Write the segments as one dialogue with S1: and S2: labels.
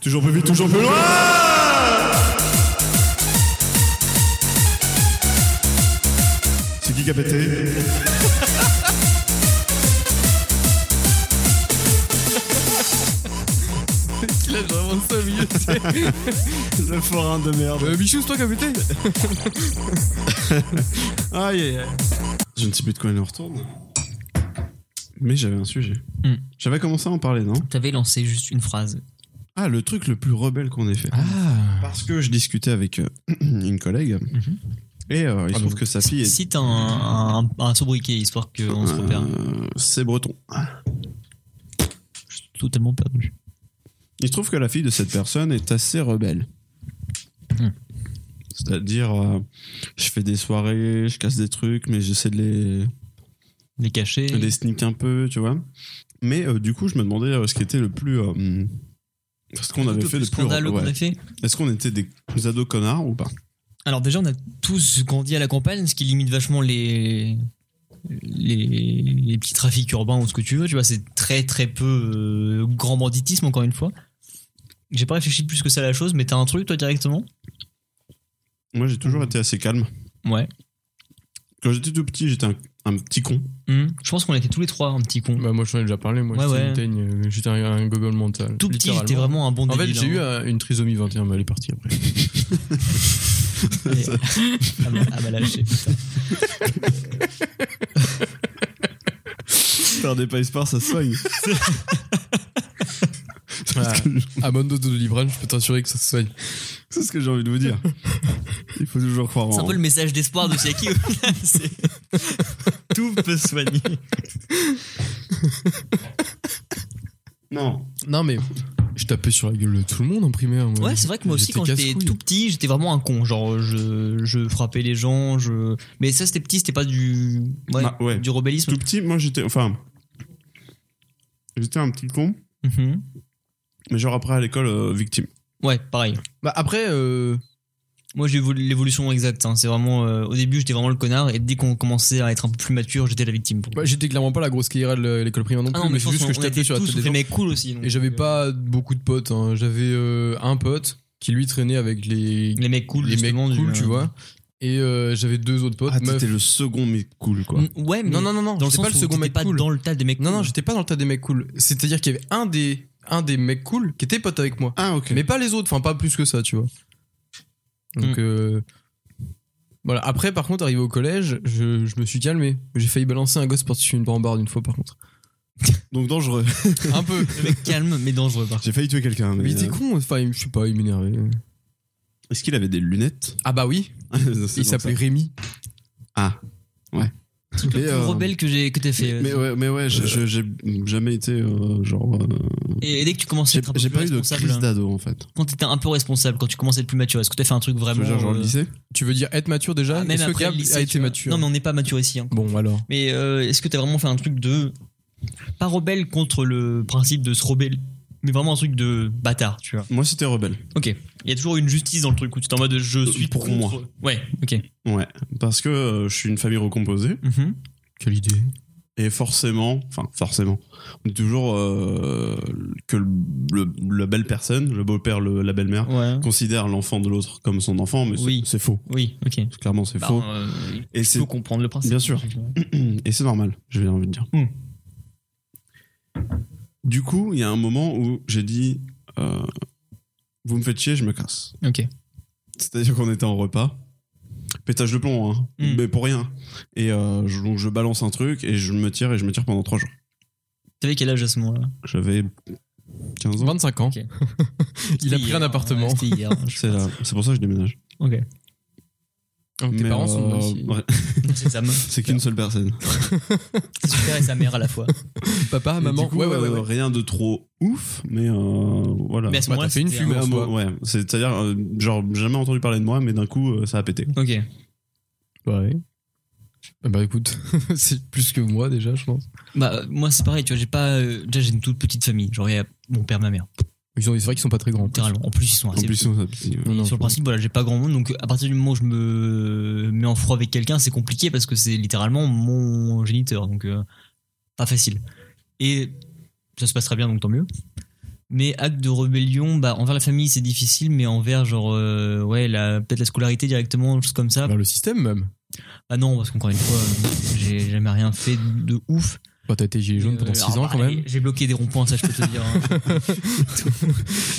S1: Toujours plus vite, toujours plus loin C'est qui qui a pété
S2: Là, j'ai vraiment ça au milieu.
S1: Le forain de merde.
S2: Euh, Michou, c'est toi qui as buté Aïe, aïe, aïe.
S1: Je ne sais plus de quoi elle nous retourne. Mais j'avais un sujet.
S3: Hmm.
S1: J'avais commencé à en parler, non
S3: T'avais lancé juste une phrase.
S1: Ah, le truc le plus rebelle qu'on ait fait.
S2: Ah.
S1: Parce que je discutais avec euh, une collègue.
S3: Mhm.
S1: Et euh, il se
S2: Ah
S1: trouve
S2: bon.
S1: que sa fille est...
S3: Cite un, un, un sobriquet histoire qu'on se repère.
S1: Euh, c'est breton.
S3: Totalement perdu.
S1: Il se trouve que la fille de cette personne est assez rebelle.
S3: Hmm.
S1: C'est-à-dire, euh, je fais des soirées, je casse des trucs, mais j'essaie de les,
S3: Les cachets.
S1: de les sneak un peu, tu vois. Mais euh, du coup, je me demandais euh, ce qui était le plus. euh, hum, ce qu'on avait
S3: Le
S1: fait
S3: plus
S1: le plus.
S3: scandaleux qu'on
S1: ouais.
S3: a fait.
S1: Est-ce qu'on était des ados connards ou pas
S3: Alors déjà, on a tous grandi à la campagne, ce qui limite vachement les les, les petits trafics urbains ou ce que tu veux. Tu vois, c'est très très peu euh, grand banditisme encore une fois. J'ai pas réfléchi plus que ça à la chose, mais t'as un truc toi directement
S1: Moi, j'ai
S3: Hmm.
S1: toujours été assez calme.
S3: Ouais.
S1: Quand j'étais tout petit, j'étais un, un petit con.
S3: Hum. Je pense qu'on était tous les trois un petit con.
S2: Bah, moi, j'en ai déjà parlé. Moi,
S3: Ouais,
S2: j'étais
S3: ouais.
S2: une teigne, euh, j'étais un, un gogol mental.
S3: Tout petit,
S2: littéralement.
S3: j'étais vraiment un bon
S2: En fait,
S3: débile,
S2: j'ai eu
S3: hein.
S2: euh, une trisomie 21, mais elle est partie après.
S3: Et- Ah bah- ah bah lâché.
S1: Faire des pies par, ça soigne.
S2: Voilà. à bonne dose de Doliprane, je peux t'assurer que ça se soigne.
S1: C'est ce que j'ai envie de vous dire. Il faut toujours croire
S3: C'est un
S1: en.
S3: peu le message d'espoir de Siaki. au final, c'est- Tout peut se soigner.
S1: Non.
S2: Non, mais je tapais sur la gueule de tout le monde en primaire. moi.
S3: Ouais, c'est vrai que moi aussi, quand j'étais
S2: casse-couille.
S3: tout petit, j'étais vraiment un con. Genre, je, je frappais les gens. Je... Mais ça, c'était petit, c'était pas du, ouais,
S1: Bah, ouais.
S3: du rebellisme.
S1: Tout petit, moi, j'étais. Enfin. J'étais un petit con,
S3: Mhm.
S1: mais genre après à l'école, euh, victime.
S3: Ouais, pareil.
S2: Bah, après, euh,
S3: Moi, j'ai eu l'évolution exacte. hein. C'est vraiment, euh, au début, j'étais vraiment le connard. Et dès qu'on commençait à être un peu plus mature, j'étais la victime. pour le
S2: bah,
S3: coup.
S2: j'étais clairement pas la grosse cuillère de l'école primaire non
S3: Ah
S2: plus,
S3: non, mais
S2: mais
S3: je
S2: c'est
S3: pense
S2: juste que je
S3: qu'on était
S2: tapais sur la
S3: tous
S2: tête des gens.
S3: mais cool aussi. donc,
S2: Et j'avais
S3: euh,
S2: pas beaucoup de potes. hein. J'avais euh, un pote qui lui traînait avec les,
S3: Les mecs cool,
S2: les mecs
S3: justement, du-
S2: cool, tu vois. Et euh, j'avais deux autres potes.
S1: Ah,
S2: meufs.
S1: t'étais le second, mais cool, quoi.
S3: Mm, Ouais, mais
S2: Non, non, non, non.
S3: dans le
S2: j'étais
S3: sens
S2: pas le
S3: où
S2: second
S3: t'étais
S2: mec
S3: pas
S2: cool.
S3: dans le tas des mecs
S2: Non, non,
S3: cool.
S2: j'étais pas dans le tas des mecs cool. C'est-à-dire qu'il y avait un des, un des mecs cool qui était pote avec moi.
S1: Ah, ok.
S2: Mais pas les autres, enfin pas plus que ça, tu vois. Donc
S3: Mm.
S2: euh, voilà. Après, par contre, arrivé au collège, je, je me suis calmé. J'ai failli balancer un gosse par-dessus une bambarde une fois, par contre.
S1: Donc dangereux.
S2: Un peu.
S3: Le mec calme, mais dangereux, par contre.
S1: J'ai failli tuer quelqu'un.
S2: Mais
S1: Mais
S2: il était
S1: euh,
S2: con, enfin, il- je sais pas, il m'énervait.
S1: Est-ce qu'il avait des lunettes
S2: Ah bah oui, il s'appelait Rémi.
S1: Rémi.
S3: Le plus rebelle que j'ai que t'as fait.
S1: euh,
S3: euh,
S1: Mais ouais, mais ouais, je- je- j'ai jamais été euh, genre. euh,
S3: Et dès que tu commences à
S1: j'ai
S3: être un peu
S1: j'ai
S3: plus
S1: pas eu de
S3: responsable,
S1: crise d'ado en fait.
S3: quand t'étais un peu responsable, quand tu commences à être plus mature, est-ce que t'as fait un truc
S1: Je
S3: vraiment
S1: veux dire, genre
S3: euh,
S1: le lycée.
S2: Tu veux dire être mature déjà
S3: ah, même
S2: Est-ce que
S3: après le
S2: Gab
S3: lycée,
S2: a
S3: tu
S2: été
S3: vois.
S2: mature
S3: Non, mais on n'est pas mature ici. hein.
S2: Bon, alors.
S3: Mais euh, est-ce que t'as vraiment fait un truc de pas rebelle contre le principe de se rebeller, mais vraiment un truc de bâtard, tu vois
S1: Moi, c'était rebelle.
S3: Ok. Il y a toujours une justice dans le truc où tu t'es en mode je suis
S1: pour
S3: contre-
S1: moi.
S3: Ouais. Ok.
S1: Ouais, parce que euh, je suis une famille recomposée
S3: Mhm.
S2: Quelle idée.
S1: et forcément, enfin forcément, on dit toujours euh, que le, le- la belle personne, le beau-père, le- la belle-mère
S3: Ouais.
S1: considère l'enfant de l'autre comme son enfant, mais c'est-
S3: Oui.
S1: c'est faux.
S3: Oui. Ok.
S1: Clairement, c'est
S3: Bah,
S1: faux.
S3: euh,
S1: Et
S3: tu
S1: c'est
S3: peux comprendre le principe.
S1: Bien sûr. et c'est normal, j'ai envie de dire.
S3: Hmm.
S1: Du coup, il y a un moment où j'ai dit, euh, vous me faites chier, je me casse.
S3: Ok.
S1: C'est-à-dire qu'on était en repas. Pétage de plomb, hein.
S3: Mm.
S1: Mais pour rien. Et euh, je- donc je balance un truc et je me tire et je me tire pendant trois jours.
S3: T'avais quel âge à ce moment-là
S1: J'avais 15 ans.
S2: 25 ans.
S3: Ok.
S2: Il
S3: C'était
S2: a pris
S3: hier,
S2: un appartement.
S3: ouais, C'était hier. je
S1: C'est
S3: pense.
S1: là- c'est pour ça que je déménage.
S3: Ok.
S2: Donc, Tes
S1: Mais,
S2: parents sont
S1: euh,
S2: aussi-
S1: ouais,
S3: C'est sa meuf.
S1: C'est qu'une seule personne.
S3: C'est son père et sa mère à la fois.
S2: Papa,
S3: Ah,
S1: Et
S2: maman.
S1: du coup,
S2: ouais, ouais, ouais.
S1: euh,
S2: ouais.
S1: Rien de trop ouf, mais euh, voilà.
S3: Mais à ce
S2: Bah,
S3: moment-là,
S2: t'as fait une
S3: c'était
S2: fume.
S1: Mais,
S3: un-
S1: euh,
S2: soi.
S1: ouais, c'est-à-dire, euh, genre, jamais entendu parler de moi, mais d'un coup, euh, ça a pété.
S3: Ok.
S1: Bah
S2: Ouais. Ah Bah écoute, c'est plus que moi déjà, je pense.
S3: Bah euh, moi c'est pareil, tu vois, j'ai pas euh, déjà j'ai une toute petite famille, genre il y a mon père, ma mère,
S2: Ils ont, c'est vrai qu'ils sont pas très grands.
S3: littéralement. En plus ils sont
S1: En
S3: assez
S1: plus,
S3: petits.
S1: on- ça a pété, ouais.
S2: Non, non,
S3: sur le principe voilà, j'ai pas grand monde donc à partir du moment où je me mets en froid avec quelqu'un, c'est compliqué parce que c'est littéralement mon géniteur donc euh, pas facile. Et ça se passe très bien donc tant mieux. Mais acte de rébellion, bah, envers la famille, c'est difficile, mais envers, genre, euh, ouais, la- peut-être la scolarité directement, chose comme ça.
S2: Vers Bah, le système même.
S3: Ah non, parce qu'encore une fois, euh, j'ai jamais rien fait de, de ouf.
S2: Bah, t'as été gilet jaune
S3: Euh,
S2: pendant 6
S3: alors,
S2: ans quand
S3: bah,
S2: même.
S3: J'ai bloqué des ronds-points, ça je peux te dire. hein.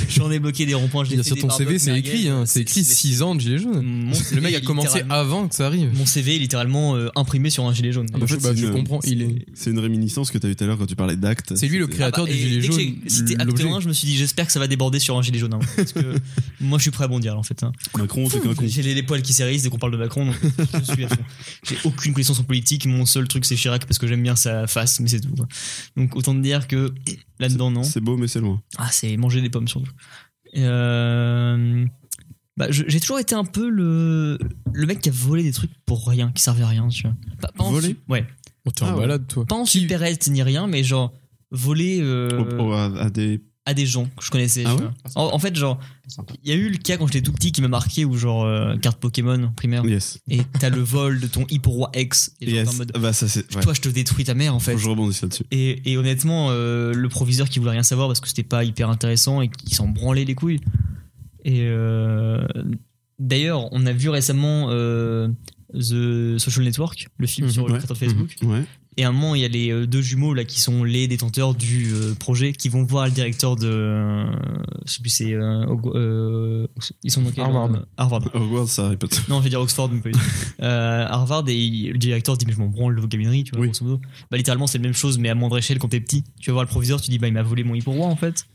S3: J'en ai bloqué des ronds-points. j'ai
S2: Bien
S3: fait
S2: sûr,
S3: des
S2: ton
S3: barbecues
S2: CV, c'est
S3: merguez,
S2: écrit, hein.
S3: euh,
S2: C'est écrit 6 ans de gilet jaune.
S3: Mon
S2: Le
S3: CV
S2: mec
S3: est
S2: a commencé
S3: littéralement-
S2: avant que ça arrive.
S3: Mon CV est littéralement euh, imprimé sur un gilet jaune.
S2: Ah bah, je,
S1: fait,
S2: bah,
S1: c'est
S2: je
S1: une-
S2: comprends. Il est.
S1: C'est une réminiscence que tu as eu tout à l'heure quand tu parlais d'acte.
S2: C'est lui le
S1: C'était-
S2: créateur
S3: Ah bah,
S2: du
S3: et
S2: gilet
S3: dès que
S2: jaune.
S3: j'ai- C'était acte
S2: l'objet.
S3: 1, je me suis dit, j'espère que ça va déborder sur un gilet jaune. hein, parce que moi, je suis prêt à bondir, en fait. hein.
S1: Macron, c'est qu'un con.
S3: J'ai les, les poils qui s'érissent dès qu'on parle de Macron. donc je suis à fond. J'ai aucune connaissance en politique. Mon seul truc, c'est Chirac parce que j'aime bien sa face, mais c'est tout. quoi. Donc autant te dire que là-dedans, non.
S1: C'est beau, mais c'est loin.
S3: Ah, c'est manger des pommes surtout. Euh, bah, je- j'ai toujours été un peu le, le mec qui a volé des trucs pour rien, qui servait à rien, tu vois. Pas, pas en
S1: Volé
S3: su- Ouais.
S2: Oh, T'es
S1: Ah
S2: un
S1: ouais.
S2: balade, toi.
S3: Pas en supérette ni rien, mais genre voler euh,
S1: Au- au- à, à des.
S3: à des gens que je connaissais.
S1: Ah
S3: tu
S1: ouais
S3: vois. en, en fait, genre, il y a eu le cas quand j'étais tout petit qui m'a marqué où genre euh, carte Pokémon en primaire
S1: Yes.
S3: et t'as le vol de ton Hipporoi ex et genre, t'es en
S1: Yes.
S3: mode,
S1: Ah Bah, ça, c'est. ouais.
S3: toi je te détruis ta mère en fait.
S1: Faut que Je rebondis là-dessus.
S3: Et, et honnêtement, euh, le proviseur qui voulait rien savoir parce que c'était pas hyper intéressant et qui s'en branlait les couilles. Et euh, d'ailleurs, on a vu récemment euh, The Social Network, le film
S2: Mhm,
S3: sur le
S1: ouais.
S3: créateur de Facebook.
S1: Ouais.
S3: Et à un moment, il y a les euh, deux jumeaux là qui sont les détenteurs du euh, projet qui vont voir le directeur de. euh, je sais plus, c'est. euh, Hog- euh, ils sont dans quel
S2: Harvard.
S3: euh, Harvard.
S1: Hogwarts, ça répète.
S3: Non, je vais dire Oxford, mais pas du tout. Euh, Harvard, et il- le directeur dit, mais je m'en branle de vos gamineries, tu vois,
S1: Oui.
S3: grosso modo. Bah, littéralement, c'est la même chose, mais à moindre échelle quand t'es petit. Tu vas voir le proviseur, tu dis, bah, il m'a volé mon roi en fait.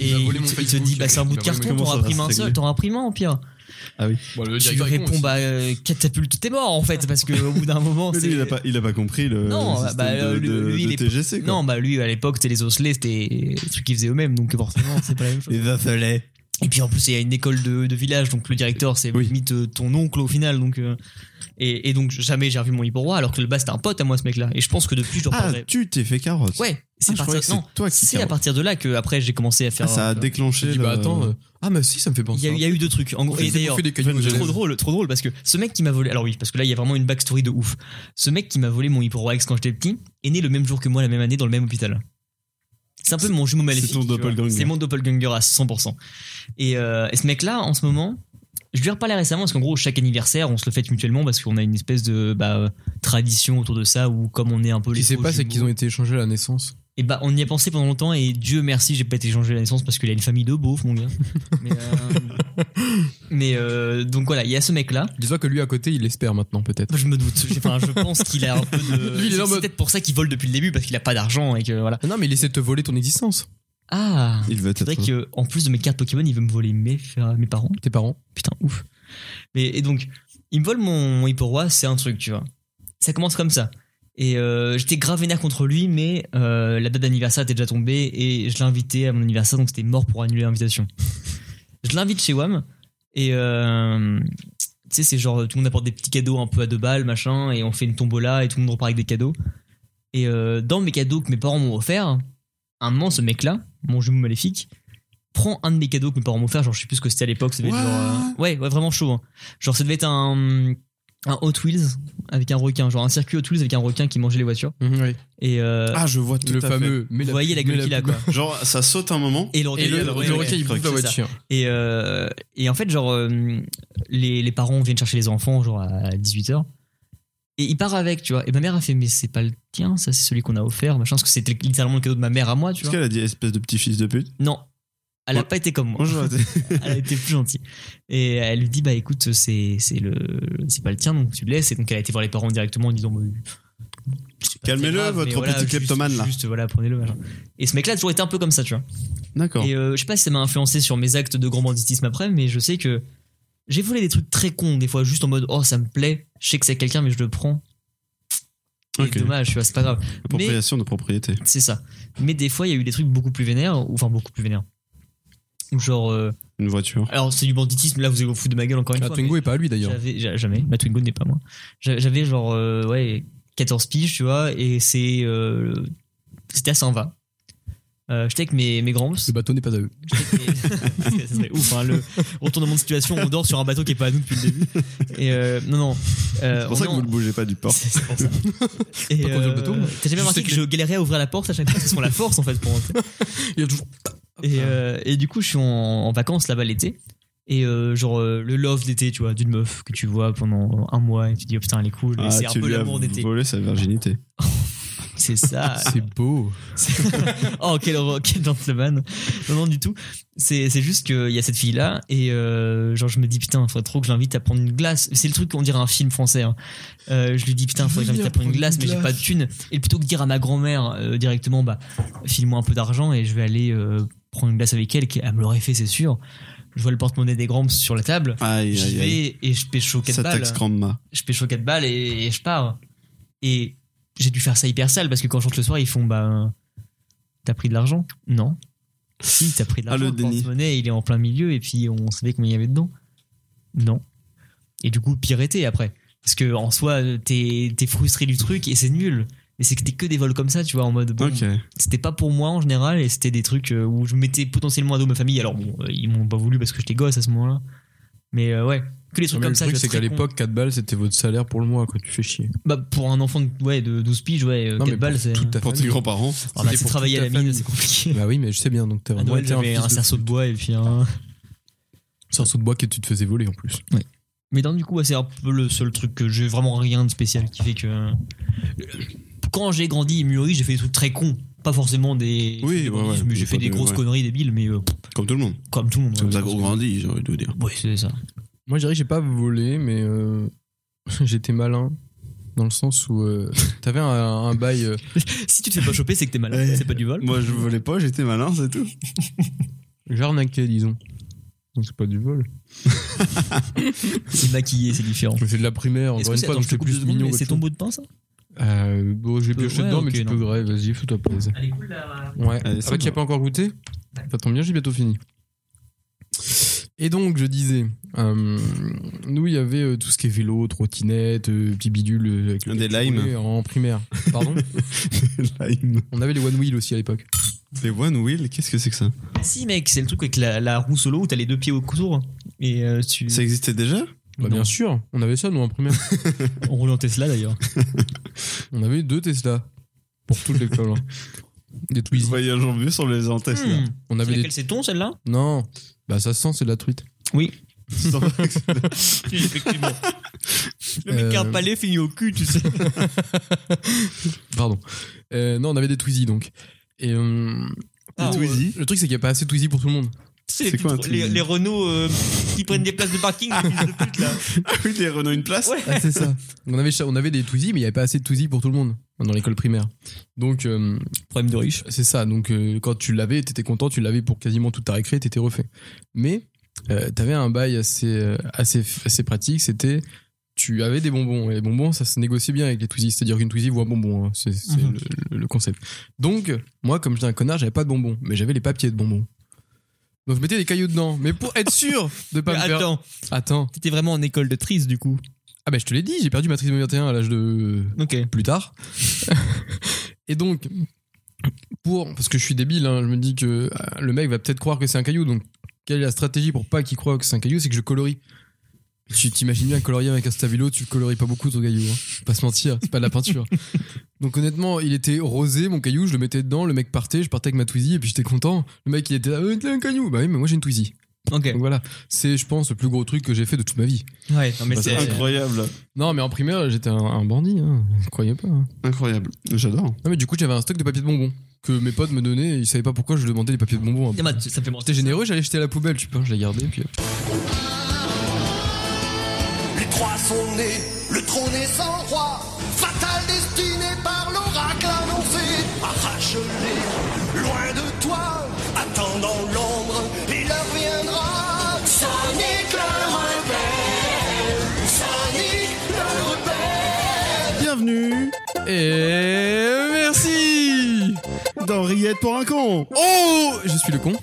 S3: et
S2: m'a
S3: il,
S2: volé mon
S3: te- il te
S2: Facebook.
S3: dit, bah, c'est un bout
S2: Il
S3: de
S2: m'a volé
S3: carton,
S1: mon-
S3: t'en
S1: Comment ça va
S3: imprimes un
S1: se
S3: seul,
S1: régler
S3: t'en imprimes un, au pire.
S2: Bon, le
S3: Tu lui
S2: directeur, il est con
S3: réponds,
S2: aussi.
S3: bah, euh, catapulte, t'es mort, en fait, parce qu'au bout d'un moment,
S1: Mais
S3: c'est.
S1: lui, il a pas, il a pas compris le.
S3: Non,
S1: le
S3: bah,
S1: système
S3: bah,
S1: de,
S3: lui-
S1: de-
S3: lui,
S1: de
S3: il est-
S1: TGC, quoi.
S3: Non, bah, lui, à l'époque, c'était les osselets, c'était des trucs qu'ils faisaient eux-mêmes, donc forcément, c'est pas la même chose.
S1: Les affolés.
S3: Et puis en plus, il y a une école de, de village, donc le directeur, c'est
S1: Oui.
S3: limite euh, ton oncle au final. Donc, euh, et, et donc, jamais j'ai revu mon roi alors que le bas, c'était un pote à moi, ce mec-là. Et je pense que depuis, je leur
S1: Ah,
S3: parlerai.
S1: tu t'es fait carotte.
S3: Ouais, c'est
S1: Ah,
S3: à
S1: je
S3: partir-
S1: croyais que
S3: non,
S1: c'est toi qui
S3: c'est à
S1: carotte.
S3: partir de là que après j'ai commencé à
S1: Ah,
S3: faire.
S1: ça a
S3: euh,
S2: Je
S1: déclenché.
S2: dis, bah,
S1: le-
S2: attends. euh, Ah, mais si, ça me fait
S3: il
S2: penser.
S3: y, a, il y a eu deux trucs. En gros,
S2: Je
S3: et
S2: les ai
S3: d'ailleurs,
S2: bouffés des cailloux de
S3: trop
S2: Genève.
S3: drôle, trop drôle, parce que ce mec qui m'a volé. Alors oui, parce que là, il y a vraiment une backstory de ouf. Ce mec qui m'a volé mon roi ex quand j'étais petit est né le même jour que moi, la même année, dans le même hôpital. C'est un peu mon jumeau maléfique.
S1: ton
S3: tu vois.
S1: doppelganger.
S3: C'est mon doppelganger à 100%. Et, euh, et ce mec-là, en ce moment, je lui ai reparlé récemment parce qu'en gros, chaque anniversaire, on se le fête mutuellement parce qu'on a une espèce de bah, euh, tradition autour de ça où, comme on est un peu
S2: Ce
S3: les.
S2: qui sait
S3: faux
S2: pas, c'est
S3: jumeaux,
S2: qu'ils ont été échangés à la naissance.
S3: Et bah, on y a pensé pendant longtemps et Dieu merci, j'ai pas été changé à la naissance parce qu'il a une famille de beaufs, mon gars. Mais, euh, mais, euh, donc voilà, il y a ce mec-là.
S2: Dis-toi que lui à côté, il l'espère maintenant, peut-être.
S3: Je me doute. J'ai- Enfin, je pense qu'il a un peu de.
S2: Lui, il est en
S3: c'est
S2: mode-
S3: peut-être pour ça qu'il vole depuis le début parce qu'il a pas d'argent et que voilà.
S2: Ah Non, mais il essaie de te voler ton existence.
S3: Ah.
S1: Il veut
S3: C'est vrai
S1: être.
S3: que en plus de mes cartes Pokémon, il veut me voler mes, euh, mes parents.
S2: Tes parents.
S3: Putain, ouf. Mais, et donc, il me vole mon, mon Hipporoi, c'est un truc, tu vois. Ça commence comme ça. Et euh, j'étais grave vénère contre lui, mais euh, la date d'anniversaire était déjà tombée et je l'ai invité à mon anniversaire, donc c'était mort pour annuler l'invitation. je l'invite chez WAM et euh, tu sais, c'est genre tout le monde apporte des petits cadeaux un peu à deux balles, machin, et on fait une tombola et tout le monde repart avec des cadeaux. Et euh, dans mes cadeaux que mes parents m'ont offert, un moment, ce mec-là, mon jumeau maléfique, prend un de mes cadeaux que mes parents m'ont offert, genre je sais plus ce que c'était à l'époque, ça devait être genre, euh, ouais, ouais, vraiment chaud. hein. Genre ça devait être un, un Hot Wheels avec un requin, genre un circuit Hot Wheels avec un requin qui mangeait les voitures. Et euh,
S1: Ah, je vois tout
S2: Le
S1: à fait.
S2: fameux. mais
S3: vous voyez la
S2: mais
S3: gueule qu'il a quoi.
S1: Genre, ça saute un moment.
S3: Et le requin,
S2: Et le,
S3: il
S2: le
S3: a-
S1: ouais,
S2: le
S1: ouais,
S2: requin, il
S1: ouais,
S2: bouffe la
S3: c'est ça.
S2: voiture.
S3: Et, euh, et en fait, genre, euh, les, les parents viennent chercher les enfants, genre à 18h. Et il part avec, tu vois. Et ma mère a fait, mais c'est pas le tien, ça, c'est celui qu'on a offert, machin, parce que c'était littéralement le cadeau de ma mère à moi, tu
S1: Est-ce
S3: vois.
S1: qu'elle a dit espèce de petit fils de pute
S3: Non. Elle a
S1: Ouais.
S3: pas été comme moi.
S1: Bonjour.
S3: elle a été plus gentille. Et elle lui dit, bah écoute, c'est c'est le c'est pas le tien, donc tu le laisses. Et donc elle a été voir les parents directement en disant, bah, c'est pas
S1: Calmez-le,
S3: très grave,
S1: votre
S3: mais
S1: petit
S3: juste-
S1: kleptomane, là.
S3: Juste, voilà, prenez-le, machin. Et ce mec-là a toujours été un peu comme ça, tu vois.
S1: D'accord.
S3: Et euh, je sais pas si ça m'a influencé sur mes actes de grand banditisme après, mais je sais que j'ai volé des trucs très cons, des fois juste en mode oh ça me plaît, je sais que c'est quelqu'un mais je le prends. Et
S1: Ok.
S3: Dommage, tu vois, c'est pas grave.
S1: Appropriation de propriété.
S3: C'est ça. Mais des fois il y a eu des trucs beaucoup plus vénères, ou enfin beaucoup plus vénères. Ou Genre, euh,
S1: Une voiture.
S3: alors c'est du banditisme, là vous allez vous foutre de ma gueule encore une
S2: La
S3: fois.
S2: Ah, Twingo
S3: mais
S2: est pas à lui d'ailleurs.
S3: j'avais- j'a- jamais, ma Twingo n'est pas moi. J'a- J'avais genre, euh, ouais, 14 piges, tu vois, et c'est. euh, C'était à 120. Euh, J'étais avec mes, mes grands
S2: Le bateau n'est pas à eux.
S3: ça serait ouf, hein, le retournement de situation, on dort sur un bateau qui est pas à nous depuis le début. Et euh, non, non. euh,
S1: C'est pour
S3: on
S1: ça
S3: est
S1: que
S3: en-
S1: vous ne bougez pas du port.
S3: C'est c'est pour ça. Et, euh,
S2: conduire le bateau, moi.
S3: T'as jamais
S2: Juste
S3: remarqué
S2: avec
S3: que je galérais à ouvrir la porte à chaque fois parce qu'on la force en fait pour rentrer.
S1: Ah,
S2: Il y a toujours.
S3: Et, euh, et du coup, je suis en, en vacances là-bas l'été. Et euh, genre euh, le love d'été, tu vois, d'une meuf que tu vois pendant un mois et tu dis oh putain elle est cool, et
S1: Ah,
S3: c'est un
S1: tu
S3: peu
S1: lui as
S3: l'amour d'été.
S1: volé sa virginité.
S3: C'est ça.
S2: C'est beau.
S3: oh, quel, heureux- quel gentleman. Non, non, du tout. C'est c'est juste qu'il y a cette fille-là, et euh, genre, je me dis, putain, faudrait trop que je l'invite à prendre une glace. C'est le truc qu'on dirait un film français. hein. Euh, je lui dis, putain, faudrait que je l'invite à prendre une glace, mais j'ai pas de thune. Et plutôt que dire à ma grand-mère euh, directement, bah, file-moi un peu d'argent et je vais aller euh, prendre une glace avec elle, qui- elle me l'aurait fait, c'est sûr. Je vois le porte-monnaie des grands sur la table.
S1: Aïe,
S3: J'y
S1: aïe, aïe.
S3: vais et je pêche au 4
S1: Ça
S3: balles
S1: taxe grandement.
S3: je pêche aux 4 balles et, et je pars. Et j'ai dû faire ça hyper sale parce que quand je rentre le soir, ils font bah t'as pris de l'argent Non. Si t'as pris de
S1: Ah,
S3: l'argent,
S1: le
S3: le
S1: déni.
S3: porte-monnaie il est en plein milieu et puis on savait combien il y avait dedans. Non. Et du coup pire été après parce que en soi t'es t'es frustré du truc et c'est nul. Mais c'est que t'es que des vols comme ça, tu vois, en mode bon,
S1: Ok.
S3: c'était pas pour moi en général et c'était des trucs euh, où je mettais potentiellement à dos ma famille. Alors bon, euh, ils m'ont pas voulu parce que j'étais gosse à ce moment-là. Mais euh, ouais, que les trucs
S2: Mais
S3: comme
S2: le
S3: ça.
S2: truc,
S3: je
S2: c'est
S3: suis
S2: qu'à
S3: très con.
S2: l'époque, 4 balles, c'était votre salaire pour le mois, quoi. Tu fais chier.
S3: Bah, pour un enfant de, ouais, de 12 piges, ouais, euh,
S2: Non,
S3: 4
S2: mais
S3: balles, c'est.
S2: Toute ta
S1: Pour tes
S2: famille.
S1: grands-parents.
S3: Ah bah,
S2: c'était
S3: c'est
S2: pour
S3: travailler à
S2: toute
S3: la
S2: ta
S3: mine,
S2: famille.
S3: c'est compliqué.
S2: Bah oui, mais je sais bien, donc t'as
S3: À
S2: vraiment
S3: Noël,
S2: été un,
S3: j'avais
S2: fils
S3: un cerceau de bois et puis un.
S2: cerceau de bois que tu te faisais voler en plus.
S3: Mais donc, du coup, ouais, c'est un peu le seul truc que j'ai vraiment rien de spécial qui fait que. euh, Quand j'ai grandi et mûri, j'ai fait des trucs très cons. Pas forcément des.
S1: Oui,
S3: des
S1: ouais,
S3: banditismes,
S1: ouais,
S3: mais J'ai
S1: faut
S3: fait
S1: pas
S3: des
S1: de-
S3: grosses
S1: ouais.
S3: conneries débiles, mais euh,
S1: Comme tout le monde.
S3: comme tout le monde.
S1: C'est comme ça
S3: ouais,
S1: qu'on
S3: je pense
S1: grandit, j'ai envie de vous dire.
S3: que- Ouais, c'est ça.
S2: Moi, je dirais que j'ai pas volé, mais euh, j'étais malin. Dans le sens où euh, t'avais un, un bail. euh,
S3: Si tu te fais pas choper, c'est que t'es malade,
S1: Ouais.
S3: c'est pas du vol.
S1: Moi, je volais pas, j'étais malin, c'est tout.
S2: J'arnaquais, disons. Donc c'est pas du vol.
S3: C'est maquillé, c'est différent.
S2: J'ai fait de la primaire,
S3: Est-ce que
S2: encore une
S3: c'est
S2: fois,
S3: attends,
S2: donc
S3: je te
S2: j'étais
S3: coupe deux
S2: plus
S3: secondes,
S2: mignon.
S3: mais
S2: qu'autre
S3: c'est ton
S2: chose.
S3: bout de pain, ça
S2: Euh, bon, j'ai
S3: Peu-
S2: pioché
S3: ouais,
S2: dedans, mais
S3: ok,
S2: tu peux, ouais, vas-y, fais-toi plaisir.
S3: Elle est cool là.
S2: Ouais. Ah, bah,
S1: Allez,
S2: c'est
S1: ça
S2: toi
S1: va.
S2: qui n'as pas encore goûté Ça tombe bien, j'ai bientôt fini. Et donc, je disais, euh, nous, il y avait euh, tout ce qui est vélo, trottinette, euh, petit bidule. euh, avec le-
S1: Des limes.
S2: Oui, En primaire. Pardon
S1: Lime.
S2: On avait les One Wheel aussi à l'époque.
S1: Les One Wheel, qu'est-ce que c'est que ça
S3: Ah, Si, mec, c'est le truc avec la, la roue solo où t'as les deux pieds autour et euh, tu.
S1: Ça existait déjà
S2: Bah,
S3: Non.
S2: bien sûr, on avait ça, nous, en primaire.
S3: On roule en Tesla d'ailleurs.
S2: on avait deux Tesla pour toute l'école. hein. Des Twizy.
S1: Voyage en bus, on les enteste là.
S3: Hmm.
S2: On
S3: C'est
S2: avait des...
S3: laquelle c'est ton celle-là
S2: Non, bah ça sent, c'est de la truite.
S1: Tu sens pas que c'est-
S3: Effectivement. Le
S2: Euh,
S3: mec qui a un palais finit au cul, tu sais.
S2: Pardon. Euh, non, on avait des Twizy, donc. Et euh,
S3: Ah,
S1: Des Twizy.
S2: le truc, c'est qu'il n'y a pas assez de Twizy pour tout le monde.
S3: C'est
S1: C'est
S3: les, petites-
S1: quoi un truc
S3: les, les Renault euh, qui prennent des places de parking, les fils de pute là.
S1: Ah oui, les Renault une place
S3: Ouais.
S2: Ah, c'est ça. On avait, cha- on avait des Twizy, mais il n'y avait pas assez de Twizy pour tout le monde hein, dans l'école primaire. Donc, euh,
S3: Problème de riche.
S2: c'est ça. Donc, euh, quand tu l'avais, t'étais content, tu l'avais pour quasiment toute ta récré, t'étais refait. Mais, euh, t'avais un bail assez, euh, assez, assez pratique, c'était. Tu avais des bonbons, et les bonbons, ça se négociait bien avec les Twizy. C'est-à-dire qu'une Twizy vaut un bonbon, hein. c'est c'est
S3: Mhm.
S2: le, le concept. Donc, moi, comme j'étais un connard, j'avais pas de bonbons, mais j'avais les papiers de bonbons. Donc, je mettais des cailloux dedans, mais pour être sûr de pas
S3: Mais
S2: me faire-
S3: attends,
S2: Attends.
S3: t'étais vraiment en école de trise du coup.
S2: Ah, bah, je te l'ai dit, j'ai perdu ma trisomie 21 à l'âge de
S3: Ok.
S2: plus tard. et donc, pour, parce que je suis débile, hein, je me dis que euh, le mec va peut-être croire que c'est un caillou. Donc, quelle est la stratégie pour pas qu'il croie que c'est un caillou C'est que je colorie. Tu t'imagines bien colorier avec un stabilo, tu le colories pas beaucoup ton caillou. hein. Faut Pas se mentir, c'est pas de la peinture. Donc honnêtement, il était rosé mon caillou, je le mettais dedans, le mec partait, je partais avec ma Twizy et puis j'étais content. Le mec il était là, Euh, t'as un caillou. Bah oui, mais moi j'ai une Twizy.
S3: Ok.
S2: Donc voilà, c'est je pense le plus gros truc que j'ai fait de toute ma vie.
S3: Ouais, non mais
S2: Bah,
S3: c'est.
S1: C'est incroyable.
S2: Non mais en primaire j'étais un, un bandit, hein. croyez pas. hein.
S1: Incroyable. J'adore.
S2: Non mais du coup j'avais un stock de papier de bonbons que mes potes me donnaient, ils savaient pas pourquoi je demandais les papiers de bonbons.
S3: Eh ben, Ça me fait penser.
S2: J'étais généreux, j'allais jeter à la poubelle, tu peux, je les gardais puis
S4: Les trois sont nés, le trône est sans roi, fatal destiné par l'oracle annoncé. Arrache-les, loin de toi, attends dans l'ombre, il leur viendra. Sonic le rebelle, Sonic le rebelle.
S1: Bienvenue
S2: Et merci
S1: dans Riette pour un con
S2: Oh Je suis le con.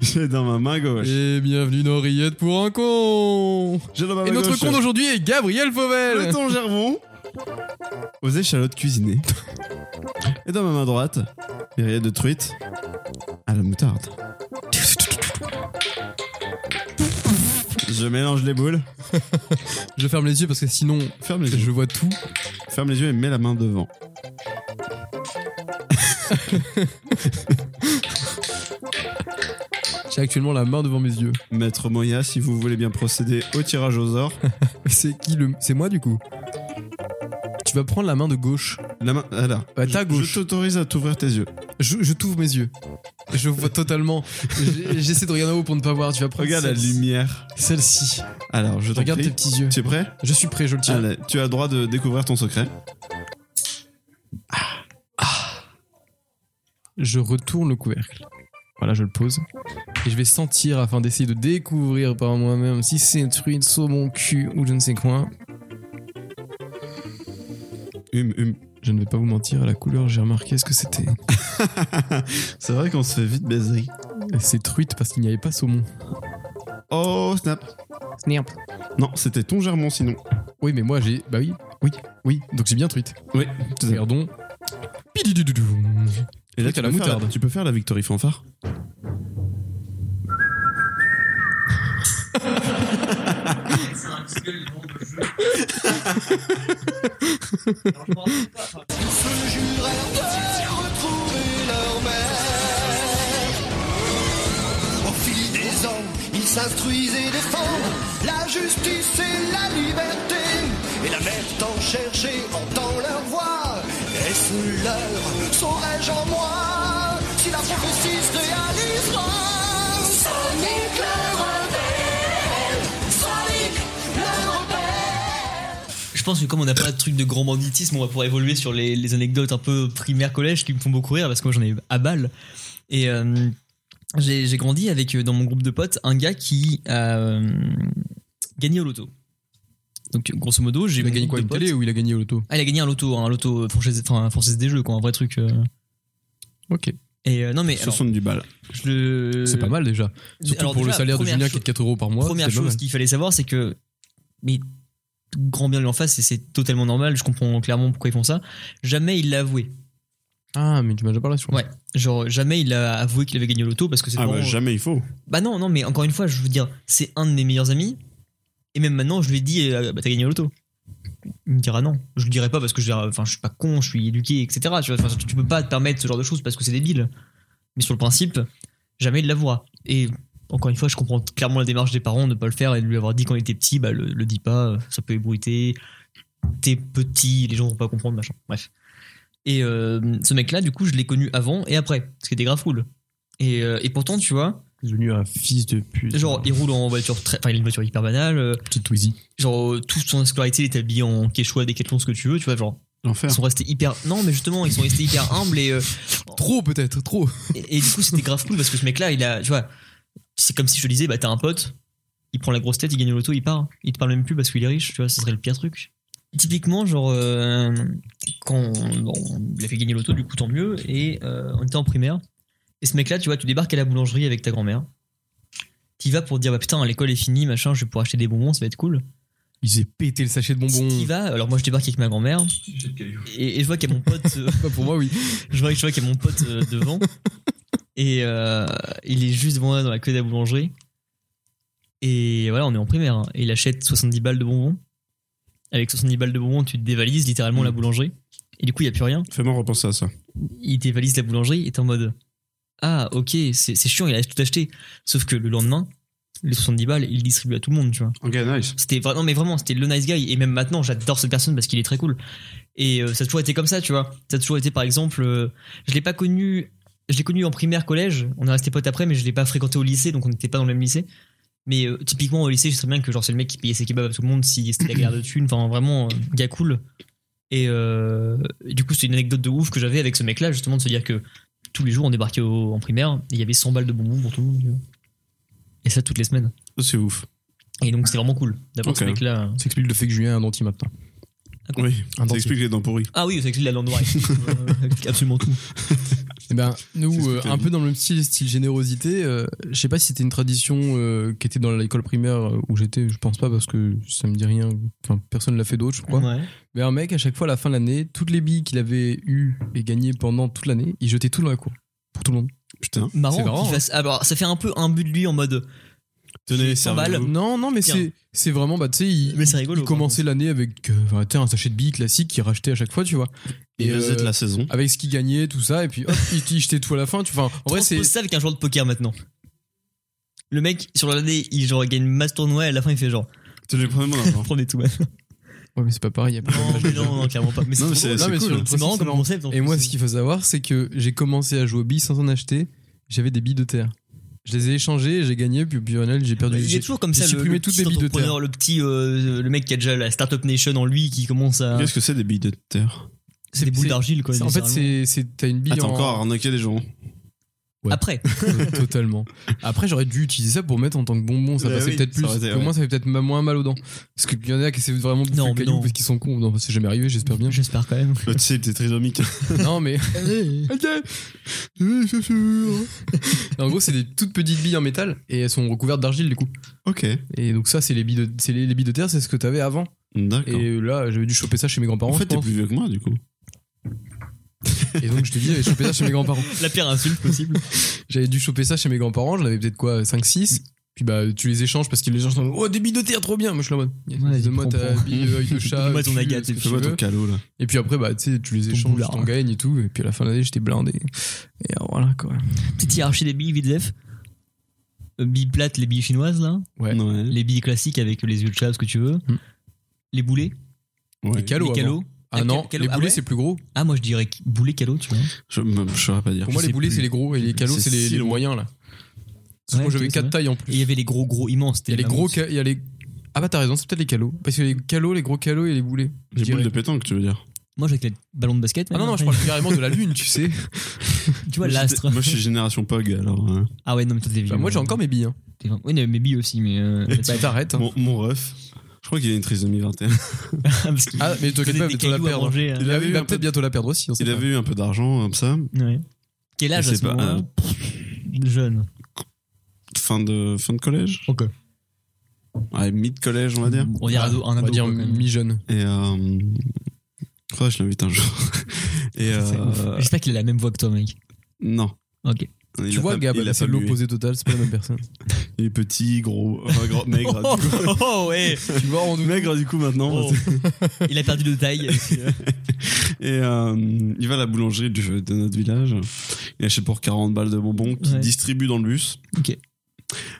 S1: J'ai dans ma main gauche.
S2: Et bienvenue dans Riette pour un con
S1: J'ai dans ma main
S2: Et notre
S1: gauche
S2: con d'aujourd'hui est Gabriel
S1: le
S2: Fauvel
S1: tangerbon aux échalotes cuisinées. Et dans ma main droite, les rillettes de truite à la moutarde. Je mélange les boules.
S2: Je ferme les yeux parce que sinon
S1: Ferme les yeux.
S2: je vois tout.
S1: Ferme les yeux et mets la main devant.
S2: J'ai actuellement la main devant mes yeux.
S1: Maître Moya, si vous voulez bien procéder au tirage aux ors.
S2: C'est qui le. C'est moi du coup Tu vas prendre la main de gauche.
S1: La main, ah là.
S2: À Bah, ta
S1: Je-
S2: gauche.
S1: Je t'autorise à t'ouvrir tes yeux.
S2: Je, je t'ouvre mes yeux. Je vois totalement. J'ai- J'essaie de regarder en haut pour ne pas voir. Tu vas prendre
S1: Regarde la
S2: celle-
S1: lumière.
S2: Celle-ci.
S1: Alors, je t'en
S2: Regarde
S1: prie.
S2: tes petits yeux.
S1: Tu es prêt
S2: Je suis prêt, je le tiens.
S1: Allez, tu as le droit de découvrir ton secret.
S2: Je retourne le couvercle. Voilà, je le pose. Et je vais sentir afin d'essayer de découvrir par moi-même si c'est une truite, saumon, cul ou je ne sais quoi.
S1: Hum, hum.
S2: Je ne vais pas vous mentir, à la couleur, j'ai remarqué ce que c'était.
S1: C'est vrai qu'on se fait vite baiser.
S2: C'est truite parce qu'il n'y avait pas saumon.
S1: Oh, snap.
S2: Snap.
S1: Non, c'était ton germon sinon.
S2: Oui, mais moi j'ai. Bah oui, oui, oui. Donc j'ai bien truite.
S1: Oui, tout à fait.
S2: Regardons. Pididoudoudou.
S1: Et là,
S2: Truc
S1: tu
S2: à la
S1: peux faire
S2: moutarde.
S1: tu peux faire la victory fanfare.
S4: Tous jurèrent de retrouver leur mère. Au fil des ans, ils s'instruisent et défendent la justice et la liberté. Et la mère tant cherchée entend leur voix. Est-ce leur saurais-je en moi si la prophétie se réalisera Sonic le rebelle, Sonic le rebelle.
S3: Je pense que comme on n'a pas de truc de grand banditisme, on va pouvoir évoluer sur les, les anecdotes un peu primaires collège qui me font beaucoup rire parce que moi j'en ai à balle. Et euh, j'ai j'ai grandi avec euh, dans mon groupe de potes un gars qui a euh, gagné au loto. Donc grosso modo, j'ai
S2: Il a
S3: mon
S2: gagné
S3: groupe
S2: quoi
S3: de
S2: Une
S3: potes-
S2: télé ou il a gagné au loto
S3: Ah, il a gagné un loto, un loto française, enfin, un française des jeux, quoi, un vrai truc. euh.
S2: Ok.
S3: Et euh, non mais alors,
S1: 70 balles.
S3: je le-
S2: C'est pas mal déjà. Surtout
S3: Euh, Alors,
S2: pour
S3: déjà,
S2: le salaire de
S3: première
S2: Julien
S3: cho-
S2: qui est de 4 euros par mois.
S3: Première
S2: c'est pas
S3: chose
S2: mal.
S3: qu'il fallait savoir, c'est que. Mais grand bien lui en face, et c'est totalement normal, je comprends clairement pourquoi ils font ça. Jamais il l'a avoué.
S2: Ah, mais tu m'as déjà parlé, je crois.
S3: Ouais. Genre, jamais il a avoué qu'il avait gagné au loto parce que c'est
S1: Ah bah
S3: vraiment- euh,
S1: jamais il faut.
S3: Bah non, non, mais encore une fois, je veux dire, c'est un de mes meilleurs amis. Et même maintenant, je lui ai dit, eh, bah, t'as gagné au loto. Il me dira non. Je le dirai pas parce que je, dirai, enfin, je suis pas con, je suis éduqué, etc. Tu, vois, enfin, tu peux pas te permettre ce genre de choses parce que c'est débile. Mais sur le principe, jamais il l'avouera. Et encore une fois, je comprends clairement la démarche des parents de ne pas le faire et de lui avoir dit quand il était petit, bah le, le dis pas, ça peut ébruiter. T'es petit, les gens vont pas comprendre, machin. Bref. Et euh, ce mec-là, du coup, je l'ai connu avant et après, ce qui était grave cool. Et, euh, et pourtant, tu vois,
S2: Il est devenu un fils de pute.
S3: Genre, il roule en voiture très. Enfin, il a une voiture hyper banale. euh,
S2: Petite Twizy.
S3: Genre, euh, toute son scolarité, il est habillé en quechua, décathlon, ce que tu veux, tu vois. Genre,
S1: L'enfer.
S3: ils sont restés hyper. Non, mais justement, ils sont restés hyper humbles et, euh,
S2: Trop peut-être, trop.
S3: et, et du coup, c'était grave cool parce que ce mec-là, il a. Tu vois, c'est comme si je te disais, bah, t'as un pote, il prend la grosse tête, il gagne au loto, il part. Il te parle même plus parce qu'il est riche, tu vois, ce serait le pire truc. Typiquement, genre, euh, quand. Bon, il a fait gagner au loto, du coup, tant mieux. Et euh, on était en primaire. Et ce mec-là, tu vois, tu débarques à la boulangerie avec ta grand-mère. T'y vas pour dire, bah putain, l'école est finie, machin, je vais pouvoir acheter des bonbons, ça va être cool.
S2: Il s'est pété le sachet de bonbons.
S3: T'y vas, alors moi je débarque avec ma grand-mère. Et, et je vois qu'il y a mon pote, euh,
S2: Pas pour moi, oui.
S3: je vois, je vois qu'il y a mon pote euh, devant. Et euh, il est juste devant moi dans la queue de la boulangerie. Et voilà, on est en primaire. hein. Et il achète 70 balles de bonbons. Avec 70 balles de bonbons, tu dévalises littéralement
S1: Mm.
S3: la boulangerie. Et du coup, il n'y a plus rien.
S1: Fais-moi repenser à ça.
S3: il dévalise la boulangerie et est en mode Ah, ok, c'est c'est chiant, il a tout acheté. Sauf que le lendemain, les 70 balles, il distribue à tout le monde, tu vois.
S1: Ok, nice.
S3: C'était vraiment, mais vraiment, c'était le nice guy. Et même maintenant, j'adore cette personne parce qu'il est très cool. Et euh, ça a toujours été comme ça, tu vois. Ça a toujours été, par exemple, euh, je l'ai pas connu, je l'ai connu en primaire, collège. On est resté potes après, mais je l'ai pas fréquenté au lycée, donc on n'était pas dans le même lycée. Mais euh, typiquement au lycée, je sais bien que genre c'est le mec qui payait ses kebabs à tout le monde si c'était la galère de thunes. Enfin, vraiment, euh, gars cool. Et euh, du coup, c'est une anecdote de ouf que j'avais avec ce mec-là, justement, de se dire que tous les jours, on débarquait au- en primaire, et il y avait 100 balles de bonbons pour tout le monde. tu vois. Et ça, toutes les semaines.
S1: C'est ouf.
S3: Et donc, c'était vraiment cool d'avoir ce
S1: Ok.
S3: mec-là. hein.
S2: Ça explique le fait que Julien est un denti maintenant.
S1: Oui.
S2: Un
S1: Ça
S2: dentier.
S1: explique les dents pourries.
S3: Ah oui, ça explique la langue noire. absolument tout.
S2: Eh ben,
S1: C'est ce
S2: nous,
S1: que
S2: euh,
S1: t'as
S2: un
S1: dit.
S2: peu dans le même style, style générosité, euh, je sais pas si c'était une tradition euh, qui était dans l'école primaire euh, où j'étais, je pense pas parce que ça me dit rien, enfin personne l'a fait d'autre, je crois.
S3: Ouais.
S2: Mais un mec, à chaque fois, à la fin de l'année, toutes les billes qu'il avait eues et gagnées pendant toute l'année, il jetait tout dans la cour. Pour tout le monde.
S1: Putain.
S2: C'est
S3: Marrant.
S2: marrant, hein.
S3: qu'il fasse- ah, bah, ça fait un peu un but de lui en mode.
S1: Tenez,
S3: Cent balles.
S1: servez-vous.
S2: Non, non, mais
S3: Tiens.
S2: c'est c'est vraiment, bah, tu sais, il,
S3: Mais c'est rigolo.
S2: il commençait l'année avec euh, bah, tu sais, un sachet de billes classique qu'il rachetait à chaque fois, tu vois.
S1: Et
S2: Et, euh,
S1: de la saison.
S2: avec ce qu'il gagnait, tout ça, et puis hop, il il jetait tout à la fin. Tu, enfin, en vrai, c'est.
S3: Transpose ça avec un joueur de poker maintenant. Le mec, sur l'année, il genre, gagne masse tournoi et à la fin, il fait genre,
S1: C'est le problème. hein.
S3: prenez tout maintenant.
S2: Ouais, mais c'est pas pareil. il y a pas
S3: Non,
S2: d'âge
S3: mais
S2: de-
S3: non, non, clairement pas. Mais c'est
S1: Non, mais c'est-
S3: trop drôle.
S2: Non, mais
S1: cool. hein.
S2: sur le
S1: C'est
S3: C'est marrant comme
S2: principe,
S3: concept. en
S2: Et
S3: plus.
S2: moi, ce qu'il faut savoir, c'est que j'ai commencé à jouer aux billes sans en acheter. J'avais des billes de terre. Je les ai échangées, j'ai gagné, puis au final, j'ai perdu.
S3: Bah, Il y
S2: j'ai-
S3: a toujours comme
S2: j'ai
S3: ça le,
S2: supprimé
S3: le
S2: toutes
S3: petit
S2: les billes de
S3: entrepreneur, le petit, euh, le mec qui a déjà la startup nation en lui qui commence
S2: Ah.
S3: à.
S1: Qu'est-ce que c'est des billes de terre
S3: C'est des boules d'argile quoi.
S2: C'est- En fait,
S3: littéralement.
S2: c'est c'est- t'as une bille
S1: Attends,
S2: en-
S1: encore arnaquer des gens.
S2: ouais.
S3: Après,
S2: Euh, Totalement. Après, j'aurais dû utiliser ça pour mettre en tant que bonbon. Ça
S1: Bah
S2: passait
S1: oui,
S2: peut-être
S1: ça
S2: plus.
S1: aurait été,
S2: Au
S1: ouais.
S2: moins, ça fait peut-être ma- moins mal aux dents. Parce qu'il y en a qui essaient vraiment de bouffer
S3: Non,
S2: le
S3: mais
S2: caillou
S3: non.
S2: parce qu'ils sont cons. Non, c'est jamais arrivé, j'espère bien.
S3: j'espère quand même.
S1: Le type t'es trisomique.
S2: non, mais. en gros, c'est des toutes petites billes en métal et elles sont recouvertes d'argile du coup.
S1: ok.
S2: Et donc, ça, c'est les billes de, c'est les, les billes de terre, c'est ce que t'avais avant.
S1: D'accord.
S2: Et là, j'avais dû choper ça chez mes grands-parents.
S1: En fait,
S2: je
S1: t'es
S2: pense.
S1: plus vieux que moi, du coup.
S2: Et donc, je te dis, j'avais chopé ça chez mes grands-parents.
S3: La pire insulte possible.
S2: J'avais dû choper ça chez mes grands-parents, j'en avais peut-être quoi, 5-6. Puis bah, tu les échanges parce que les gens sont en mode, oh, des billes de terre, trop bien. Moi, je suis en mode,
S3: Ouais,
S2: donne-moi
S3: tu
S2: ta
S3: comprends.
S2: bille euh, œil de chat.
S3: Donne-moi ton
S2: cul,
S3: agate,
S2: ce que
S3: et
S2: tu
S1: Fais-moi
S2: veux.
S1: ton calot, là.
S2: Et puis après, bah, tu sais, tu les échanges,
S3: boulard.
S2: t'en gagnes et tout. Et puis à la fin de l'année, j'étais blindé. Et alors, voilà, quoi.
S3: Petite hiérarchie des billes, Videf. Billes plates, les billes chinoises là.
S2: Ouais.
S1: Ouais.
S3: Les billes classiques avec les yeux de chat, ce que tu veux.
S2: Hmm.
S3: Les boulets.
S1: Ouais.
S2: Les
S3: les
S2: calots. avant.
S3: calots.
S2: Ah
S3: Ah,
S2: non,
S3: cal-
S2: les
S3: calots, ah
S2: boulets,
S3: ouais
S2: c'est plus gros.
S3: Ah, moi je dirais que- boulet calot, tu vois.
S1: Je, je saurais pas dire.
S2: Pour moi,
S1: Je
S2: les
S1: sais
S2: boulets,
S1: plus.
S2: c'est les gros. Et les calots,
S1: C'est
S2: c'est les,
S1: si
S2: les
S1: long.
S2: moyens, là. Sauf
S3: Ouais,
S2: que Moi, j'avais
S3: ok, c'est
S2: 4
S3: vrai.
S2: tailles en
S3: Et
S2: plus.
S3: il y avait les gros gros immenses.
S2: Il y a les gros. ca- il y a les- Ah bah, t'as raison, c'est peut-être les calots. Parce que les calots, les gros calots et les boulets.
S1: Les
S2: je dirais.
S1: boules de pétanque, tu veux dire
S3: Moi j'avais les ballons de basket.
S2: Ah non,
S3: même,
S2: non, je
S3: après.
S2: parle carrément de la lune, tu sais.
S3: Tu vois,
S1: Moi,
S3: l'astre.
S1: j'étais- Moi, je suis génération Pog, alors. hein.
S3: Ah ouais, non, mais toi t'es vieux.
S2: Bah, moi, j'ai encore mes billes. hein.
S3: T'es vraiment- Oui, mais mes billes aussi, mais. euh,
S2: Bah, t'arrêtes. hein.
S1: Mon, mon ref. Je crois qu'il a une trisomie 21.
S3: parce qu'il
S2: Ah, mais t'inquiète
S3: donnait des
S2: pas, bientôt la
S3: cailloux à
S2: perdre.
S3: manger, hein.
S1: Il
S2: Il,
S1: avait eu un
S2: va
S1: peu-
S2: peut-être bientôt la perdre aussi. hein, on sait
S1: Il
S2: pas.
S1: avait eu un peu d'argent, comme ça.
S3: Ouais. Quel âge
S1: Je
S3: à
S1: sais
S3: ce
S1: pas,
S3: moment-là Jeune.
S1: Fin de, fin de collège
S3: Ok.
S1: Ouais, mid-collège, on va dire.
S3: On dirait ado, un
S2: On va
S3: ado.
S2: dire
S3: quoi, quand même.
S2: mi-jeune.
S1: Et. Euh... Faudrait que je l'invite un jour. Et.
S2: Ah,
S3: C'est ouf.
S1: Euh...
S3: J'espère qu'il a la même voix que toi, mec.
S1: Non.
S3: Ok.
S1: Il
S2: Tu
S1: a
S2: vois,
S1: pas-
S2: Gab,
S1: il a
S2: c'est
S1: pas mué.
S2: l'opposé total, c'est pas la même personne.
S1: Il est petit, gros, enfin, gros maigre. du coup.
S3: oh ouais
S2: tu vois, on nous.
S1: Maigre, du coup, maintenant.
S3: Oh. Il a perdu de taille.
S1: Et euh, il va à la boulangerie du- de notre village. Il achète pour 40 balles de bonbons qu'il
S3: Ouais.
S1: distribue dans le bus.
S3: Ok.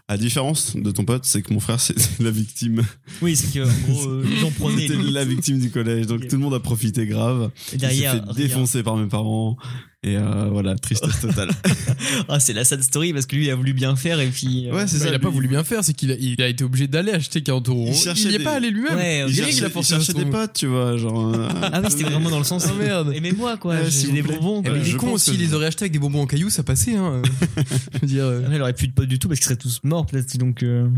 S1: À différence de ton pote, c'est que mon frère, c'est la victime.
S3: Oui, c'est que en gros, euh, ils en prenaient.
S1: C'était la victime du collège. Donc
S3: Ok.
S1: tout le monde a profité grave.
S3: Et
S1: Il s'est
S3: derrière,
S1: fait
S3: regarde.
S1: défoncer par mes parents. Et euh, voilà, tristesse totale.
S3: Ah, c'est la sad story parce que lui il a voulu bien faire et puis. euh,
S1: ouais, c'est
S2: Bah,
S1: ça.
S2: il a pas
S1: lui.
S2: voulu bien faire, c'est qu'il a, il a été obligé d'aller acheter 40 euros.
S1: Il
S2: Il
S1: cherchait
S2: n'y est
S1: des-
S2: pas allé lui-même.
S3: Ouais,
S1: Il
S2: Greg,
S1: cherchait,
S2: il a
S1: il
S2: forcé
S1: cherchait des potes, tu vois. Genre, euh,
S3: Ah oui, c'était vraiment dans le sens.
S2: Oh, merde.
S3: Et mais moi quoi,
S1: Ouais, s'il
S3: j'ai
S1: vous
S3: des
S1: plaît.
S3: bonbons.
S1: Eh ben,
S2: Mais
S3: quoi.
S2: Euh, les
S1: je
S2: cons
S1: pense
S2: aussi,
S1: que-
S2: ils les auraient achetés avec des bonbons en cailloux, ça passait. Hein. Je veux dire, euh.
S3: Ah, Il aurait plus de potes du tout parce qu'ils seraient tous morts peut-être. Donc. euh,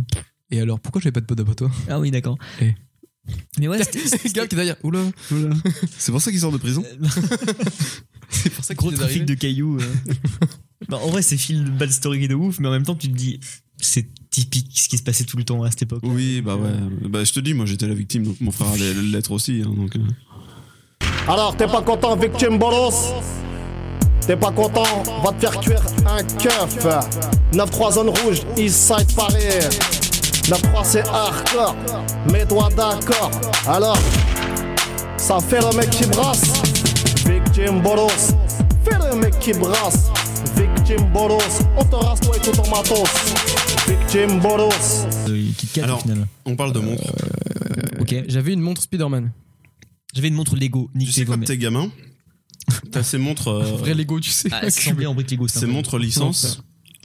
S2: Et alors, pourquoi j'avais pas de pote à part toi
S3: Ah oui, d'accord.
S2: Eh.
S3: Mais ouais, c'était-
S2: Gab
S3: c'était.
S2: qui est derrière. Oula, Euh,
S1: voilà. C'est pour ça qu'il sort de prison.
S2: c'est pour ça que
S3: Gros trafic de cailloux. euh. Non, en vrai, c'est fil de bad story de ouf, mais en même temps, tu te dis, c'est typique ce qui se passait tout le temps à cette époque.
S1: Oui, bah ouais. Bah, je te dis, moi j'étais la victime, donc mon frère allait l'être aussi. hein, donc, euh.
S5: Alors, t'es pas content, victime bolos T'es pas content, va te faire cuire un keuf. 9-3 zone rouge, Eastside Paris. 9-3 c'est hardcore, mets-toi d'accord. Alors, ça fait le mec qui brasse, victime bolos. Fais le mec qui brasse, victime bolos. On te rase toi et tout ton matos, victime bolos.
S3: Euh, Kit Kat,
S1: Alors,
S3: au final.
S1: On parle de montre.
S3: Ok.
S2: Euh, J'avais une montre Spider-Man.
S3: J'avais une montre Lego, nique
S1: tu sais,
S3: tes
S1: quand
S3: gommes.
S1: t'es gamin, t'as ces montres, euh,
S2: Vrai Lego, tu sais.
S3: Ah, c'est semblé en brique Lego, ça.
S1: ces montres licence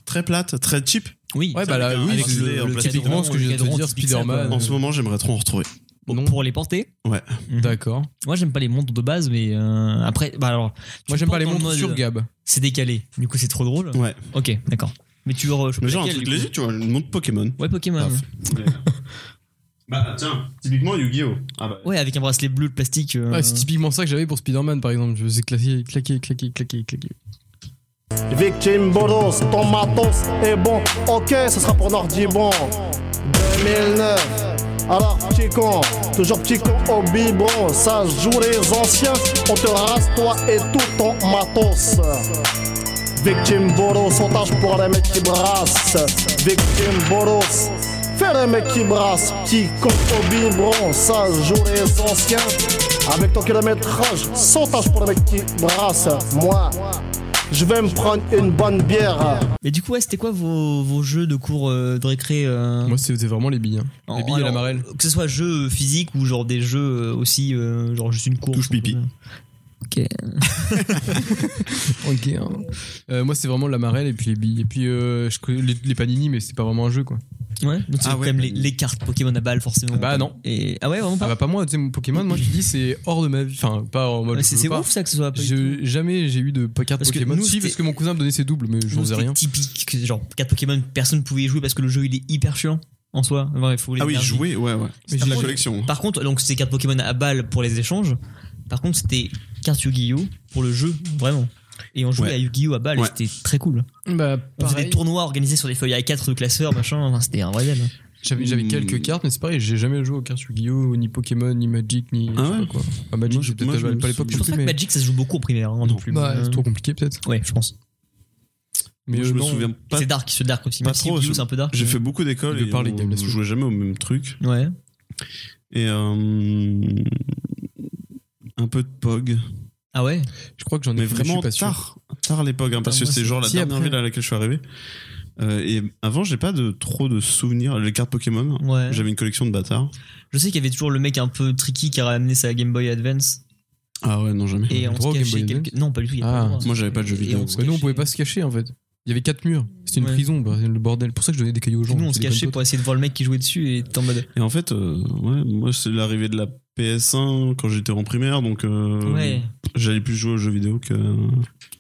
S1: très plates, très cheap.
S3: Oui.
S2: Ouais,
S3: ça,
S2: bah là,
S1: avec un-
S2: oui,
S1: avec
S2: c'est
S1: le- le cadran,
S2: typiquement ce que
S3: le
S2: je viens de te
S3: cadran
S2: dire,
S3: typique, ça,
S2: Spider-Man. euh,
S3: quoi.
S1: En ce moment, j'aimerais trop en retrouver.
S3: pour-
S2: non.
S3: Pour les porter.
S1: Ouais.
S2: D'accord.
S3: Moi, j'aime pas les montres de base, mais euh, après, bah alors. tu
S2: Moi, j'aime pas
S3: portes
S2: les
S3: en
S2: montres
S3: mode, euh,
S2: sur Gab.
S3: C'est décalé. Du coup, c'est trop drôle.
S1: Ouais.
S3: Ok, d'accord. Mais tu veux rechopper
S1: Mais genre un
S3: laquelle,
S1: truc
S3: du coup
S1: léger, tu vois, une montre Pokémon.
S3: Ouais, Pokémon.
S1: Paf. bah tiens, typiquement Yu-Gi-Oh! Ah bah.
S3: Ouais, avec un bracelet bleu de plastique. euh,
S2: Ouais, c'est typiquement ça que j'avais pour Spider-Man, par exemple. Je faisais claquer, claquer, claquer, claquer, claquer.
S5: Victime Boros, ton matos est bon. Ok, ce sera pour Nordi bon. 2009. Alors, petit con, toujours petit con au biberon. Ça joue les anciens. On te rase, toi et tout ton matos. Victime Boros, on tâche pour les mecs qui brassent. Victime Boros. Fais les mecs qui brassent, qui comptent au biberon, ça joue les anciens. Avec ton kilométrage, sans tâche pour les mecs qui brassent. Moi, je vais me prendre une bonne bière.
S3: Mais du coup, ouais, c'était quoi vos, vos jeux de cours euh, de récré euh,
S2: Moi, c'était vraiment les billes. hein.
S3: en-
S2: les billes et la
S3: alors,
S2: marelle.
S3: Que ce soit jeux euh, physiques ou genre des jeux euh, aussi, euh, genre juste une course.
S1: Touche pipi.
S3: Ok.
S2: Ok. hein. Euh, moi, c'est vraiment la marelle et puis les billes. Et puis euh, je connais les, les panini, mais c'était pas vraiment un jeu, quoi.
S3: Ouais. Donc c'est
S1: Ah
S3: quand
S1: ouais,
S3: même
S1: bah
S3: les,
S1: oui.
S3: les cartes Pokémon à balle forcément.
S2: Bah non.
S3: Et ah ouais, vraiment
S2: Ah
S3: pas.
S2: bah pas moi, tu sais, mon Pokémon, moi je te dis, c'est hors de ma vie. Enfin, pas en
S3: Ouais,
S2: mode. bah, je
S3: c'est
S2: veux
S3: c'est
S2: pas.
S3: ouf ça que ce soit pas. du tout.
S2: J'ai- Jamais j'ai eu de po- carte
S3: Parce que
S2: Pokémon.
S3: nous,
S2: si,
S3: c'était-
S2: parce que mon cousin me donnait ses doubles, mais j'en
S3: Nous,
S2: sais
S3: c'était
S2: rien.
S3: Typique, que genre quatre Pokémon, personne pouvait y jouer parce que le jeu il est hyper chiant en soi. Enfin, il faut les
S1: Ah oui,
S3: énergies.
S1: jouer, ouais, ouais.
S3: Mais
S1: C'est
S3: j'ai-
S1: la collection. hein.
S3: Par contre, donc c'était cartes Pokémon à balle pour les échanges. Par contre, c'était cartes Yu-Gi-Oh pour le jeu, vraiment. Et on jouait
S1: Ouais.
S3: à Yu-Gi-Oh à balle, et
S1: Ouais.
S3: c'était très cool.
S2: Bah,
S3: On faisait des tournois organisés sur des feuilles A4 de classeurs, machin. Enfin, c'était un vrai délire.
S2: J'avais, j'avais
S1: Hmm.
S2: quelques cartes, mais c'est pareil, j'ai jamais joué aux cartes Yu-Gi-Oh! ni Pokémon, ni Magic, ni.
S1: Ah
S2: je sais
S1: ouais
S2: pas quoi. Ah, Magic,
S1: Moi,
S2: j'ai
S1: je-
S2: peut-être
S1: moi, je
S2: pas
S1: me
S2: à l'époque,
S3: Je
S1: souviens
S3: pense
S2: je sais
S3: pas
S2: plus,
S3: que
S2: mais-
S3: Magic ça se joue beaucoup en primaire hein, non,
S1: Non.
S3: plus.
S2: Bah,
S3: mais,
S2: c'est trop compliqué peut-être.
S3: Ouais, je pense.
S2: Mais
S1: je
S2: euh,
S1: me
S2: non,
S1: souviens
S3: Et
S1: pas.
S3: C'est dark, c'est dark aussi.
S1: pas
S3: Même si
S1: trop,
S3: Yu-Gi-Oh,
S1: je-
S3: c'est un peu dark.
S1: J'ai fait beaucoup d'écoles
S2: De
S1: et
S2: par les
S1: on
S2: games, bien sûr.
S1: jouait jamais au même truc.
S3: Ouais.
S1: Et euh, un peu de POG.
S3: Ah ouais.
S2: je crois que j'en ai
S1: Mais
S2: fait, je suis
S1: vraiment
S2: pas sûr.
S1: tard, tard les POG, hein, parce que
S3: moi,
S1: c'est genre la
S2: si,
S1: dernière
S2: après.
S1: ville à laquelle je suis arrivé. Euh, et avant, j'ai pas de trop de souvenirs. Les cartes Pokémon,
S3: Ouais.
S1: j'avais une collection de bâtards.
S3: Je sais qu'il y avait toujours le mec un peu tricky qui a ramené sa Game Boy Advance.
S1: Ah ouais, non, jamais.
S3: Et
S2: Le
S3: on se
S2: droit au Game
S3: cachait
S2: Boy
S3: quelques... Non, pas du tout. il y a pas
S2: Ah,
S3: le droit.
S1: moi, j'avais pas de jeux
S3: Et
S1: vidéo.
S3: on se
S2: Ouais, nous, on
S3: cachait-
S2: pouvait pas se cacher en fait. Il y avait quatre murs, c'était une
S3: Ouais.
S2: prison, bah, le bordel. Pour ça que je donnais des cailloux aux gens.
S3: Nous, on se
S2: c'est
S3: cachait
S2: des
S3: pour essayer de voir le mec qui jouait dessus et t'es en mode.
S1: Et en fait, euh, ouais, moi, c'est l'arrivée de la PS1 quand j'étais en primaire, donc euh,
S3: Ouais.
S1: j'allais plus jouer aux jeux vidéo que.
S2: bonnes potes.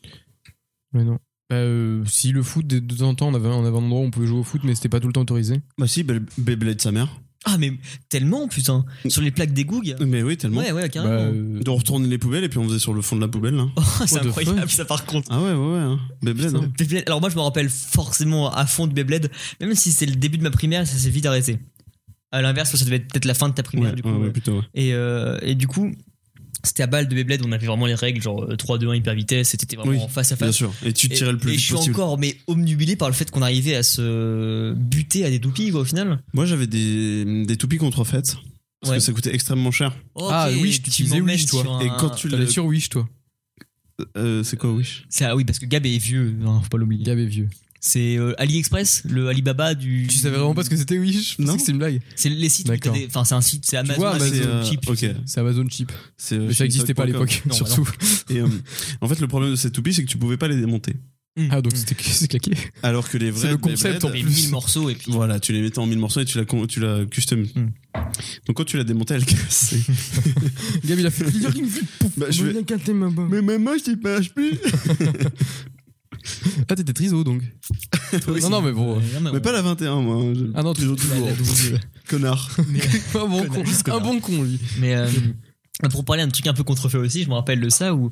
S2: Ouais, non. Bah, euh, si le foot, de, de temps en temps, on avait, on avait un endroit où on pouvait jouer au foot, mais c'était pas tout le temps autorisé.
S1: Bah si, Beyblade- Beyblade sa mère.
S3: Ah, mais tellement, putain. Sur les plaques d'égout, gars.
S1: Mais oui, tellement.
S3: Ouais, ouais,
S2: Bah,
S3: carrément.
S2: euh,
S1: De retourner les poubelles et puis on faisait sur le fond de la poubelle. Là.
S3: Oh, c'est
S2: what the
S3: incroyable,
S2: fuck
S3: ça, par contre.
S1: Ah ouais, ouais, ouais. Hein. Beyblade. hein.
S3: Beyblade- Alors moi je me rappelle forcément à fond du Beyblade, même si c'est le début de ma primaire, ça s'est vite arrêté. À l'inverse, ça devait être peut-être la fin de ta primaire
S1: Ouais,
S3: du coup.
S1: ouais, ouais, plutôt. ouais.
S3: Et, euh, et du coup, c'était à balle de Beyblade, on avait vraiment les règles, genre euh, 3, 2, 1, hyper vitesse, et t'étais vraiment
S1: Oui,
S3: face à
S1: Bien
S3: face.
S1: sûr. Et tu
S3: Et-
S1: tirais le plus
S3: et
S1: vite
S3: je suis
S1: possible.
S3: encore mais omnubilé par le fait qu'on arrivait à se buter à des toupies quoi, au final.
S1: Moi, j'avais des, des toupies contrefaites. Parce
S3: Ouais.
S1: que ça coûtait extrêmement cher.
S2: Ah,
S3: Ok,
S2: Wish, tu disais
S3: m'emmènes
S2: Wish, toi.
S3: sur
S1: Et
S3: un-
S1: quand tu
S2: T'avais
S1: le.
S2: sur Wish, toi.
S1: euh, c'est quoi, Wish
S3: C'est- ah oui, parce que Gab est vieux, hein, faut pas l'oublier.
S2: Gab est vieux.
S3: C'est euh, AliExpress, le Alibaba du.
S2: Tu savais vraiment pas ce que c'était Wish Je pensais
S1: Non.
S2: que c'est une blague.
S3: C'est les sites. où
S2: D'accord.
S3: t'as des- Enfin, c'est un site, c'est Amazon.
S2: vois,
S1: Ah,
S2: Amazon,
S1: c'est, euh,
S3: cheap.
S1: Ok.
S2: C'est Amazon Cheap.
S1: C'est, euh, hein.
S2: Mais ça n'existait pas à
S1: cheapcom.
S2: l'époque,
S3: Non, bah
S2: surtout.
S1: Et, euh, en fait, le problème de ces toupies, c'est que tu pouvais pas les démonter.
S3: Mm.
S2: Ah, donc
S3: Mm.
S2: c'était c'est claqué.
S1: Alors que les vrais.
S2: C'est le concept,
S1: Beyblade,
S2: en
S3: Et
S2: plus.
S3: 1000 morceaux et puis.
S1: Voilà, tu les mettais en mille morceaux et tu la, con- tu la custom.
S3: Hmm.
S1: Donc quand tu la démontais, elle cassait.
S2: Gab, il a fait le clearing
S1: Bah, je vais- Mais même moi, je t'y passe plus.
S2: Ah, t'étais triso donc. non, non, mais bon.
S3: Ouais, non, mais
S1: Mais
S3: on-
S1: pas la 21, moi. hein. Je-
S2: Ah non, toujours,
S3: la- la
S2: toujours.
S3: double-
S1: Connard.
S2: un bon con,
S3: Connasse,
S2: un
S3: connard.
S2: bon con lui.
S3: Mais euh, pour parler un truc un peu contrefait aussi, je me rappelle de ça où,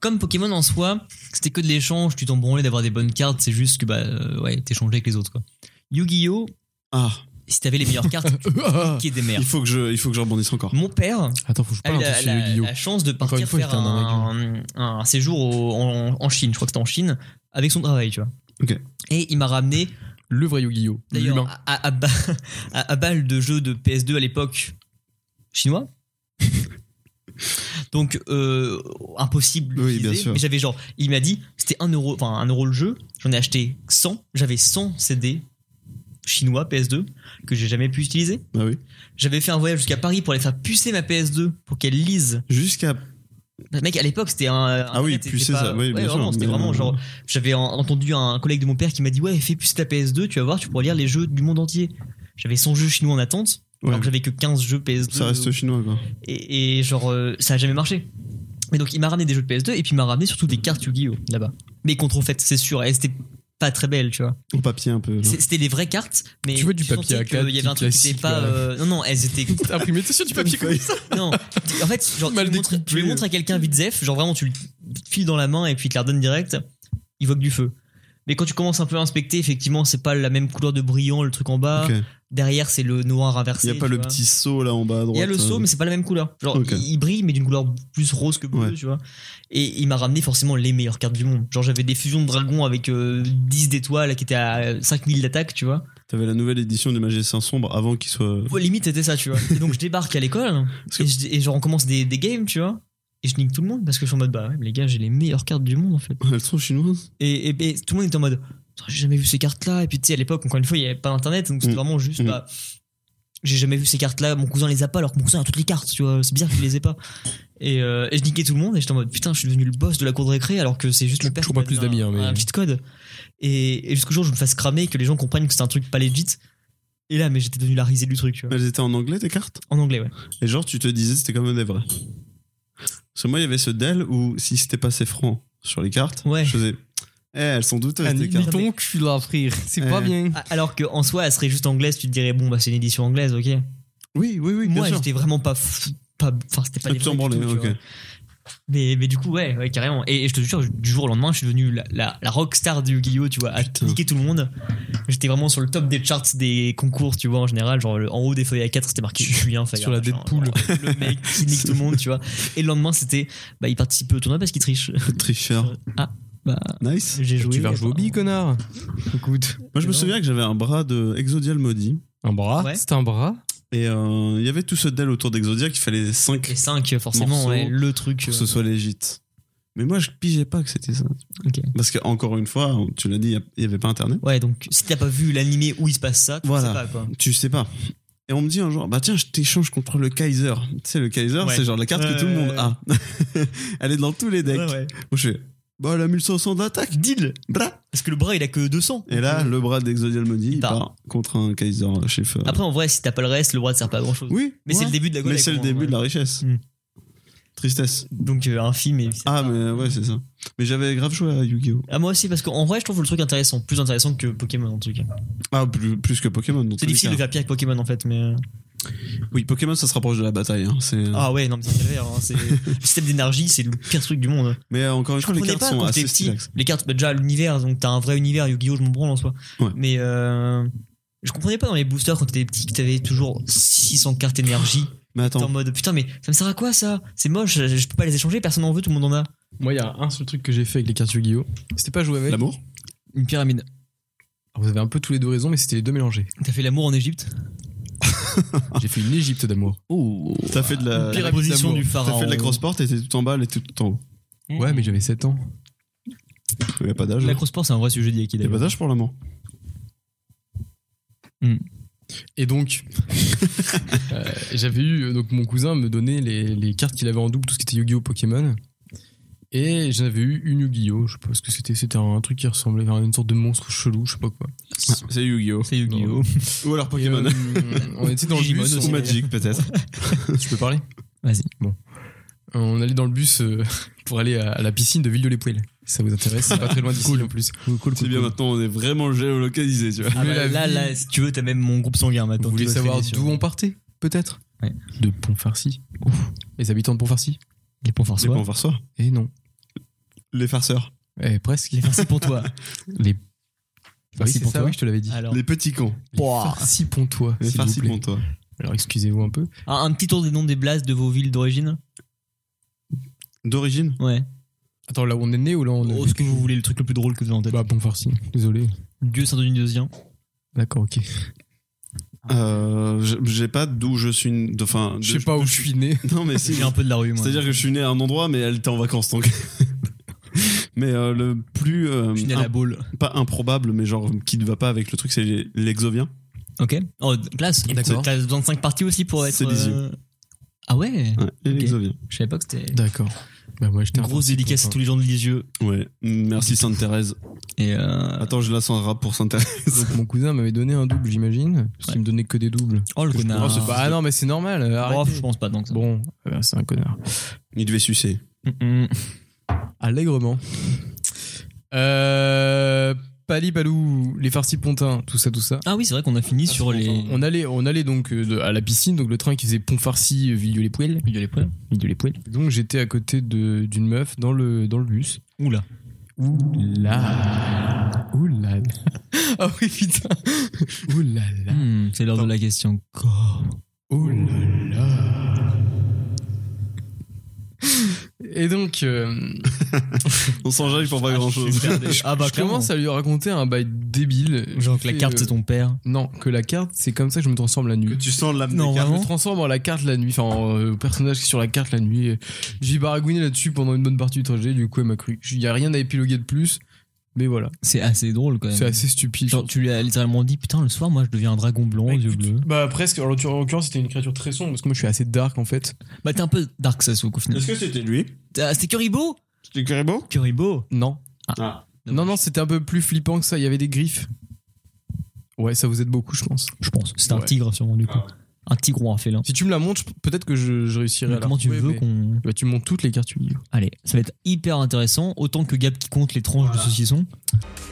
S3: comme Pokémon en soi, c'était que de l'échange, tu t'en branlais d'avoir des bonnes cartes, c'est juste que bah euh, ouais, t'échangeais avec les autres quoi. Yu-Gi-Oh,
S1: Ah,
S3: si t'avais les meilleures cartes, qui est des mères.
S1: il faut que je, il faut que je rebondisse encore.
S3: Mon père
S2: Attends, faut que je
S3: a eu
S2: parle
S3: la,
S2: un peu
S3: la-
S2: sur Yu-Gi-Oh.
S3: la chance de
S2: Encore une
S3: partir
S2: fois,
S3: faire
S2: j'étais un
S3: un, un séjour au- en, en Chine, je crois que c'était en Chine, avec son travail, tu vois.
S1: Ok.
S3: Et il m'a ramené
S2: Le vrai Yu-Gi-Oh.
S3: D'ailleurs,
S2: L'humain.
S3: à, à, à ba- à- à balle de jeux de PS2 à l'époque chinois. Donc, euh, impossible.
S1: Oui,
S3: d'utiliser.
S1: bien sûr.
S3: Mais j'avais genre, il m'a dit, c'était 1 euro, enfin un euro le jeu. J'en ai acheté 100. J'avais 100 CD chinois PS2 que j'ai jamais pu utiliser.
S1: Bah oui.
S3: J'avais fait un voyage jusqu'à Paris pour aller faire pucer ma PS2 pour qu'elle lise Bah,
S1: Jusqu'à.
S3: Mec, à l'époque, c'était un.
S1: Ah oui,
S3: Internet, c'était
S1: pucer
S3: pas-
S1: ça, oui,
S3: ouais,
S1: bien sûr,
S3: vraiment, c'était
S1: mais-
S3: vraiment genre. J'avais en- entendu un collègue de mon père qui m'a dit Ouais, fais pucer ta PS2, tu vas voir, tu pourras lire les jeux du monde entier. J'avais 100 jeux chinois en attente,
S1: Ouais,
S3: alors que j'avais que 15 jeux PS2.
S1: ça
S2: euh,
S1: reste chinois, quoi.
S3: Et, et genre, euh, ça a jamais marché. Mais donc, il m'a ramené des jeux de PS2 et puis il m'a ramené surtout des cartes Yu-Gi-Oh! là-bas. Mais contrefaites, c'est sûr, et c'était pas très belle, tu vois.
S1: Au papier un peu. là.
S3: C'est- C'était les vraies cartes, mais.
S2: Tu veux du papier
S3: sentais
S2: A4,
S3: qu'il y avait un truc qui
S2: classique,
S3: était pas.
S2: là.
S3: euh, non, non, elles étaient
S2: Imprimé, t'es sûr du papier comme ça
S3: non, en fait, genre,
S2: Mal
S3: tu, le montres,
S2: découpé. euh.
S3: tu le montres à quelqu'un vite zef, genre vraiment, tu le files dans la main et puis tu la redonnes direct, il voit que du feu. Mais quand tu commences un peu à inspecter, effectivement, c'est pas la même couleur de brillant, le truc en bas.
S1: Ok.
S3: Derrière, c'est le noir
S1: Il
S3: inversé.
S1: n'y a pas
S3: tu
S1: le
S3: vois.
S1: petit saut là en bas à droite. euh,
S3: Il y a le saut, mais c'est pas la même couleur. Genre,
S1: Ok.
S3: il, il brille, mais d'une couleur plus rose que bleue,
S1: Ouais.
S3: tu vois. Et il m'a ramené forcément les meilleures cartes du monde. Genre, j'avais des fusions de dragons avec euh, 10 d'étoiles qui étaient à 5000 d'attaque, tu vois.
S1: T'avais la nouvelle édition du Magicien Sombre avant qu'il soit.
S3: Ouais, limite, c'était ça, tu vois. Et donc, je débarque à l'école,
S1: Parce que-
S3: et, je- et genre, on commence des, des games, tu vois. Et je nique tout le monde parce que je suis en mode, bah ouais, mais les gars, j'ai les meilleures cartes du monde, en fait.
S1: Elles sont chinoises
S3: Et, et- et tout le monde était en mode, Putain, j'ai jamais vu ces cartes-là. Et puis, tu sais, à l'époque, encore une fois, il n'y avait pas d'internet, donc c'était
S1: Mm.
S3: vraiment juste,
S1: Mm.
S3: bah, j'ai jamais vu ces cartes-là. Mon cousin les a pas, alors que mon cousin a toutes les cartes, tu vois. C'est bizarre qu'il les ait pas. Et, euh, et je niquais tout le monde, et j'étais en mode, putain, je suis devenu le boss de la cour de récré, alors que c'est juste le père
S2: Toujours
S3: qui m'a
S2: pas plus
S3: donné
S2: d'amis,
S3: un,
S2: hein, mais-
S3: un petit code. Et, et jusqu'au jour, où je me fasse cramer, que les gens comprennent que c'est un truc pas legit. Et là, mais j'étais devenu la risée du truc, tu vois.
S1: Elles étaient en anglais tes cartes
S3: En anglais, ouais.
S1: Et genre, tu te disais c'était quand même des vrais. Parce que moi, il y avait ce Dell où si c'était pas assez franc sur les cartes,
S3: Ouais.
S1: je faisais. Eh, elles sont douteuses tes cartes.
S3: ton
S2: cul là, frère. C'est
S1: pas
S2: bien.
S3: Ah, Alors qu'en soi, elle serait juste anglaise, tu te dirais, bon, bah, c'est une édition anglaise, ok.
S1: Oui, oui, oui, bien
S3: Moi,
S1: sûr.
S3: j'étais vraiment pas. fou- pas- Enfin, c'était pas
S1: Ah,
S3: des
S1: tu t'en
S3: vrais du
S1: branlais,
S3: tout, tu
S1: ok.
S3: vois. mais, mais du coup, ouais, ouais, carrément. Et, et je te jure, du jour au lendemain, je suis devenu la, la, la rockstar du Yu-Gi-Oh! tu vois, à
S1: Putain.
S3: niquer tout le monde. J'étais vraiment sur le top des charts des concours, tu vois, en général. Genre, le- en haut des feuilles A4, c'était marqué Julien Fayard.
S2: Sur la
S3: machin.
S2: Deadpool.
S3: Genre, Le mec qui nique tout le monde, tu vois. Et le lendemain, c'était, bah, il participait au tournoi parce qu'il triche.
S1: Tricheur.
S3: Ah, bah,
S1: Nice.
S3: j'ai joué.
S2: Tu
S1: euh,
S2: vas jouer au
S3: bah,
S2: billes, connard. Écoute.
S1: Moi, je me
S3: non.
S1: souviens que j'avais un bras de Exodial Maudit.
S2: Un bras
S3: Ouais.
S2: C'est un bras
S1: Et euh, il y avait tout ce Dell autour d'Exodia qu'il fallait 5
S3: Les 5, forcément,
S1: Morceaux.
S3: ouais, le truc.
S1: pour que
S3: euh,
S1: ce soit légit. Mais moi, je pigeais pas que c'était ça.
S3: Ok.
S1: Parce que encore une fois, tu l'as dit, il y a- il y avait pas Internet.
S3: Ouais, donc, si t'as pas vu l'animé où il se passe ça, tu
S1: Voilà.
S3: sais pas, quoi.
S1: Tu sais pas. Et on me dit un jour, bah tiens, je t'échange contre le Kaiser. Tu sais, le Kaiser,
S3: Ouais.
S1: c'est genre la carte
S3: Ouais,
S1: que tout le monde
S3: ouais,
S1: a. Elle est dans tous les decks.
S3: Ouais, ouais.
S1: Moi, je fais, bah, elle a 1500 d'attaque.
S3: Deal
S1: Bra.
S3: Parce que le bras, il a que 200.
S1: Et là, le bras d'Exodial me dit, il
S3: part.
S1: part contre un Kaiser chef. euh,
S3: Après, en vrai, si t'as pas le reste, le bras ne sert pas à grand chose.
S1: Oui.
S3: Mais c'est le début de la
S1: Mais
S3: golec,
S1: c'est le
S3: on-
S1: début de la richesse.
S3: Hmm.
S1: Tristesse.
S3: Donc, euh, un film. Et...
S1: Ah, mais ouais, c'est ça. Mais j'avais grave joué à Yu-Gi-Oh!
S3: Ah, moi aussi, parce qu'en vrai, je trouve le truc intéressant. Plus intéressant que Pokémon, en tout cas.
S1: Ah, plus, plus que Pokémon. dans tous
S3: C'est
S1: les
S3: difficile
S1: cas.
S3: de faire pire que Pokémon, en fait, mais. euh,
S1: Oui, Pokémon, ça se rapproche de la bataille. hein. C'est-
S3: Ah ouais, non, mais c'est un calvaire, hein, c'est- Le système d'énergie, c'est le pire truc du monde.
S1: Mais euh, encore une
S3: Je
S1: fois, les
S3: comprenais
S1: cartes
S3: pas
S1: sont
S3: quand
S1: assez
S3: t'es petit.
S1: stylax.
S3: Les cartes, bah, déjà, l'univers, donc t'as un vrai univers, Yu-Gi-Oh! Je m'en branle en soi.
S1: Ouais.
S3: Mais. euh, Je comprenais pas dans les boosters quand t'étais petit que t'avais toujours 600 cartes énergie.
S1: Mais
S3: T'es en
S1: attends,
S3: mode putain, mais ça me sert à quoi ça C'est moche, je, je peux pas les échanger, personne en veut, tout le monde en a.
S2: Moi, il y a un seul truc que j'ai fait avec les cartes Yu-Gi-Oh! C'était pas jouer avec
S1: l'amour
S2: une pyramide. Alors, vous avez un peu tous les deux raison, mais c'était les deux mélangés.
S3: T'as fait l'amour en Égypte
S1: Ah.
S2: J'ai fait une Égypte d'amour.
S1: T'as fait de la,
S2: Pyramide
S3: La position
S2: d'amour.
S3: du pharaon.
S1: t'as fait de la cross porte et t'es tout en bas, elle était tout en haut.
S2: Ouais, mais j'avais 7 ans.
S1: Il a pas d'âge.
S3: La
S1: hein.
S3: cross porte, c'est un vrai sujet d'Yaki
S1: Il a pas
S3: d'ailleurs.
S1: d'âge pour l'amour.
S2: Et donc, euh, j'avais eu euh, donc mon cousin me donnait les, les cartes qu'il avait en double, tout ce qui était Yu-Gi-Oh, Pokémon. Et j'en avais eu une Yu-Gi-Oh, je sais pas ce que c'était, c'était un truc qui ressemblait à une sorte de monstre chelou, je sais pas quoi.
S1: C'est Yu-Gi-Oh!
S3: C'est Yu-Gi-Oh!
S1: Ou alors
S2: Et,
S1: Pokémon.
S2: euh, on était dans le
S3: Digimon
S2: bus,
S1: Ou
S3: aussi.
S1: Magic, peut-être.
S2: tu peux parler
S3: Vas-y.
S2: Bon. Euh, On allait dans le bus euh, pour aller à, à la piscine de ville de l'Épouille. Ça vous intéresse C'est pas très loin d'ici en plus. Cool, cool,
S1: C'est bien maintenant, on est vraiment géolocalisé, tu vois.
S3: Ah
S2: Mais
S3: bah,
S2: la
S3: là,
S2: vie-
S3: là, si tu veux, t'as même mon groupe sanguin maintenant.
S2: Vous
S3: Tu
S2: voulez
S3: dois
S2: savoir
S3: traîner sur-
S2: d'où on partait Peut-être
S3: Ouais.
S2: De Pontfarcy. Les habitants de Pontfarcy
S3: Les ponts farceurs.
S1: Les farceurs.
S2: Eh non.
S1: Les farceurs.
S2: Eh, presque.
S3: Les farcis pour toi.
S2: Les. Oui,
S3: farcis
S2: c'est
S3: pour
S2: ça,
S3: toi.
S2: oui, je te l'avais dit.
S3: Alors,
S1: Les petits cons.
S2: Les farcis pontois.
S1: Les
S2: s'il vous
S1: farcis
S2: plaît.
S1: cons, toi.
S2: Alors, excusez-vous un peu.
S3: un, un petit tour des noms des blases de vos villes d'origine.
S1: D'origine
S3: Ouais.
S2: Attends, là où on est né ou là où on est.
S3: Oh, ce que vous voulez, le truc le plus drôle que vous avez en tête.
S2: Bah, Pontfarcy. Désolé.
S3: Dieu Saint-Denis d'Ozien.
S2: D'accord, ok.
S3: Ah.
S1: euh, j'ai- J'ai pas d'où je suis. n- de- Enfin,
S2: Je
S1: de-
S2: sais pas où je suis né.
S1: Non, mais si.
S3: J'ai un peu de la rue, moi.
S1: C'est-à-dire que je suis né à un endroit, mais elle était en vacances, donc. mais euh, le plus. euh,
S3: je suis né à
S2: Ah.
S1: imp-
S3: la boule.
S1: Pas improbable, mais genre qui ne va pas avec le truc, c'est les- l'exovien.
S3: Ok. Oh, d- classe.
S2: D'accord.
S3: T'as besoin de 5 parties aussi pour être.
S1: C'est des
S3: euh, Ah ouais
S1: Ouais, et
S3: Ok.
S1: l'exovien.
S3: Je savais pas que c'était.
S2: D'accord. Bah, moi, j'étais
S3: Une
S2: un
S3: grosse
S2: farci
S3: dédicace à tous
S2: pontois.
S3: les gens de Lisieux.
S1: Ouais. Merci Sainte-Thérèse.
S3: Et
S2: Ah,
S3: euh...
S1: Attends, je la sens rap pour Sainte-Thérèse.
S2: Donc, mon cousin m'avait donné un double, j'imagine. Parce qu'il
S3: Ouais.
S2: me donnait que des doubles.
S3: Oh le connard.
S1: Oh, c'est
S2: Bah, non, mais c'est normal.
S3: Oh,
S2: arrêtez.
S3: je pense pas donc. ça.
S2: Bon, eh ben, c'est un connard.
S1: Il devait sucer.
S3: Mm-mm.
S2: Allègrement. Euh, Pali Palou, les farcis pontins, tout ça, tout ça.
S3: Ah oui, c'est vrai qu'on a fini sur les.
S2: On allait, on allait donc euh, de- à la piscine, donc le train qui faisait Pont-Farcy, les Pouelles.
S3: Il y a les poils.
S2: Villieu les Pouelles. Donc j'étais à côté de- d'une meuf dans le, dans le bus.
S3: Oula.
S2: Là.
S1: ouais.
S2: Ah oui, putain. Ouh là là.
S3: Hmm, c'est l'heure de la question.
S2: Oh là là. Et donc, euh,
S1: On s'enjaille pour pas grand chose.
S3: Ah bah
S2: je commence à lui raconter un bail débile.
S3: Genre que la
S2: Fait,
S3: carte
S2: euh,
S3: c'est ton père.
S2: Non, que la carte, c'est comme ça que je me transforme la
S1: Que
S2: nuit.
S1: tu sens l'âme
S3: Non,
S1: des
S2: Je
S1: cartes.
S3: vraiment.
S2: me transforme en la carte la nuit, enfin en, euh, au personnage qui est sur la carte la nuit. J'ai baragouiné là-dessus pendant une bonne partie du trajet, du coup elle m'a cru. Il n'y a rien à épiloguer de plus, mais voilà,
S3: C'est assez drôle quand même.
S2: c'est assez stupide.
S3: Genre tu lui as littéralement dit putain le soir moi je deviens un dragon blond aux
S2: Ouais,
S3: yeux
S2: écoute,
S3: bleus.
S2: Bah presque, en l'occurrence en l'occurrence, c'était une créature très sombre, parce que moi je suis assez dark en fait.
S3: Bah t'es un peu Dark Sasuke au final.
S1: Est-ce que c'était lui
S3: Ah, C'était Kuribo
S1: C'était Kuribo
S3: Kuribo
S2: Non.
S1: Ah.
S2: Non, non, c'était un peu plus flippant que ça, il y avait des griffes. Ouais, ça vous aide beaucoup, je pense.
S3: Je pense. C'est un
S2: Ouais. Ah.
S3: tigre sûrement du coup. Un tigre ou un félin.
S2: Si tu me la montres, je- peut-être que je, je réussirai
S3: Mais
S2: à la
S3: Comment tu
S2: retrouver,
S3: veux
S2: mais-
S3: qu'on.
S2: Bah, tu montes toutes les cartes du livre.
S3: Allez, ça va être hyper intéressant. Autant que Gab qui compte les tranches de saucisson.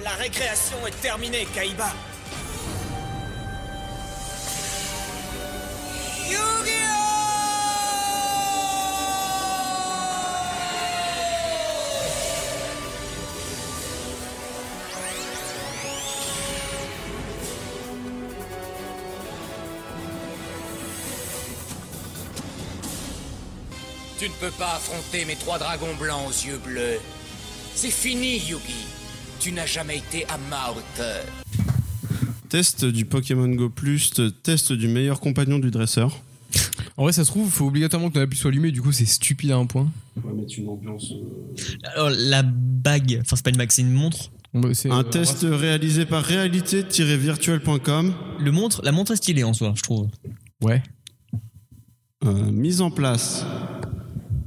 S6: La récréation est terminée, Kaiba.
S7: Tu ne peux pas affronter mes trois dragons blancs aux yeux bleus. C'est fini, Yugi. Tu n'as jamais été à ma hauteur.
S1: Test du Pokémon Go Plus, te- test du meilleur compagnon du dresseur.
S2: En vrai, ça se trouve, faut obligatoirement que ton appui soit allumé, du coup, c'est stupide à un point.
S1: On va mettre une ambiance.
S3: Alors la bague, enfin c'est pas une bague, c'est une montre.
S2: Bon, bah, c'est-
S1: Un
S2: euh,
S1: test réalisé par réalité-virtuel.com.
S3: Le montre, la montre est stylée en soi, je trouve.
S2: Ouais.
S1: Euh, mise en place.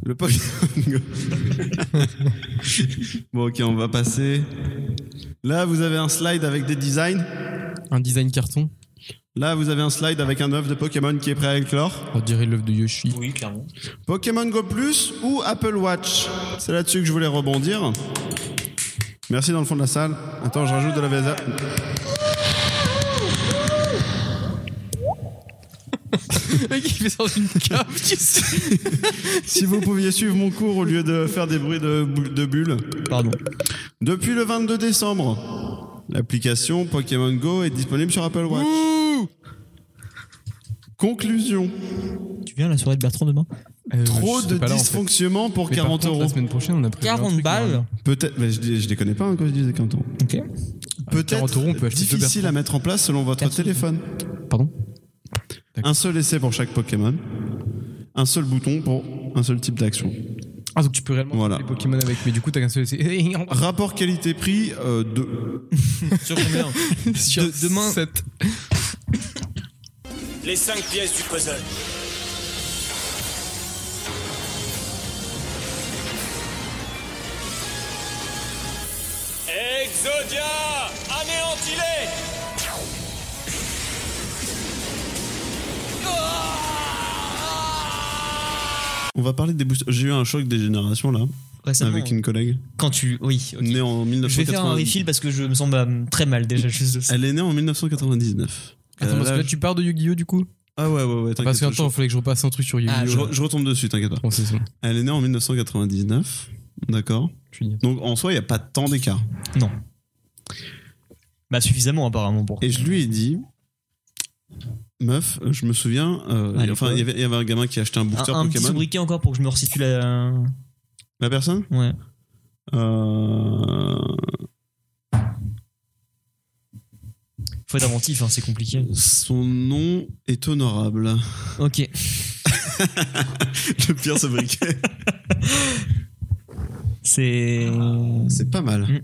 S1: Le Pokémon Go. bon, ok, on va passer. Là, vous avez un slide avec des designs.
S2: Un design carton.
S1: Là, vous avez un slide avec un œuf de Pokémon qui est prêt à éclore.
S2: On dirait l'œuf de Yoshi.
S3: Oui, clairement.
S1: Pokémon Go Plus ou Apple Watch C'est là-dessus que je voulais rebondir. Merci dans le fond de la salle. Attends, je rajoute de la VSA.
S2: Le mec, il fait ça dans une cave, tu sais.
S1: Si vous pouviez suivre mon cours au lieu de faire des bruits de, bou- de bulles.
S3: Pardon.
S1: Depuis le 22 décembre, l'application Pokémon Go est disponible sur Apple Watch. Conclusion.
S3: Tu viens à la soirée de Bertrand demain
S2: Euh,
S1: Trop de dysfonctionnements pour 40 euros.
S2: La semaine prochaine, on a pris un truc, mais-
S1: Peut-être, mais je, les- je les connais pas hein, quand je disais 40 euros.
S3: Ok.
S2: Avec 40 Ah, Euh, euros, on peut
S1: Peut-être
S2: acheter deux
S1: difficile
S2: Bertrand.
S1: à mettre en place selon votre téléphone.
S2: Pardon
S1: Un seul essai pour chaque Pokémon. Un seul bouton pour un seul type d'action.
S2: Ah, donc tu peux réellement
S1: Voilà.
S2: voilà. les Pokémon avec, mais du coup, t'as qu'un seul essai.
S1: Rapport qualité-prix euh, de.
S3: Sur combien
S2: Sur
S3: De- demain-
S2: sept.
S6: Les 5 pièces du puzzle. Exodia Anéantis-les
S1: On va parler des boosters. J'ai eu un choc des générations là,
S3: Récemment.
S1: avec une collègue
S3: Quand tu. Oui, ok.
S1: née en
S3: Je vais faire un
S1: 1990.
S3: refill parce que je me sens bah, très mal déjà juste de ça.
S1: Elle est née en 1999.
S2: Attends,
S1: Euh,
S2: parce que
S1: là,
S2: là, tu pars de Yu-Gi-Oh! du coup
S1: Ah ouais, ouais, ouais,
S2: Parce
S1: t'inquiète.
S2: qu'en
S1: je-
S2: temps, il fallait que je repasse un truc sur Yu-Gi-Oh!
S3: Ah,
S1: je, re- je retombe dessus, t'inquiète pas.
S2: Bon, c'est ça.
S1: Elle est née en 1999, d'accord
S2: Tu dis.
S1: Donc en soi, il n'y a pas tant d'écart.
S3: Non. Bah suffisamment apparemment pour.
S1: Et je lui ai dit, meuf, je me souviens, euh,
S3: Allez,
S1: enfin,
S3: quoi
S1: il y, avait, il y avait un gamin qui achetait un
S3: un,
S1: booster
S3: un petit
S1: Pokémon.
S3: sobriquet encore pour que je me resitue la.
S1: La personne
S3: Ouais.
S1: Euh,
S3: Faut être inventif, hein, c'est compliqué.
S1: Son nom est honorable.
S3: Ok.
S1: Le pire sobriquet.
S3: C'est.
S1: C'est pas mal.
S3: Mm.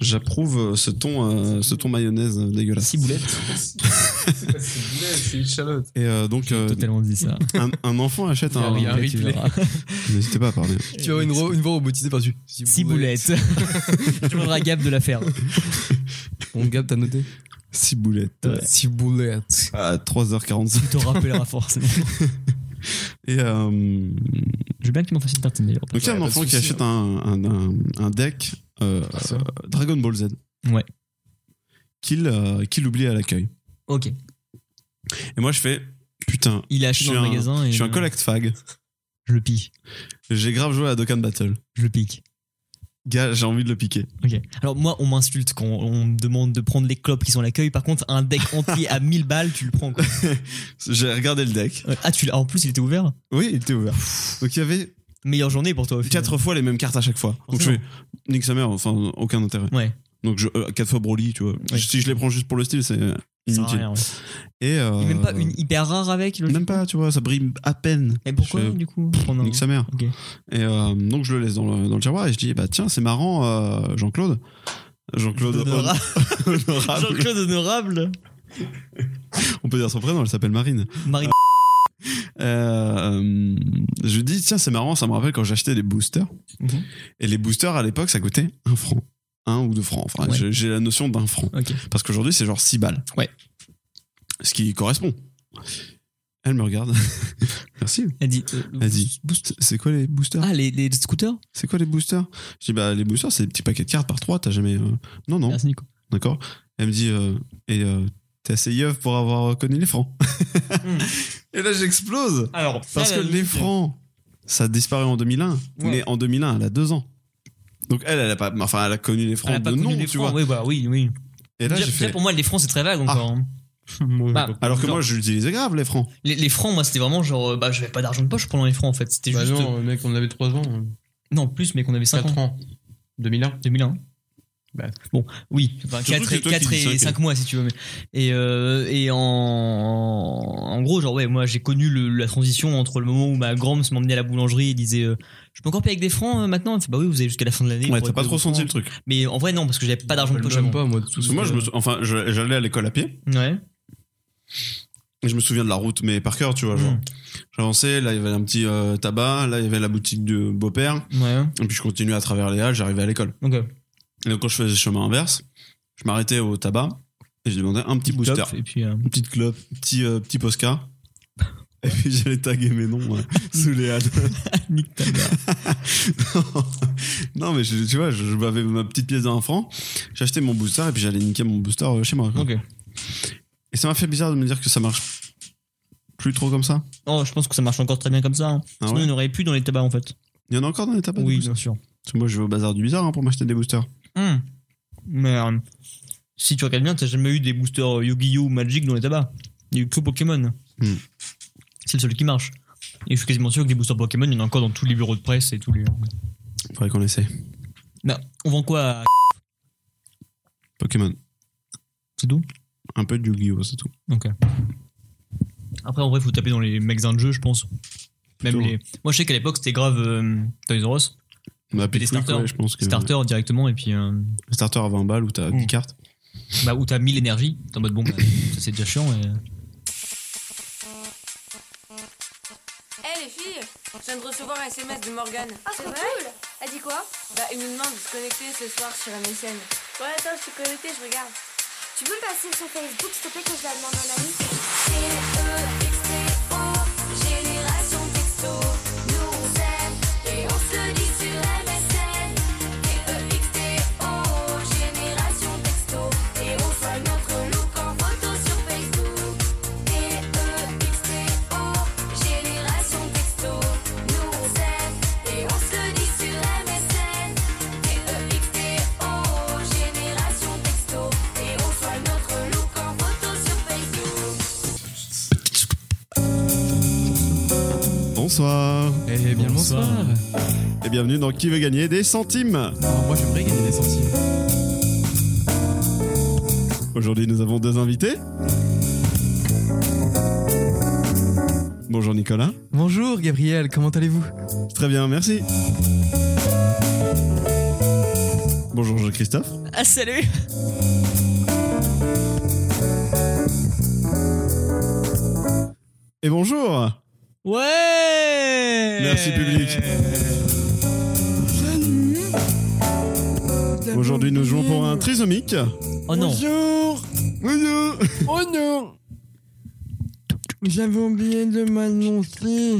S1: J'approuve euh, ce ton, euh, ce ton mayonnaise euh, dégueulasse.
S3: Ciboulette.
S2: C'est une chalote.
S1: Et euh, donc, euh,
S3: Totalement dit ça. Ah,
S1: un, un enfant achète Ah, un.
S2: Il y a un
S3: Tu
S2: replay.
S3: verras.
S1: N'hésitez pas à parler.
S2: Tu vas avoir une, ro- une voix robotisée par-dessus.
S3: Ciboulette. Tu me Gab de l'affaire.
S2: Mon Gab, t'as noté
S1: Ciboulette.
S2: Ciboulette.
S1: À 3h45.
S3: Tu te rappelleras forcément.
S1: Et euh,
S3: Je veux bien que tu m'en fasses une tartine d'ailleurs.
S1: donc, il y a un
S2: Ouais, pas de hein.
S1: enfant qui
S2: souci,
S1: achète un, un, un, un deck euh,
S2: ça.
S1: euh, Dragon Ball Z.
S3: Ouais.
S1: Qu'il euh, qu'il oublie à l'accueil.
S3: Ok.
S1: Et moi, je fais Putain,
S3: Il a
S1: je
S3: acheté
S1: suis
S3: dans le
S1: un,
S3: magasin et.
S1: je suis un collect fag.
S3: Je le pique.
S1: J'ai grave joué à Dokkan Battle.
S3: Je le pique.
S1: Gars, j'ai envie de le piquer.
S3: Ok. Alors moi, on m'insulte quand on me demande de prendre les clopes qui sont à l'accueil. Par contre, un deck entier à 1000 balles, tu le prends. quoi.
S1: J'ai regardé le deck.
S3: Ouais. Ah, tu l'as. En plus, il était ouvert.
S1: Oui, il était ouvert. Donc il y avait
S3: Meilleure journée pour toi. Au final.
S1: quatre fois les mêmes cartes à chaque fois. Donc je fais Nick Summer, enfin aucun intérêt.
S3: Ouais.
S1: Donc je, euh, quatre fois Broly, tu vois.
S3: Ouais.
S1: Si je les prends juste pour le style, c'est
S3: Ça sert à
S1: inutile.
S3: rien, ouais.
S1: Et euh,
S3: Et Même pas une hyper rare avec. logiquement.
S1: même pas, tu vois, ça brille à peine.
S3: Et pourquoi
S1: Je-
S3: du coup prendre un-
S1: Nique sa mère.
S3: Ok.
S1: Et euh, donc je le laisse dans le, dans le tiroir et je dis bah tiens c'est marrant euh, Jean-Claude. Jean-Claude
S3: Honorable.
S1: honorable.
S3: Jean-Claude Honorable.
S1: On peut dire son prénom, elle s'appelle Marine.
S3: Marie.
S1: Euh, euh, je lui dis tiens c'est marrant, ça me rappelle quand j'achetais des boosters.
S3: Mhm.
S1: Et les boosters à l'époque ça coûtait un franc, un ou deux francs. Enfin
S3: Ouais.
S1: j'ai- j'ai la notion d'un franc.
S3: Ok.
S1: Parce qu'aujourd'hui, c'est genre 6 balles.
S3: Ouais.
S1: Ce qui correspond. Elle me regarde. Merci.
S3: Elle dit. euh,
S1: Elle dit Boost, c'est quoi les boosters
S3: Ah les, les scooters.
S1: C'est quoi les boosters Je dis Bah, les boosters, c'est des petits paquets de cartes par 3. T'as jamais. euh, Non, non.
S3: Merci Ah, Nico.
S1: D'accord Elle me dit euh, Et euh, t'es assez yeuf pour avoir connu les francs.
S3: Hmm.
S1: Et là, j'explose.
S3: Alors
S1: Parce que les francs, ça disparaît en 2001. Mais en 2001, elle a 2 ans. Donc elle, elle a pas. Enfin, elle a connu les francs
S3: Elle a pas
S1: de
S3: connu
S1: nom,
S3: les
S1: tu
S3: francs.
S1: vois.
S3: Oui, bah oui, oui.
S1: Et là,
S3: Déjà-
S1: j'ai
S3: déjà,
S1: fait. Ah.
S3: pour moi, les francs, c'est très vague encore. hein. Bah,
S1: Alors que
S3: genre,
S1: moi, j'utilisais grave les francs.
S3: les, les francs, moi, c'était vraiment genre, euh, bah, j'avais pas d'argent de poche pendant les francs en fait. C'était
S2: Bah
S3: juste. euh,
S2: non, mec, on avait 3 ans,
S3: Non, plus, mais qu'on avait 5
S2: 4
S3: ans.
S2: ans. 2001.
S3: 2001.
S2: Bah.
S3: Bon, oui, enfin,
S1: Surtout
S3: 4
S1: que
S3: et,
S1: c'est toi qui
S3: 4
S1: dis ça,
S3: et
S1: ok.
S3: 5 mois si tu veux. Mais. Et, euh, et en, en gros, genre, ouais, moi j'ai connu le- la transition entre le moment où ma grand-mère m'emmenait à la boulangerie et disait euh, Je peux encore payer avec des francs euh, maintenant Elle fait Bah oui, vous avez jusqu'à la fin de l'année.
S1: Ouais,
S3: pour
S1: t'as pas
S3: être
S1: trop
S3: avec vos
S1: senti le
S3: francs.
S1: truc.
S3: Mais en vrai, non, parce que j'avais pas d'argent de poche
S2: J'aime
S3: avant.
S2: pas, moi, de tout
S1: Parce
S2: ce
S1: que moi,
S2: que-
S1: je me sou- enfin, je- j'allais à l'école à pied.
S3: Ouais.
S1: et Je me souviens de la route, mais par cœur, tu vois. Genre,
S3: Mm.
S1: j'avançais. Là, il y avait un petit euh, tabac. Là, il y avait la boutique de beau-père.
S3: Ouais.
S1: Et puis, je continuais à travers les halles. J'arrivais à l'école.
S3: Donc, euh,
S1: Et donc, quand je faisais le chemin inverse, je m'arrêtais au tabac et je demandais un petit booster,
S3: top, Et puis, euh,
S1: une petite clope, petit euh, petit posca. Et puis j'allais taguer mes noms euh, sous les halles.
S3: nique ta mère.
S1: non mais je- tu vois, je, je m'avais ma petite pièce d'un franc, j'achetais mon booster et puis j'allais niquer mon booster euh, chez moi. quoi.
S3: Ok.
S1: Et ça m'a fait bizarre de me dire que ça marche plus trop comme ça.
S3: Oh, je pense que ça marche encore très bien comme ça. hein.
S1: Ah
S3: Sinon,
S1: ouais
S3: on n'aurait plus dans les tabacs en fait.
S1: Il y en a encore dans les tabacs de
S3: Oui,
S1: boosters
S3: bien sûr.
S1: Parce que Moi, je vais au bazar du bizarre hein, pour m'acheter des boosters.
S3: Hmm. Mais euh, si tu regardes bien, t'as jamais eu des boosters euh, Yu-Gi-Oh! ou Magic dans les tabacs. Il n'y a eu que Pokémon.
S1: Hmm.
S3: C'est le seul qui marche. Et je suis quasiment sûr que des boosters Pokémon, il y en a encore dans tous les bureaux de presse et tous les.
S1: Faudrait qu'on essaie.
S3: Bah, on vend quoi à...
S1: Pokémon.
S3: C'est tout
S1: Un peu de Yu-Gi-Oh, c'est tout.
S3: Ok. Après, en vrai, faut taper dans les magasins de jeux, je pense. Même
S1: Plutôt.
S3: les... Moi, je sais qu'à l'époque, c'était grave euh, Toys R Us,
S1: Bah, puis
S3: des
S1: quick,
S3: starters. Mm.
S1: ouais, je pense que
S3: starter directement, et puis. euh,
S1: Le starter à 20 balles où t'as 10 cartes.
S3: bah, où t'as 1000 énergies, t'es en mode bon, bah, ça c'est déjà chiant. Et...
S8: Eh les filles, je viens de recevoir un SMS de Morgane. Ah, c'est cool Elle dit quoi Bah, il nous demande de se connecter ce soir sur MSN. Ouais, attends, je suis connectée, je regarde.
S9: Tu peux le passer sur Facebook, s'il te plaît, que je la demande à un ami
S8: E T-E-X-T-O, génération texto. Nous on s'aime et on se dit sur MSN. E T-E-X-T-O, génération texto. Et on soit notre look en photo sur Facebook. E T-E-X-T-O, génération texto. Nous on s'aime et on se dit sur MSN. T-E-X-T-O, génération texto. Et on soit notre look en photo sur Facebook.
S1: Bonsoir
S2: Eh bien,
S3: Bonsoir.
S2: bonsoir.
S1: et bienvenue dans Qui veut gagner des centimes
S2: Alors, moi, j'aimerais gagner des centimes.
S1: Aujourd'hui, nous avons deux invités. Bonjour Nicolas.
S2: Bonjour, Gabriel, comment allez-vous
S1: Très bien, merci. Bonjour Jean-Christophe.
S3: Ah, salut
S1: Et bonjour
S3: Ouais
S1: Merci, public. Aujourd'hui, nous jouons pour un trisomique.
S2: Ah
S3: Oh non
S1: Bonjour Bonjour
S2: Oh non J'avais oublié de m'annoncer.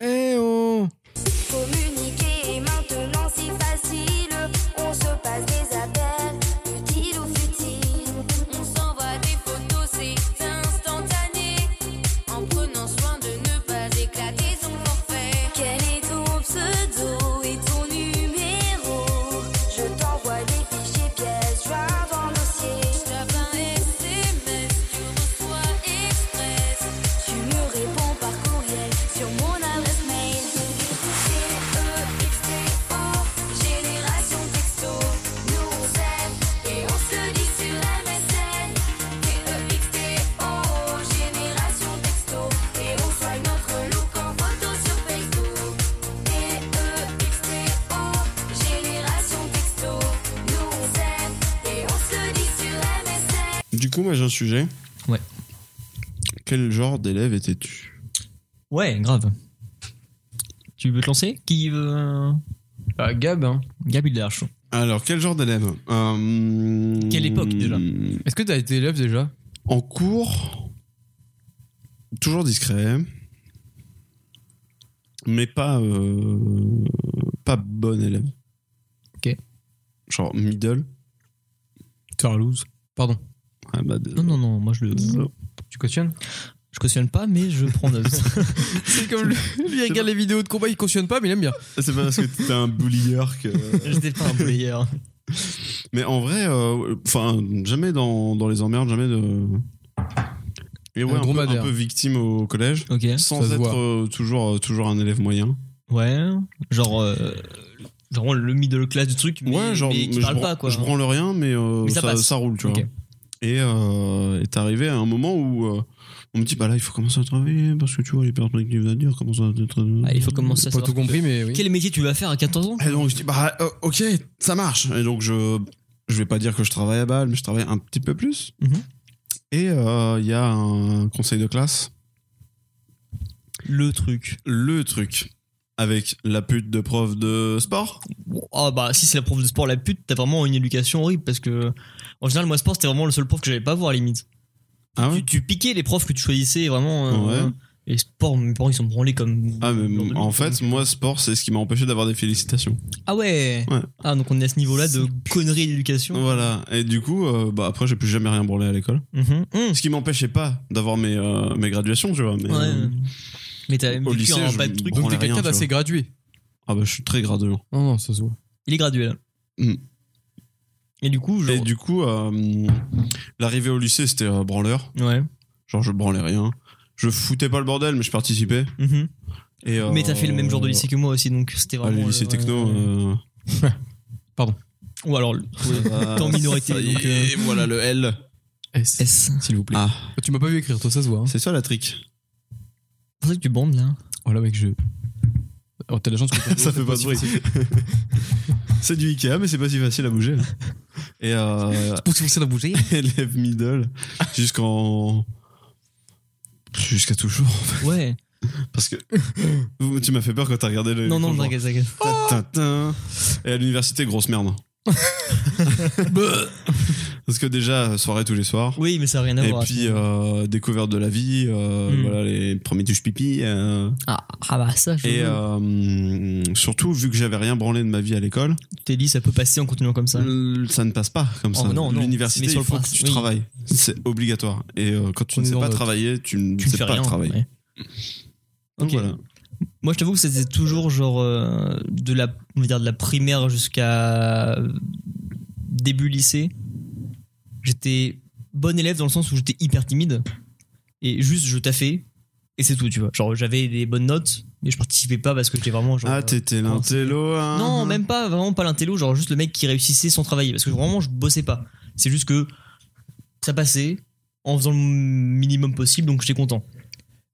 S2: eh oh
S9: Communiquer est maintenant si facile. On se passe des appels, utiles ou futiles.
S8: On s'envoie des photos, c'est instantané. En prenant soin de ne pas éclater son forfait. Quel est ton pseudo et ton numéro E E E
S1: coup, moi j'ai un sujet.
S3: Ouais.
S1: Quel genre d'élève étais-tu
S3: Ouais, grave. Tu veux te lancer Qui veut. euh,
S2: Bah, Gab, hein.
S3: Gabi de l'arche.
S1: Alors, quel genre d'élève Euh, hmm,
S3: Quelle époque, déjà
S2: Est-ce que t'as été élève déjà
S1: En cours, toujours discret, mais pas, euh, pas bon élève.
S3: Ok.
S1: Genre middle.
S2: Charlouse. Pardon.
S1: Ah bah, désolé.
S3: Non, non, non, moi je le.
S2: Tu cautionnes
S3: Je cautionne pas, mais je prends note.
S2: C'est comme lui, il regarde les vidéos de combat, il cautionne pas, mais il aime bien.
S1: Ah, C'est pas parce que t'es un bullier que.
S3: J'étais pas un player.
S1: Mais en vrai, euh, enfin, jamais dans, dans les emmerdes, jamais de. Et ouais, un peu,
S2: Un
S1: un
S2: dromadaire.
S1: peu victime au collège,
S3: Ok.
S1: sans
S2: se
S1: être
S2: voit.
S1: euh, toujours, euh, toujours un élève moyen.
S3: Ouais. Genre. euh, Genre le middle class du truc, mais,
S1: ouais, genre,
S3: mais qui
S1: mais je,
S3: parle
S1: bran-
S3: pas quoi.
S1: je branle rien, mais, euh,
S3: Mais ça
S1: ça,
S3: passe.
S1: ça roule, tu
S3: Ok.
S1: vois. Et euh, et t'es arrivé à un moment où euh, on me dit, bah là, il faut commencer à travailler, parce que tu vois, les perspectives à dire, comment ça va être. euh,
S3: Ah, il faut commencer à
S2: J'ai pas
S3: savoir
S2: tout compris, mais oui.
S3: Quel métier tu vas faire à 14 ans
S1: Et donc je dis bah euh, ok ça marche. Et donc je je vais pas dire que je travaille à balle mais je travaille un petit peu plus.
S3: Mhm.
S1: Et euh, il y a un conseil de classe,
S3: Le truc.
S1: le truc avec la pute de prof de sport.
S3: Ah bah si c'est la prof de sport la pute, t'as vraiment une éducation horrible parce que en général moi sport c'était vraiment le seul prof que j'allais pas voir à la limite.
S1: Ah ouais.
S3: Tu, tu piquais les profs que tu choisissais vraiment. euh,
S1: Ouais.
S3: Et sport mes parents ils sont branlés comme.
S1: Ah mais
S3: comme-
S1: en fait moi sport c'est ce qui m'a empêché d'avoir des félicitations.
S3: Ah ouais.
S1: Ouais.
S3: Ah donc on est à ce niveau là de conneries d'éducation.
S1: Voilà et du coup euh, bah après j'ai plus jamais rien branlé à l'école.
S3: Mhm. Mhm.
S1: Ce qui m'empêchait pas d'avoir mes euh, mes graduations tu vois. Mais,
S3: Ouais.
S1: euh,
S3: Mais t'as
S1: au
S3: vécu
S1: lycée,
S3: un
S1: je
S3: bas de truc.
S1: branlais
S2: Donc t'es
S1: rien, tu
S2: quelqu'un d'assez
S1: vois.
S2: gradué.
S1: Ah bah je suis très gradueux.
S2: Non, non, ça se voit.
S3: Il est gradué là.
S1: Mhm.
S3: Et du coup genre.
S1: Et du coup euh, l'arrivée au lycée c'était euh, branleur.
S3: Ouais.
S1: Genre, je branlais rien. Je foutais pas le bordel, mais je participais.
S3: Mhm.
S1: Et, euh,
S3: Mais t'as fait le même genre de lycée que moi aussi donc c'était
S1: Ah,
S3: vraiment.
S1: les lycées
S3: le-
S1: techno. euh,
S3: Ou alors le-
S1: ça-
S3: t'es en minorité,
S1: ça y
S3: donc, euh.
S1: est, voilà le L.
S2: S.
S3: S. C'est
S2: S'il vous plaît.
S1: Ah,
S2: Tu m'as pas vu écrire, toi, ça se voit. hein.
S1: c'est ça la trick.
S3: pour ça que tu bandes là.
S2: Oh là, mec, je. Oh, t'as la chance que t'as-
S1: Ça fait pas de bruit. c'est du Ikea, mais c'est pas si facile à bouger. Et euh,
S2: Pour se la bouger.
S1: élève middle jusqu'en. Jusqu'à toujours.
S3: Ouais.
S1: Parce que. tu m'as fait peur quand t'as regardé le.
S3: Non non je
S1: genre,
S3: t'inquiète, t'inquiète.
S1: Tintin. Et à l'université, grosse merde. Bah. Parce que déjà, soirée tous les soirs.
S3: Oui mais ça a rien à
S1: Et
S3: voir.
S1: puis, euh, découverte de la vie, euh,
S3: Mm.
S1: voilà, les premiers touches pipi. euh,
S3: Ah, ah bah ça, je
S1: et euh, surtout, vu que j'avais rien branlé de ma vie à l'école,
S3: t'ai dit ça peut passer en continuant comme ça.
S1: l- ça ne passe pas comme
S3: Oh,
S1: ça.
S3: non, non.
S1: L'université,
S3: Mais sur
S1: il
S3: le
S1: faut que
S3: principe,
S1: tu
S3: oui.
S1: travailles. C'est obligatoire. Et euh, quand tu
S3: On
S1: ne
S3: est
S1: sais
S3: dans
S1: pas
S3: notre-
S1: travailler, tu ne
S3: Tu ne
S1: sais
S3: fais
S1: pas
S3: rien.
S1: travailler.
S3: ouais.
S1: Donc,
S3: Ok.
S1: voilà.
S3: Moi je t'avoue que c'était toujours genre euh, de la on va dire de la primaire jusqu'à début lycée. J'étais bon élève dans le sens où j'étais hyper timide et juste je taffais et c'est tout, tu vois. Genre j'avais des bonnes notes mais je participais pas parce que j'étais vraiment genre
S1: Ah, t'étais
S3: euh, non,
S1: l'intello. hein.
S3: Non, même pas, vraiment pas l'intello, genre juste le mec qui réussissait sans travailler. Parce que vraiment, je bossais pas. C'est juste que ça passait en faisant le minimum possible, donc j'étais content.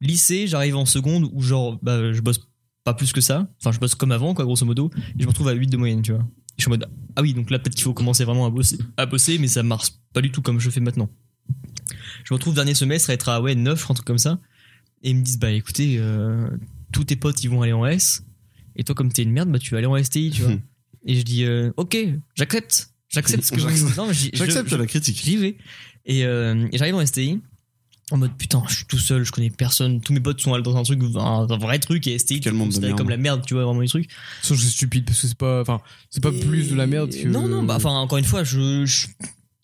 S3: Lycée, j'arrive en seconde où genre, bah, je bosse pas plus que ça. Enfin, je bosse comme avant, quoi, grosso modo. Et je me retrouve à 8 de moyenne, tu vois. Et je suis en mode, ah oui, donc là, peut-être qu'il faut commencer vraiment à bosser, à bosser, mais ça marche pas du tout comme je fais maintenant. Je me retrouve dernier semestre à être à ouais, 9, un truc comme ça. Et ils me disent, bah écoutez, euh, tous tes potes, ils vont aller en S. Et toi, comme t'es une merde, bah tu vas aller en STI, tu
S1: Hmm. Hum.
S3: vois. et je dis, euh, ok, j'accepte. J'accepte ce que vous me dites. Non, mais j'y- je-
S1: J'accepte
S3: je-
S1: la critique.
S3: J'y vais. Et, euh, et j'arrive en STI. En mode putain, je suis tout seul, je connais personne. Tous mes potes sont allés dans un truc, un, un vrai truc, et STI,
S1: Quel
S3: t'es
S1: monde de
S3: considéré
S1: merde.
S3: comme la merde, tu vois, vraiment les trucs.
S2: Sauf que c'est stupide parce que c'est pas. Enfin, c'est pas
S3: Et-
S2: plus de la merde que.
S3: Non, non, bah, enfin, encore une fois, je. je-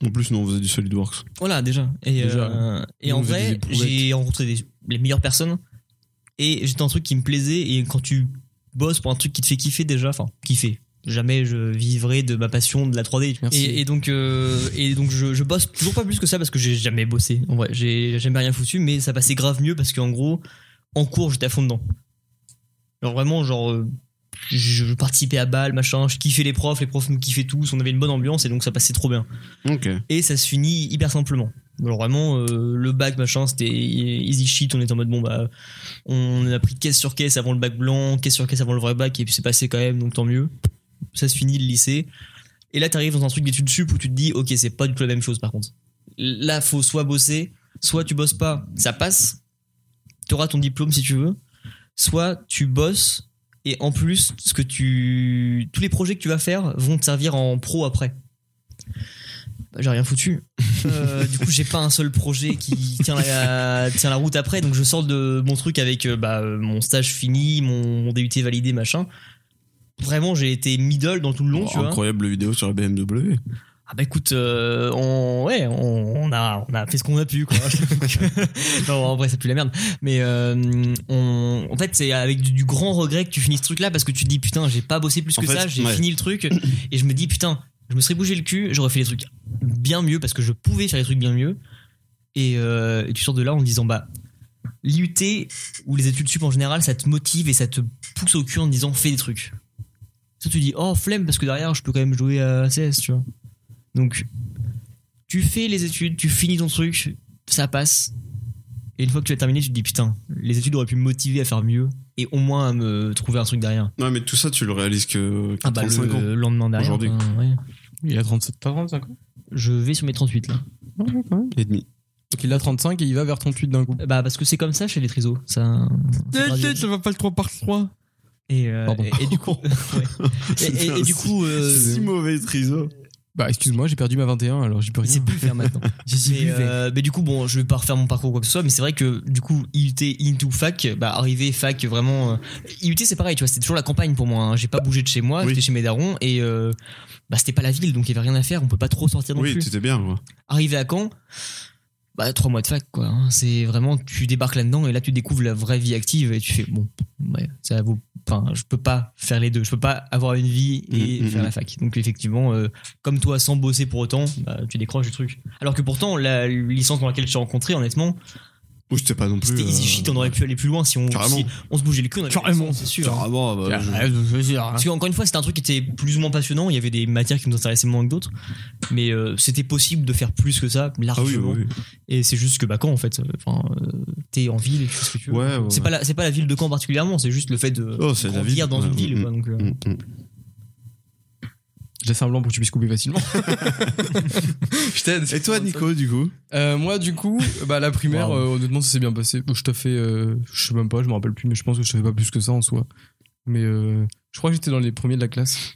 S1: En plus, nous, on faisait du SolidWorks.
S3: voilà, déjà. Et,
S2: Déjà.
S3: euh, et
S2: Nous,
S3: en
S2: on faisait
S3: vrai,
S2: des prouettes.
S3: j'ai rencontré des- les meilleures personnes. Et j'étais dans un truc qui me plaisait. Et quand tu bosses pour un truc qui te fait kiffer, déjà, enfin, kiffer. Jamais je vivrai de ma passion de la 3D. tu vois.
S2: Merci.
S3: Et, et donc, euh, et donc je, je bosse toujours pas plus que ça parce que j'ai jamais bossé. En vrai, j'ai jamais rien foutu, mais ça passait grave mieux parce qu'en gros, en cours, j'étais à fond dedans. Genre vraiment, genre, euh, je je participais à balle, machin, je kiffais les profs, les profs me kiffaient tous, on avait une bonne ambiance et donc ça passait trop bien.
S1: Ok.
S3: Et ça se finit hyper simplement. Alors vraiment, euh, le bac, machin, c'était easy shit, on était en mode bon, bah, on a pris caisse sur caisse avant le bac blanc, caisse sur caisse avant le vrai bac, et puis c'est passé quand même, donc tant mieux. Ça se finit le lycée. Et là, t'arrives dans un truc d'études sup où tu te dis, ok, c'est pas du tout la même chose par contre. là, faut soit bosser, soit tu bosses pas, ça passe. Tu auras ton diplôme si tu veux. Soit tu bosses et en plus, ce que tu, tous les projets que tu vas faire vont te servir en pro après. Bah, j'ai rien foutu. Euh, du coup, j'ai pas un seul projet qui tient la, tient la route après. Donc, je sors de mon truc avec euh, bah, euh, mon stage fini, mon, mon DUT validé, machin. Vraiment, j'ai été middle dans tout le long, tu vois.
S1: incroyable vidéo sur la BMW.
S3: Ah bah écoute, euh, on, ouais, on, on a, on a fait ce qu'on a pu, quoi. euh, non, en vrai, ça pue la merde. Mais euh, on, en fait, c'est avec du, du grand regret que tu finis ce truc-là parce que tu te dis, putain, j'ai pas bossé plus
S1: En
S3: que
S1: fait,
S3: ça, j'ai
S1: ouais.
S3: fini le truc. Et je me dis, putain, je me serais bougé le cul, j'aurais fait les trucs bien mieux parce que je pouvais faire les trucs bien mieux. Et, euh, et tu sors de là en te disant, bah, l'IUT ou les études sup en général, ça te motive et ça te pousse au cul en te disant, fais des trucs. Ça, tu dis, oh, flemme parce que derrière, je peux quand même jouer à CS, tu vois. Donc, tu fais les études, tu finis ton truc, ça passe. Et une fois que tu as terminé, tu te dis putain, les études auraient pu me motiver à faire mieux et au moins à me trouver un truc derrière.
S1: Non, mais tout ça, tu le réalises que qu'à
S3: Ah bah
S1: 35 ans.
S3: le lendemain derrière.
S1: Aujourd'hui.
S3: ben, ouais.
S2: Il a 37, pas 35 ans
S3: Je vais sur mes 38 là.
S1: Et demi.
S2: Donc il a 35 et il va vers 38 d'un coup.
S3: Bah parce que c'est comme ça chez les trisos. Ça. ça gradué.
S2: ça va pas le 3 par 3.
S3: Et, euh,
S2: Pardon.
S3: et, et du coup. ouais. Et- et- et du coup. euh,
S1: Si mauvais triso.
S2: Bah excuse-moi, j'ai perdu ma 21 alors j'y peux rien.
S3: C'est plus faire maintenant. mais, euh, mais du coup, bon, je vais pas refaire mon parcours ou quoi que ce soit, mais c'est vrai que du coup, IUT into fac, bah arrivé fac vraiment. euh, IUT c'est pareil, tu vois, c'était toujours la campagne pour moi. hein. J'ai pas bougé de chez moi,
S1: Oui.
S3: j'étais chez mes darons et euh, bah c'était pas la ville, donc il y avait rien à faire, on peut pas trop sortir non
S1: Oui,
S3: plus.
S1: t'étais bien. quoi.
S3: Arrivé à Caen, bah trois mois de fac quoi. hein. C'est vraiment, tu débarques là-dedans et là tu découvres la vraie vie active et tu fais bon, ouais, ça vaut. Enfin, je peux pas faire les deux. Je peux pas avoir une vie et
S1: Mhm, mhm.
S3: faire la fac. Donc effectivement, euh, comme toi, sans bosser pour autant, bah, tu décroches du truc. Alors que pourtant, la licence dans laquelle je suis rencontré, honnêtement,
S1: Ou j'étais pas non plus.
S3: c'était easy
S1: euh,
S3: shit. On aurait pu aller plus loin si on,
S1: Carrément.
S3: si on se bougeait le cul. On avait fait
S2: Carrément.
S3: la licence, c'est sûr.
S1: Carrément, bah, je-
S3: Parce qu'encore une fois, c'était un truc qui était plus ou moins passionnant. Il y avait des matières qui nous intéressaient moins que d'autres, mais euh, c'était possible de faire plus que ça
S1: Ah oui,
S3: largement.
S1: oui.
S3: Et c'est juste que bah quand en fait, euh, enfin, euh, t'es en ville et tu fais ce que tu veux.
S1: Ouais, ouais,
S3: c'est
S1: ouais.
S3: pas la, c'est pas la ville de Caen particulièrement. C'est juste le fait de
S1: Oh, c'est la
S3: grandir
S1: ville,
S3: dans
S1: ouais,
S3: une
S1: mm,
S3: ville.
S1: mm,
S3: quoi, donc, euh,
S1: Mm, mm.
S2: J'ai laissé un blanc pour que tu puisses couper facilement. Je t'aide.
S1: Et toi, Nico, du coup
S2: Euh, Moi, du coup, bah, la primaire,
S3: Waouh.
S2: euh, honnêtement, ça s'est bien passé. Je t'ai fait, euh, je sais même pas, je me rappelle plus, mais je pense que je t'ai fait pas plus que ça en soi. Mais euh, je crois que j'étais dans les premiers de la classe.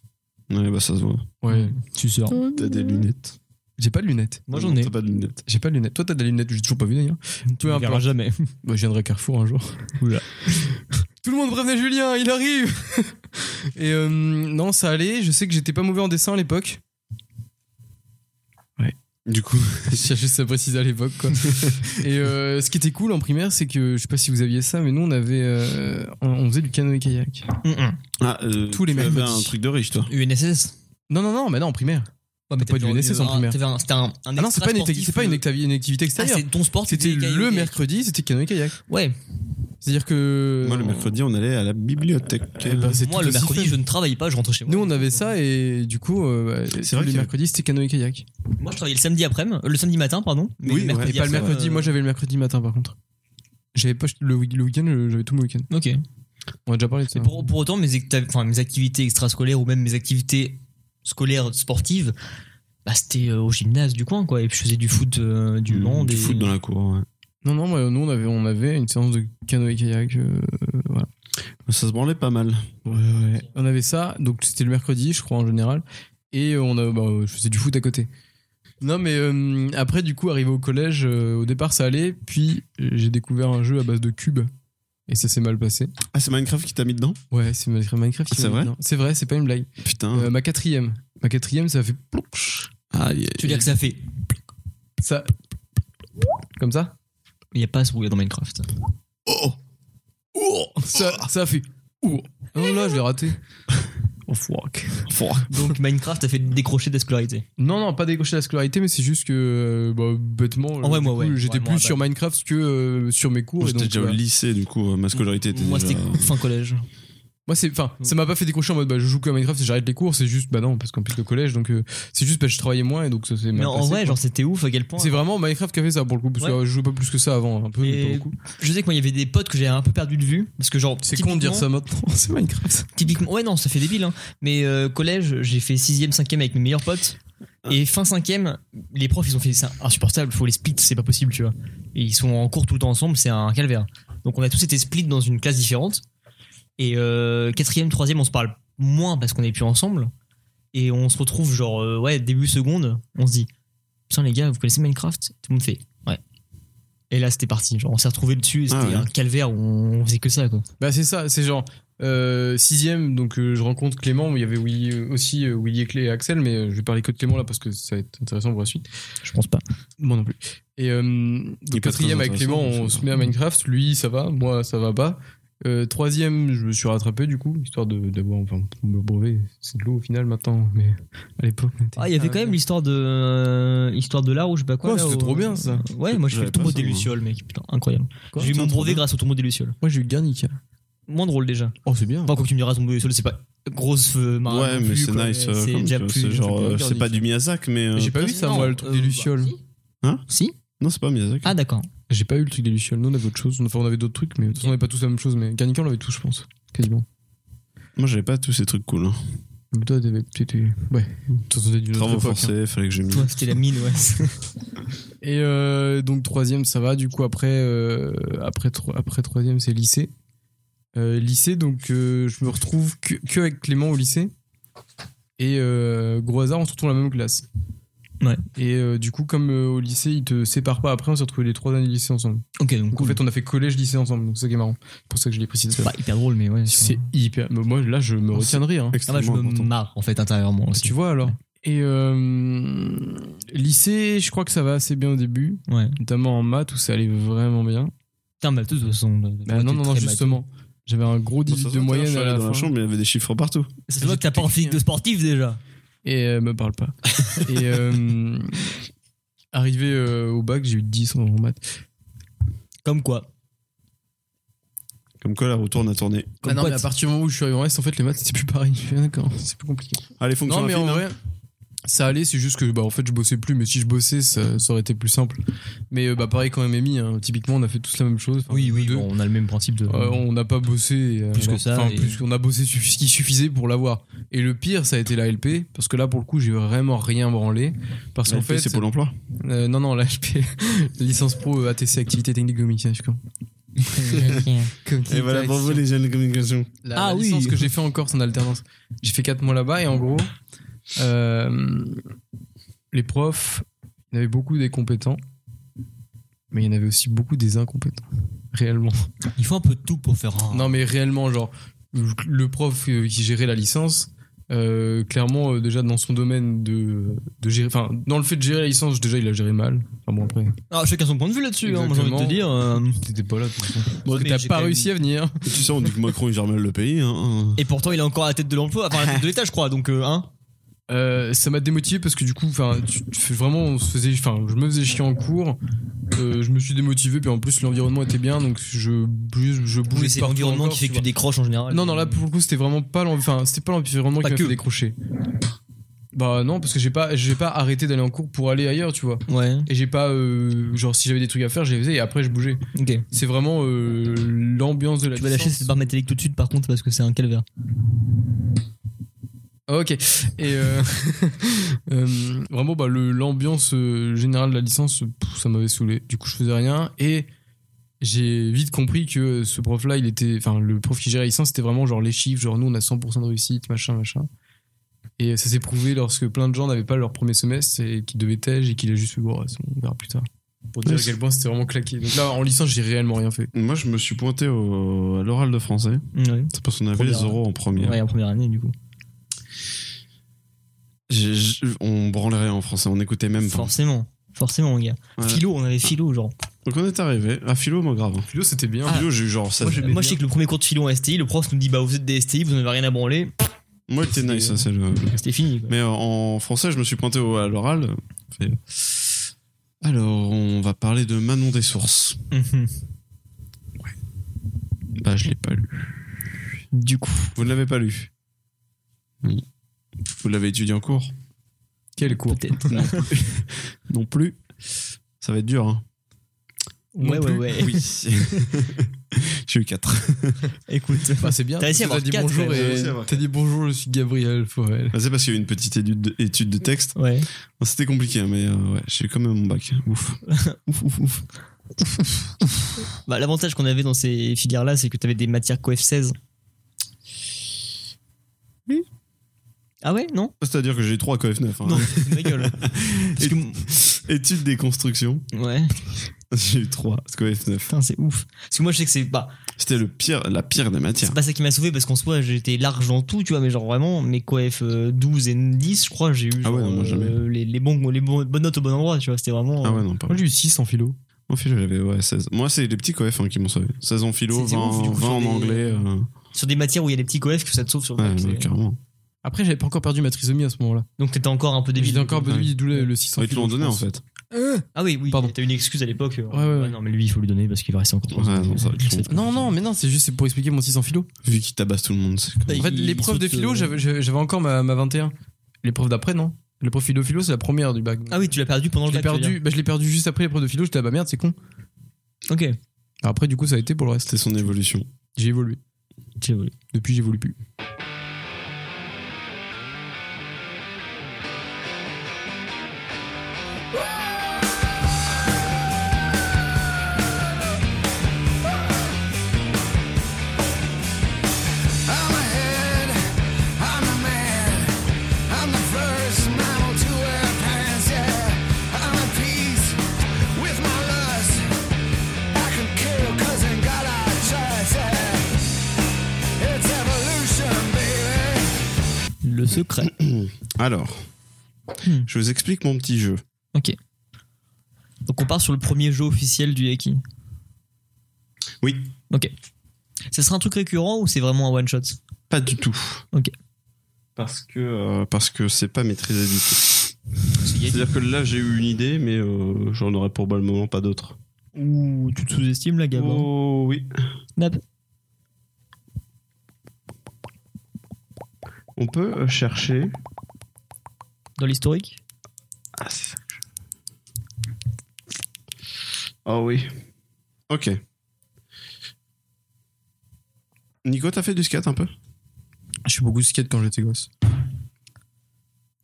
S1: Ouais, bah ça se voit.
S2: Ouais.
S3: Mm. tu sors.
S1: T'as des lunettes.
S2: J'ai pas de lunettes.
S3: Moi
S1: Non,
S3: j'en ai.
S1: T'as pas de lunettes.
S2: J'ai pas de lunettes. Toi, t'as des lunettes, j'ai toujours pas vu d'ailleurs.
S3: Tu
S2: me
S3: me verras
S2: verras
S3: jamais.
S2: Bah, je viendrai à Carrefour un jour.
S3: Oula.
S2: Tout le monde prévenait Julien, il arrive Et euh, non, ça allait. Je sais que j'étais pas mauvais en dessin à l'époque.
S1: Du coup,
S2: Je cherchais ça précise à l'époque, quoi. Et euh, ce qui était cool en primaire, c'est que, je sais pas si vous aviez ça, mais nous, on avait. euh, on, on faisait du canoë-kayak.
S3: Mm,
S1: ah, euh,
S2: Tous les
S1: tu avais
S2: mercredis.
S1: un truc de riche, toi.
S3: UNSS.
S2: Non, non, non, mais non, en primaire.
S3: Ouais, mais
S2: T'as pas
S3: t'avais
S2: du UNSS
S3: un-
S2: en primaire.
S3: t'avais un- C'était un, un
S2: Ah non, c'est pas, une, acti-
S3: extra-sportif,
S2: c'est pas une,
S3: le-
S2: actavi- une activité
S3: Ah,
S2: extérieure.
S3: c'est ton sport.
S2: c'était
S3: t'étais
S2: le
S3: cahier-
S2: mercredi, c'était canoë-kayak.
S3: Ouais.
S2: C'est-à-dire que.
S1: Moi, le mercredi, on allait à la bibliothèque.
S2: Euh, Eh ben, c'est
S3: Moi
S2: tout
S3: le
S2: aussi
S3: mercredi
S2: fun.
S3: je ne travaillais pas, je rentrais chez moi.
S2: Nous, on avait ça et du coup, euh, bah,
S1: C'est vrai
S2: le
S1: qu'il y a-
S2: mercredi, c'était canoë-kayak.
S3: Moi je travaillais le samedi après, le samedi matin pardon. Mais
S1: Oui,
S3: le
S1: ouais.
S3: mercredi
S2: Et pas le
S3: après,
S2: mercredi,
S3: euh,
S2: moi j'avais le mercredi matin par contre. J'avais pas le, week- le week-end, euh, j'avais tout mon week-end.
S3: Ok.
S2: On a déjà parlé de ça.
S3: Mais pour, pour autant, mes, acta- enfin, mes activités extrascolaires ou même mes activités scolaires sportives, bah, c'était euh, au gymnase du coin, quoi. Et puis je faisais du foot, euh, du
S2: Mmh,
S3: land.
S1: Du
S3: et-
S1: foot dans la cour, ouais.
S2: Non, non, moi, nous on avait, on avait une séance de canoë-kayak. euh, voilà.
S1: Ça se branlait pas mal.
S2: On avait ça, donc c'était le mercredi, je crois, en général. Et on a, bah, euh, je faisais du foot à côté. Non, mais euh, après, du coup, arrivé au collège, euh, au départ ça allait, puis euh, j'ai découvert un jeu à base de cubes. Et ça s'est mal passé.
S1: Ah, c'est Minecraft qui t'a mis dedans
S2: Ouais, c'est Minecraft.
S1: Ah, c'est
S2: ils m'ont
S1: vrai Ah.
S2: dit non. C'est vrai, c'est pas une blague.
S1: Putain.
S2: Euh, ma quatrième. Ma quatrième, ça fait.
S1: Ah, y-
S3: Tu veux dire que ça fait.
S2: Ça. Comme ça
S3: Il n'y a pas ce bruit dans Minecraft.
S1: Oh
S2: ça, ça a fait. Ouh. Non, là, je l'ai raté. Oh, fuck.
S1: Faut-
S3: Donc Minecraft a fait décrocher de la scolarité.
S2: Non, non, pas décrocher la scolarité, mais c'est juste que, euh, bah, bêtement,
S3: Ah ouais,
S2: euh, du
S3: moi,
S2: coup,
S3: ouais.
S2: j'étais
S3: Ouais, moi,
S2: plus sur Minecraft que euh, sur mes cours.
S1: bah. Moi,
S2: et donc,
S1: J'étais déjà au
S2: voilà.
S1: lycée, du coup, euh, ma scolarité était
S3: Moi,
S1: déjà...
S3: c'était fin collège.
S2: Moi, c'est, enfin, ça m'a pas fait décrocher en mode, bah, je joue que à Minecraft et j'arrête les cours. C'est juste, bah non, parce qu'en plus, le collège, donc, euh, c'est juste parce que je travaillais moins et donc ça s'est
S3: Mais
S2: mal
S3: en
S2: passé,
S3: vrai,
S2: quoi.
S3: genre, c'était ouf à quel point.
S2: C'est vraiment Minecraft qui a fait ça pour le coup, parce que
S3: Ouais.
S2: euh, je jouais pas plus que ça avant, un peu, mais
S3: Et
S2: pas beaucoup.
S3: Je sais que moi, il y avait des potes que j'avais un peu perdu de vue. Parce que, genre,
S2: C'est con de dire
S3: typiquement-
S2: ça maintenant, c'est Minecraft.
S3: Typiquement, ouais, non, ça fait débile. Hein. Mais euh, collège, j'ai fait 6ème, 5ème avec mes meilleurs potes. Et fin cinquième, les profs, ils ont fait c'est insupportable, faut les splits, c'est pas possible, tu vois. Et ils sont en cours tout le temps ensemble, c'est un calvaire. Donc on a tous été splits dans une classe différente. Et euh, quatrième, troisième, on se parle moins parce qu'on est plus ensemble. Et on se retrouve genre, euh, ouais, début seconde, on se dit, putain les gars, vous connaissez Minecraft Tout le monde fait, ouais. Et là, c'était parti. Genre, on s'est retrouvé dessus et c'était
S1: Ah ouais.
S3: un calvaire où on faisait que ça, quoi.
S2: Bah c'est ça, c'est genre euh, sixième, donc euh, je rencontre Clément, il y avait Willy- euh, aussi euh, Willy et Clé et Axel, mais euh, je vais parler que de Clément là parce que ça va être intéressant pour la suite.
S3: Je pense pas.
S2: Moi non plus. Et euh,
S1: est
S2: donc
S1: pas
S2: quatrième
S1: très
S2: avec Clément,
S1: intéressant,
S2: on
S1: ça.
S2: se met à Minecraft, lui ça va, moi ça va pas. Euh, troisième, je me suis rattrapé du coup, histoire de d'avoir enfin le brevet, c'est de l'eau au final maintenant, mais à l'époque. on était-
S3: Ah, il y avait quand même l'histoire de euh, histoire de l'art ou je sais pas quoi.
S2: Ouais,
S3: là,
S2: c'était
S3: au-
S2: trop bien, ça.
S3: Ouais, moi je fais
S1: J'avais
S3: le
S1: pas
S3: tombeau
S1: ça,
S3: des
S1: moi.
S3: lucioles, mec. Putain, incroyable.
S1: Quoi
S3: J'ai eu
S1: Putain,
S3: mon
S1: trop
S3: brevet
S1: bien.
S3: grâce au tombeau des lucioles.
S2: Moi j'ai eu Garnica.
S3: Moins drôle déjà.
S2: Oh c'est bien.
S3: Enfin, quand tu me diras tombeau des lucioles, c'est pas grosse euh, marin
S1: Ah.
S2: Bah,
S1: Ouais,
S3: non
S1: mais
S3: plus,
S1: c'est
S3: quoi,
S1: nice.
S3: mais
S1: euh,
S3: C'est
S1: comme
S3: déjà
S1: tu vois,
S3: plus.
S1: C'est genre,
S2: plus
S1: euh, c'est pas
S2: organique.
S1: du Miyazaki, mais. euh,
S2: J'ai pas vu ça moi le truc des lucioles.
S1: Hein
S3: Si
S1: Non, c'est pas Miyazaki.
S3: Ah, d'accord.
S2: J'ai pas eu le truc des lucioles. Nous on avait autre chose. Enfin on avait d'autres trucs, mais de toute façon on avait pas tous la même chose. Mais Garnica on l'avait tous, je pense, quasiment.
S1: Moi, j'avais pas tous ces trucs cool. hein.
S2: Mais toi t'avais, t'étais, ouais, t'étais d'une autre
S1: Travaux
S2: époque. hein.
S1: forcés, fallait que j'ai mis.
S3: Toi, c'était la mine, ouais.
S2: Et euh, donc troisième, ça va. Du coup après, euh, après, tro- après troisième, c'est lycée. Euh, lycée, donc euh, je me retrouve que, que avec Clément au lycée. Et euh, gros hasard, on se retrouve dans la même classe.
S3: Ouais.
S2: Et euh, du coup, comme euh, au lycée, ils te séparent pas. Après, on s'est retrouvés les trois années de lycée ensemble.
S3: ok, donc
S2: Donc en fait, on a fait collège, lycée ensemble. Donc c'est ça qui est marrant. C'est pour ça que je l'ai précisé.
S3: c'est pas Bah, hyper drôle, mais ouais.
S2: C'est hyper. mais Moi, là, je me retiens de rire.
S3: Ah, bah,
S2: hein.
S3: je
S1: Extrêmement
S3: me
S1: important. Bah,
S3: marre en fait intérieurement aussi.
S2: Tu vois alors. Et euh, lycée, je crois que ça va assez bien au début,
S3: Ouais.
S2: notamment en maths où ça allait vraiment bien.
S3: Putain, mais de toute façon.
S2: Bah
S3: toi,
S2: non,
S3: t'es
S2: non, non,
S3: très
S2: justement. J'avais un gros
S1: Bon, ça
S2: 18
S1: se
S2: de
S1: voit, je
S2: moyenne
S1: suis
S2: à
S1: allé
S2: la
S1: dans la
S2: fin.
S1: chambre, il y avait des chiffres partout.
S3: matheux. Ça se voit que t'as pas en physique de sportif déjà.
S2: Et euh, me parle pas. et euh, arrivé euh, au bac, j'ai eu 10 en maths.
S3: Comme quoi.
S1: Comme quoi, la roue tourne à tourner.
S3: Comme
S2: Ah non,
S3: quoi,
S2: mais à
S3: t-
S2: partir du moment où je suis arrivé en S, en fait, les maths, c'était plus pareil. Je fais, D'accord, c'est plus compliqué.
S1: Allez, fonction
S2: Non, mais en
S1: affine, hein.
S2: vrai, ça allait, c'est juste que bah, en fait, je bossais plus, mais si je bossais, ça, ça aurait été plus simple. Mais euh, bah, pareil quand même, Amy, hein, typiquement, on a fait tous la même chose. Enfin,
S3: Oui, oui,
S2: deux.
S3: bon, on a le même principe de.
S2: Euh, on n'a pas bossé euh,
S3: Plus que ça,
S2: enfin,
S3: et-
S2: plus qu'on a bossé suffi- ce qui suffisait pour l'avoir. Et le pire, ça a été la LP, parce que là, pour le coup, j'ai vraiment rien branlé. Parce
S1: La
S2: qu'en
S1: LP,
S2: fait,
S1: c'est Pôle emploi.
S2: euh, non, non, la LP, licence pro euh, ATC, activité technique communication.
S1: Et voilà, bravo les jeunes de communication.
S2: La,
S3: Ah
S2: la
S3: oui.
S2: licence que j'ai fait en Corse en alternance. J'ai fait 4 mois là-bas et en gros, euh, les profs, il y en avait beaucoup des compétents, mais il y en avait aussi beaucoup des incompétents, réellement.
S3: Il faut un peu de tout pour faire un.
S2: Non, mais réellement, genre, le prof euh, qui gérait la licence, euh, clairement, euh, déjà dans son domaine de, de gérer, enfin, dans le fait de gérer la licence, déjà, il a géré mal. Enfin, bon, après,
S3: Ah, chacun son point de vue là-dessus, hein, moi j'ai envie de te
S2: Exactement.
S3: dire. euh,
S2: t'étais pas là, de toute façon.
S3: Bon,
S2: Parce que
S3: mais
S2: t'as
S3: j'ai
S2: pas
S3: quand même-
S2: réussi à venir.
S1: Tu sais, on dit que Macron, il gère mal le pays. Hein.
S3: Et pourtant, il est encore à la tête de l'emploi, enfin à la tête de l'État, je crois. Donc, euh, hein.
S2: Euh, ça m'a démotivé parce que du coup, enfin, tu- tu fais vraiment, on se faisait, enfin, je me faisais chier en cours. euh, je me suis démotivé, puis en plus l'environnement était bien, donc je, je, je
S3: Oui,
S2: bougeais
S3: c'est
S2: partout
S3: l'environnement
S2: encore,
S3: qui fait
S2: tu
S3: que tu
S2: vois.
S3: décroches en général.
S2: Non, non, là pour le coup, c'était vraiment pas l'envi- enfin, c'était pas l'environnement
S3: Oh, Pas
S2: qui m'a
S3: que.
S2: fait décrocher. Bah non, parce que j'ai pas, j'ai pas arrêté d'aller en cours pour aller ailleurs, tu vois.
S3: Ouais,
S2: Et j'ai pas, euh, genre, si j'avais des trucs à faire, je les faisais et après je bougeais.
S3: ok. Tu
S2: C'est vraiment euh, l'ambiance de la.
S3: vas lâcher
S2: licence.
S3: cette barre métallique tout de suite, par contre, parce que c'est un calvaire.
S2: Ah, Ok. Et euh, euh, vraiment, bah, le- l'ambiance euh, générale de la licence, pff, ça m'avait saoulé. Du coup, je faisais rien et j'ai vite compris que ce prof-là, il était, enfin, le prof qui gérait la licence, c'était vraiment genre les chiffres, genre nous, on a 100% de réussite, machin, machin. Et ça s'est prouvé lorsque plein de gens n'avaient pas leur premier semestre et qui devaient tège et qu'il a juste fait, bon, ouais, c'est bon, on verra plus tard. Pour dire
S1: Ouais,
S2: à quel point c'était vraiment claqué. Donc là, en licence, j'ai réellement rien fait.
S1: Moi, je me suis pointé au- à l'oral de français.
S3: Ouais.
S1: C'est parce qu'on avait
S3: Première.
S1: les euros en première.
S3: Mm, Ouais, en première année, du coup.
S1: J'ai- j'ai- on branlait rien en français, on écoutait même pas.
S3: Forcément. Forcément, mon gars.
S1: Ouais.
S3: Philo, on avait philo, genre.
S1: Donc on est arrivé à philo, moi grave.
S2: Philo, c'était bien.
S3: Ah,
S1: philo, Ah. j'ai eu genre 7.
S3: Moi, je sais que le premier cours de philo en STI, le prof nous dit Bah, vous êtes des STI, vous n'avez rien à branler.
S1: Moi, j'étais nice, ça, c'est le.
S3: C'était fini. quoi.
S1: Mais euh, en français, je me suis pointé au- à l'oral. Fait, Alors, on va parler de Manon des sources.
S3: Mhm.
S1: Bah, je l'ai pas lu.
S3: Du coup,
S1: Vous ne l'avez pas lu Oui. Vous l'avez étudié en cours
S2: Quel cours
S3: peut-être.
S1: Non plus. Ça va être dur, hein Eh
S3: ouais, ouais, ouais.
S1: Oui. je J'ai eu 4.
S3: Écoute.
S2: Bah, c'est bien.
S3: T'as réussi à
S2: parce que
S3: avoir
S2: dit
S3: quatre,
S2: bonjour
S3: quand même.
S1: J'ai
S2: et
S1: réussi à avoir
S2: t'as dit bonjour, je suis Gabriel Faurel.
S1: Bah, C'est parce qu'il y a eu une petite étude de, étude de texte.
S3: Ouais.
S1: Bon, C'était compliqué, mais euh, ouais, j'ai eu quand même mon bac. Ouf.
S3: Ouf, ouf, ouf. Bah, L'avantage qu'on avait dans ces filières-là, c'est que tu avais des matières coef 16. Ah ouais, non
S1: C'est-à-dire que j'ai eu 3 KF9. hein.
S3: Non, ma gueule. Parce que,
S1: Étude des constructions,
S3: ouais,
S1: j'ai eu 3 KF9.
S3: putain, c'est ouf. Parce que moi, je sais que c'est bah,
S1: C'était le pire, la pire des matières.
S3: c'est pas ça qui m'a sauvé, parce qu'en soi, j'étais large en tout, tu vois, mais genre vraiment, mes coef euh, 12 et 10, je crois, j'ai eu
S1: Ah ouais,
S3: genre,
S1: non, moi, jamais.
S3: euh, les, les, bons, les bons- bonnes notes au bon endroit, tu vois, c'était vraiment.
S1: Ah ouais, non, pas
S2: Moi j'ai eu 6 en philo.
S1: En philo, j'avais ouais, 16. Moi, c'est les petits coefs hein, qui m'ont sauvé. 16 en philo,
S3: C'est- c'est
S1: 20,
S3: ouf, du coup,
S1: 20 en
S3: sur des-
S1: anglais. euh,
S3: Sur des matières où il y a des petits coef que ça te sauve sur le
S1: Ouais,
S3: bac,
S1: mais
S3: c'est-
S1: carrément.
S2: Après j'avais pas encore perdu ma trisomie à ce moment-là.
S3: Donc t'étais encore un peu débile.
S2: J'étais encore un peu
S1: Ouais.
S2: débile, d'où le, le 6 en
S1: Ouais, ils te
S2: philo.
S1: l'ont donné,
S2: je
S1: en
S2: pense.
S1: fait.
S3: Ah oui, oui.
S2: Pardon.
S3: T'as eu une excuse à l'époque. euh,
S2: ouais, ouais.
S3: non, mais lui, il faut lui donner parce qu'il va rester encore.
S1: Ouais, non, ça, ils l'ont-
S2: Non, non, mais non, c'est juste c'est pour expliquer mon 6 en philo.
S1: Vu qu'ils tabassent tout le monde, c'est comme-
S2: En fait,
S3: Bah, Il-
S2: l'épreuve
S3: il
S2: de
S3: saute,
S2: philo,
S3: euh,
S2: j'avais j'avais- j'avais encore ma, ma 21. L'épreuve d'après, non L'épreuve philo-philo, c'est la première du bac.
S3: Ah oui, tu l'as perdu pendant
S2: je
S3: le
S2: l'ai
S3: bac. tu veux
S2: perdu, bah, je l'ai perdu juste après l'épreuve de philo, j'étais là, bah merde, c'est con.
S3: dire. Ok.
S2: Alors Après, du coup, ça a été pour le reste.
S1: C'était son évolution.
S2: J'ai évolué.
S3: J'ai volé.
S2: Depuis, j'évolue plus.
S3: Le secret.
S1: Alors,
S3: Hmm.
S1: je vous explique mon petit jeu.
S3: Donc on part sur le premier jeu officiel du Haki.
S1: Oui.
S3: Ok. Ça sera un truc récurrent ou c'est vraiment un one shot
S1: Pas du tout.
S3: Ok.
S1: Parce que euh, parce que c'est pas maîtrisé du tout.
S3: Parce qu'il y a-
S1: C'est-à-dire que là, j'ai eu une idée, mais euh, j'en aurais pour le moment pas d'autres.
S3: Ou tu te sous-estimes la gamme
S1: Oh oui.
S3: Nap.
S1: On peut euh, chercher.
S3: Dans l'historique
S1: Ah, c'est ça que je- Ah oui. Ok. Nico, t'as fait du skate un peu
S2: Je suis beaucoup skate quand j'étais gosse.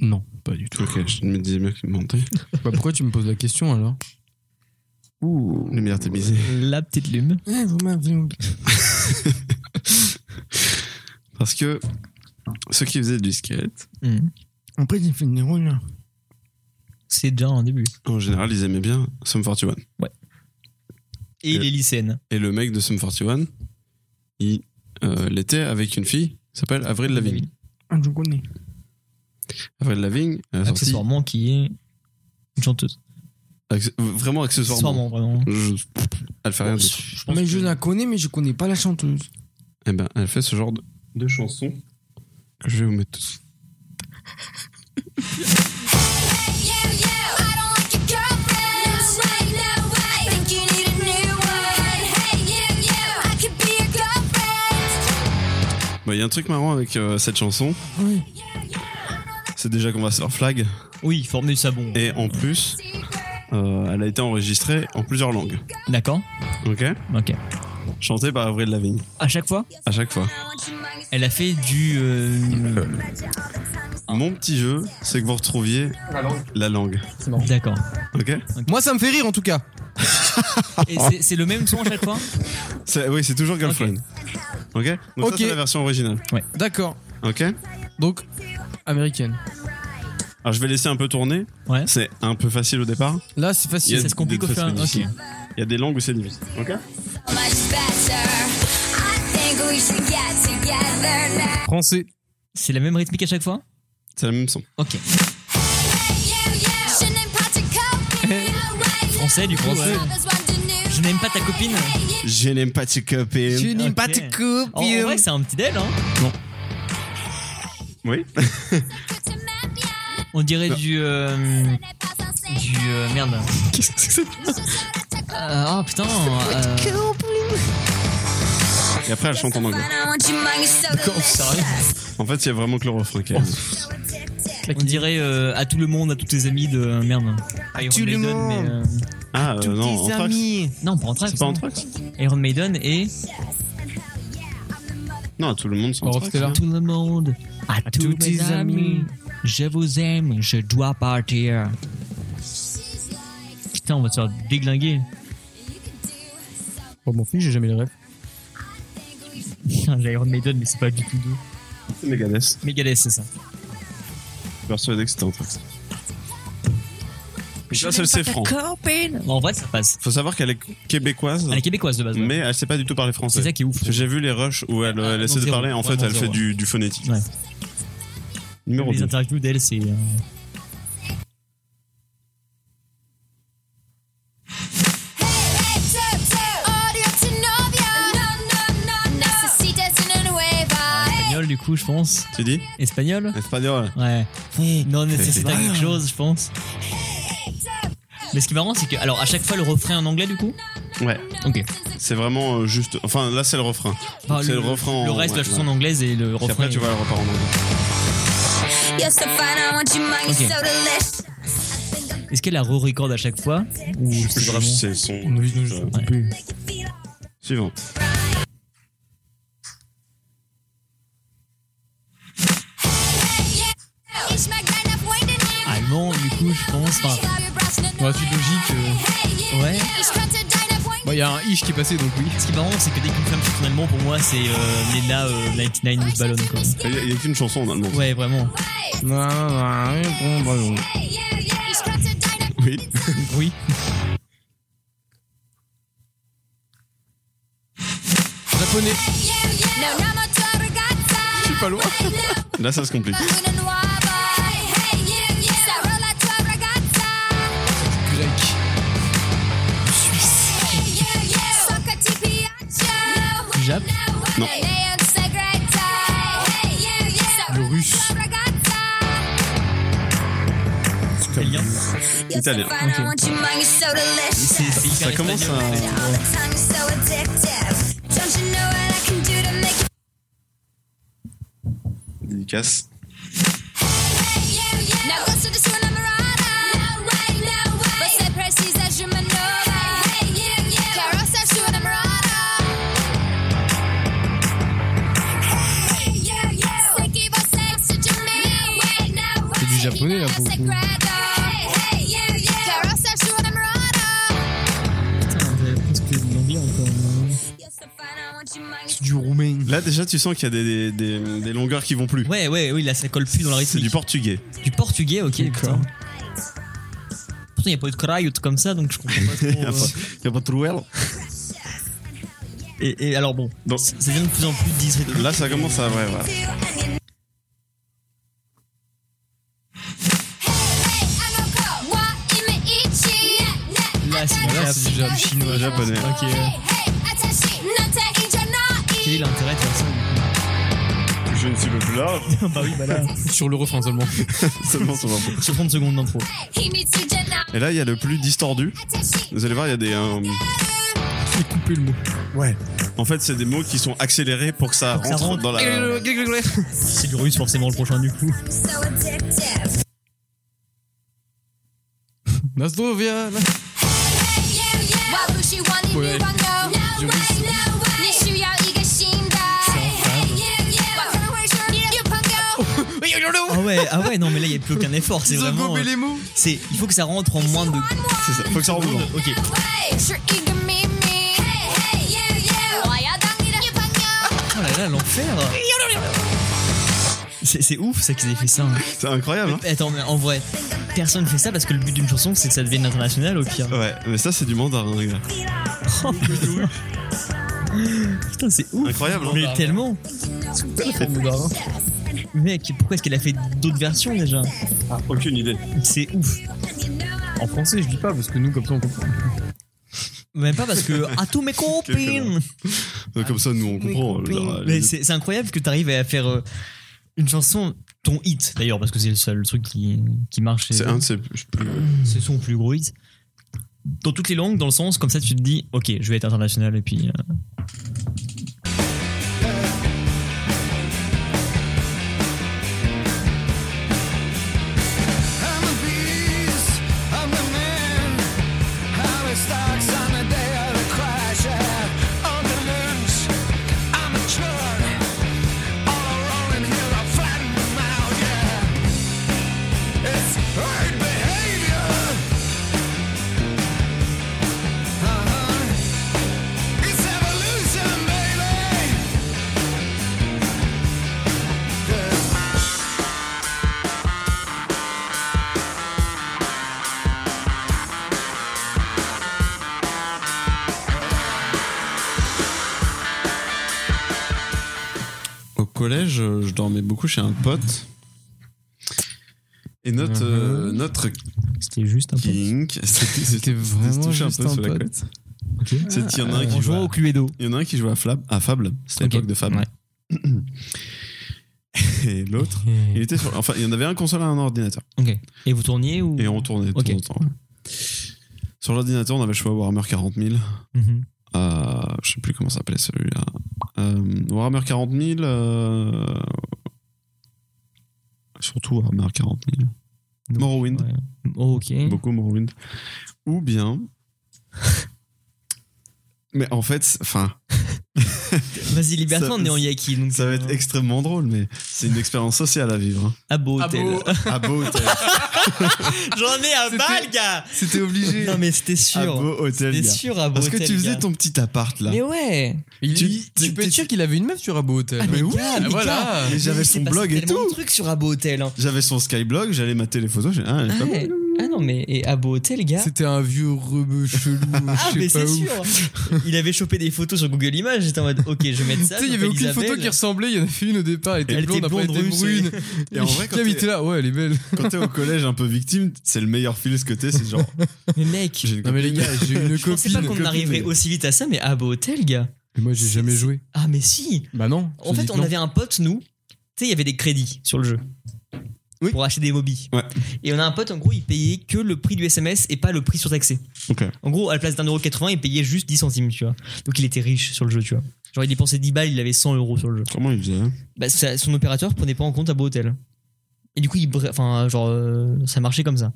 S2: Non, pas du tout.
S1: Ok, je me disais bien qu'il mentait.
S2: Bah, pourquoi tu me poses la question alors
S1: Ouh. Lumière tamisée.
S3: La petite lume.
S1: Parce que ceux qui faisaient du skate,
S3: Hmm.
S2: Après, j'ai fait une roule.
S3: C'est déjà un début.
S1: en général, ils aimaient bien Sum 41.
S3: Et
S1: Euh.
S3: les lycéennes.
S1: Et le mec de Sum 41, il euh, l'était avec une fille qui s'appelle Avril Lavigne.
S2: Ah, je connais.
S1: Avril Lavigne, elle a sorti-
S3: Accessoirement qui est une chanteuse.
S1: acce- vraiment accessoirement.
S3: Accessoirement, vraiment.
S1: Je- elle fait rien du tout.
S2: Mais je la connais, mais je connais pas la chanteuse.
S1: Eh ben, elle fait ce genre de, de chansons que je vais vous mettre tous. Bon, Il y a un truc marrant avec euh, cette chanson. C'est déjà qu'on va se faire flag.
S3: Oui, former ça bon.
S1: Et en plus, euh, elle a été enregistrée en plusieurs langues.
S3: D'accord
S1: Ok
S3: Ok.
S1: Chantée par Avril Lavigne.
S3: À chaque fois,
S1: À chaque fois.
S3: elle a fait du. euh,
S1: Mon petit jeu, c'est que vous retrouviez la langue.
S3: D'accord.
S1: Ok
S2: Moi, ça me fait rire en tout cas.
S3: Et c'est- c'est le même son à chaque fois
S1: C'est- Oui, c'est toujours Girlfriend. Ok Donc ça,
S2: Ok.
S1: c'est la version originale.
S2: D'accord.
S1: Ok
S2: Donc, américaine.
S1: Alors je vais laisser un peu tourner.
S3: Ouais.
S1: C'est un peu facile au départ.
S2: Là,
S1: Il
S2: c'est
S1: y a
S2: facile.
S3: Ça se complique
S1: des
S3: au
S1: trucs
S3: fur et à
S1: très
S3: mesure.
S1: difficiles. Il y a des langues où c'est difficile. Ok
S2: Français.
S3: C'est la même rythmique à chaque fois
S1: C'est le même son.
S3: Ok. Eh. Français, du coup, ouais. Je n'aime pas ta copine.
S1: Je n'aime pas tes copines.
S3: n'aime pas tes
S2: coupes.
S3: En, en vrai, c'est un petit Del, hein.
S1: Oui.
S3: On dirait du. euh, du. euh, merde. Qu'est-ce que c'est euh, Oh putain. euh,
S1: Et après, elle chante en anglais. En fait, il y a vraiment que le refrain qui est-
S3: on dirait euh, à tout le monde, à tous tes amis de. merde. Iron
S2: tout le
S3: Maiden,
S2: monde.
S3: mais, euh,
S1: Ah, euh,
S3: Tous
S1: non,
S3: tes
S1: Anthrax.
S3: amis. Non, pas Anthrax.
S1: C'est pas
S3: non.
S1: Anthrax
S3: Iron Maiden et
S1: Non, tout le monde s'en
S8: Or, Stellar.
S3: tout le monde. À tous mes amis. Je vous aime, je dois partir. Putain, on va se faire déglinguer.
S2: Oh,
S8: Bon, mon fils, j'ai jamais les rêves.
S3: Putain, j'ai Iron Maiden, mais c'est pas du tout d'eux.
S1: C'est Megadeth.
S3: Megadeth, c'est ça.
S1: Persuadé que c'était Anthrax. Mais tu vois, celle-ci est franc.
S3: En vrai, ça passe.
S1: Faut savoir qu'elle est québécoise,
S3: Elle est québécoise de base. ouais.
S1: mais elle sait pas du tout parler français.
S3: C'est ça qui est ouf.
S1: Parce que J'ai vu les rushs où elle,
S3: Ah,
S1: elle
S3: non,
S1: essaie de
S3: zéro.
S1: parler, en fait,
S3: Vraiment
S1: elle fait
S3: zéro.
S1: du, du phonétique.
S3: Ouais.
S1: Numéro
S3: Les
S1: 2.
S3: interviews d'elle, c'est. euh, Espagnol, du coup, je pense.
S1: Tu dis
S3: Espagnol
S1: Espagnol.
S3: Ouais. Non, mais
S1: c'est
S3: c'est
S1: pas
S3: quelque
S1: grave.
S3: chose, je pense. Mais ce qui est marrant, c'est que. Alors, à chaque fois, le refrain en anglais, du coup
S1: Ouais.
S3: Ok.
S1: C'est vraiment euh, juste. Enfin, là, c'est le refrain.
S3: Enfin,
S1: c'est le, refrain en.
S3: Ah, Le reste,
S1: ouais,
S3: la chanson
S1: ouais.
S3: en anglaise et le
S1: Puis
S3: refrain.
S1: après, tu
S3: est-
S1: vois, elle repart en anglais.
S3: Est-ce qu'elle la re-record à chaque fois Ou c'est
S1: Juste,
S3: vraiment.
S1: C'est son. euh, Ouais. Suivante.
S3: Allemand, du coup, je pense. Enfin,
S8: Ouais, c'est logique.
S3: ouais.
S8: Bon, il y a un ish qui est passé, donc oui.
S3: Ce qui est marrant, c'est que dès qu'une femme chante en allemand, pour moi, c'est euh, Lena euh, 99 Ballon, quoi.
S1: Il n'y a, qu'une chanson en allemand.
S3: Ouais, vraiment.
S1: Oui.
S3: Oui.
S8: Japonais, je suis pas loin.
S1: Là, ça se complique.
S8: Grec.
S3: Jap.
S1: Non.
S8: Le russe.
S3: Italien.
S1: Italien.
S8: Ah,
S3: C'est c'est hyper
S1: Ça commence hein. à-
S3: espagnol, en fait.
S1: Dédicace.
S8: C'est du japonais, là, pour le coup.
S3: Putain, on dirait presque de l'anglais encore.
S8: C'est du roumain.
S1: Là, déjà, tu sens qu'il y a des, des, des- des longueurs qui vont plus.
S3: Ouais, ouais, oui, là, ça colle plus dans la
S1: C'est
S3: rythmique.
S1: du portugais.
S3: Du portugais, ok, putain. Pourtant, il n'y a pas eu de cry ou tout comme ça, donc je comprends pas
S1: Il n'y a,
S3: trop.
S1: pas-
S3: euh.
S1: il y a pas de trouel.
S3: et, et alors, bon,
S1: Donc,
S3: ça devient de plus en plus disrespect.
S1: là, ça commence à. Ouais, voilà.
S3: Là, c'est là, c'est déjà
S8: chinois,
S1: japonais.
S3: Ok. euh, Quel est l'intérêt de faire ça du
S1: Je ne suis pas plus là.
S3: coup Bah oui, bah là.
S8: Sur le refrain seulement.
S1: Seulement sur l'info.
S3: Sur 30 secondes d'intro.
S1: Et là, il y a le plus distordu. Vous allez voir, il y a des. euh,
S8: J'ai coupé le mot.
S1: Bah, en fait, c'est des mots qui sont accélérés pour que ça
S3: que ça
S1: rentre
S3: rentre.
S1: dans la.
S3: C'est du russe, forcément, le prochain du coup.
S8: Nazdovia. Ouais.
S3: Ah ouais, ah ouais, non, mais là, il n'y a plus aucun effort. C'est vraiment. euh,
S8: mots.
S3: C'est, il faut que ça rentre en moins de. oh
S1: C'est ça. Faut que ça rentre dedans.
S3: Ok. Oh là là, l'enfer C'est c'est ouf ça qu'ils aient fait ça. hein.
S1: C'est incroyable, hein
S3: Attends, mais en vrai, personne fait ça parce que le but d'une chanson c'est que ça devienne international au pire.
S1: Ouais, mais ça, c'est du mandarin, les gars.
S3: Oh, Putain, c'est ouf
S1: Incroyable, hein
S3: Mais tellement hein. Mec, pourquoi est-ce qu'elle a fait d'autres versions déjà
S1: Aucune idée.
S3: C'est ouf
S8: En français, je dis pas parce que nous, comme ça, on comprend.
S3: Même pas parce que. Ah, tous mes copines
S1: Euh, Comme ça, nous, on comprend. je veux dire, euh,
S3: Mais
S1: les-
S3: c'est c'est incroyable que t'arrives à faire euh, une chanson, ton hit d'ailleurs, parce que c'est le seul truc qui, qui marche.
S1: C'est
S3: chez-
S1: un de ces. je peux-
S3: c'est son plus gros hit. Dans toutes les langues, dans le sens, comme ça tu te dis, ok, je vais être international et puis. euh,
S10: I'm the beast, I'm the man, I'm
S1: collège, euh, je dormais beaucoup chez un pote. Et notre,
S3: Uh-huh.
S1: euh, notre
S3: C'était juste un peu.
S1: kink, c'était
S2: C'était
S1: c'était-
S2: vraiment
S1: toucher un
S2: juste
S1: peu
S2: un
S1: sur la
S2: pote.
S1: couette. C'est qu'il y en a un qui
S3: Euh, On jouait
S1: va-
S3: au Cluedo.
S1: Il y en a un qui jouait à, Flab, à Fable, c'était
S3: Ok.
S1: l'époque de Fable. Et l'autre, il était sur. Enfin, il y en avait un console et un ordinateur.
S3: Ok. Et vous tourniez ou
S1: Et on tournait de
S3: Ok.
S1: temps en temps. ouais. Sur l'ordinateur, on avait le choix Warhammer 40 000.
S3: Mhm.
S1: à- je sais plus comment ça s'appelait celui-là. Euh, Warhammer 40 000. euh, surtout Warhammer 40 000.
S3: Donc,
S1: Morrowind.
S3: ouais. Oh, ok.
S1: Beaucoup Morrowind. Ou bien. mais en fait, c'est- enfin,
S3: Vas-y, Libertin,
S1: Ça-
S3: on est en Yaki. Donc euh,
S1: ça va être extrêmement drôle, mais c'est une expérience sociale à vivre. hein.
S3: à beau hôtel.
S1: À Beau Hôtel.
S3: J'en ai un bal, gars
S1: C'était obligé.
S3: Non, mais c'était
S1: à
S3: sûr.
S1: Beau Hôtel.
S3: C'était
S1: gars.
S3: sûr à beau
S1: Parce que
S3: hôtel,
S1: tu faisais
S3: gars.
S1: ton petit appart là.
S3: Mais ouais Ah,
S2: Il-
S1: Tu- Ah,
S2: il-
S1: tu-
S2: tu peux
S1: tu-
S2: être sûr qu'il avait une meuf sur Abo Hotel. hein.
S3: mais
S2: oui,
S3: gars, mais
S2: voilà.
S1: Mais j'avais
S3: il
S1: son
S3: s'est passé
S1: blog et
S3: tellement
S1: tout.
S3: de trucs sur Abo Hotel. hein.
S1: J'avais son Skyblog, j'allais mater les photos. j'ai- Ah, elle est
S3: Ah,
S1: pas mal.
S3: ouais. Ah non, mais et Abo Hotel, gars.
S2: C'était un vieux rebeu chelou.
S3: Ah,
S2: je
S3: mais
S2: sais pas
S3: c'est
S2: où.
S3: sûr Il avait chopé des photos sur Google Images. J'étais en mode, ok, je vais mettre ça.
S2: Tu sais, il
S3: je
S2: y avait
S3: m'appelle
S2: aucune photo
S3: Isabelle.
S2: qui ressemblait. Il y en a fait une au départ. Elle était
S3: Elle
S2: blonde,
S3: était
S2: après elle
S3: blonde,
S2: était
S3: russe.
S2: brune.
S1: Et en vrai, quand
S2: Cam, il
S1: t'es-
S2: était là, ouais, elle est belle.
S1: Quand t'es au collège un peu victime, c'est le meilleur fil ce que t'es, c'est genre.
S3: Mais mec,
S1: J'ai une
S2: Non, mais les
S1: copine.
S2: gars, j'ai une
S3: je pensais
S2: copine.
S3: pas qu'on arriverait aussi vite à ça, mais Abo Hotel, gars.
S2: Mais moi, j'ai jamais joué.
S3: Ah, mais si
S2: Bah non.
S3: En
S2: j'ai
S3: fait,
S2: dit
S3: on
S2: non.
S3: avait un pote, nous. Tu sais, il y avait des crédits sur le jeu.
S1: Oui.
S3: Pour acheter des mobiles.
S1: Ouais.
S3: Et on a un pote, en gros, il payait que le prix du SMS et pas le prix surtaxé.
S1: Ok.
S3: En gros, à la place d'un euro 80, il payait juste 10 centimes, tu vois. Donc il était riche sur le jeu, tu vois. Genre, il dépensait 10 balles, il avait 100 euros sur le jeu.
S1: Comment il faisait hein
S3: Bah, ça- son opérateur prenait pas en compte à Beau Hôtel. Et du coup, il, bra- enfin, genre, euh, ça marchait comme ça.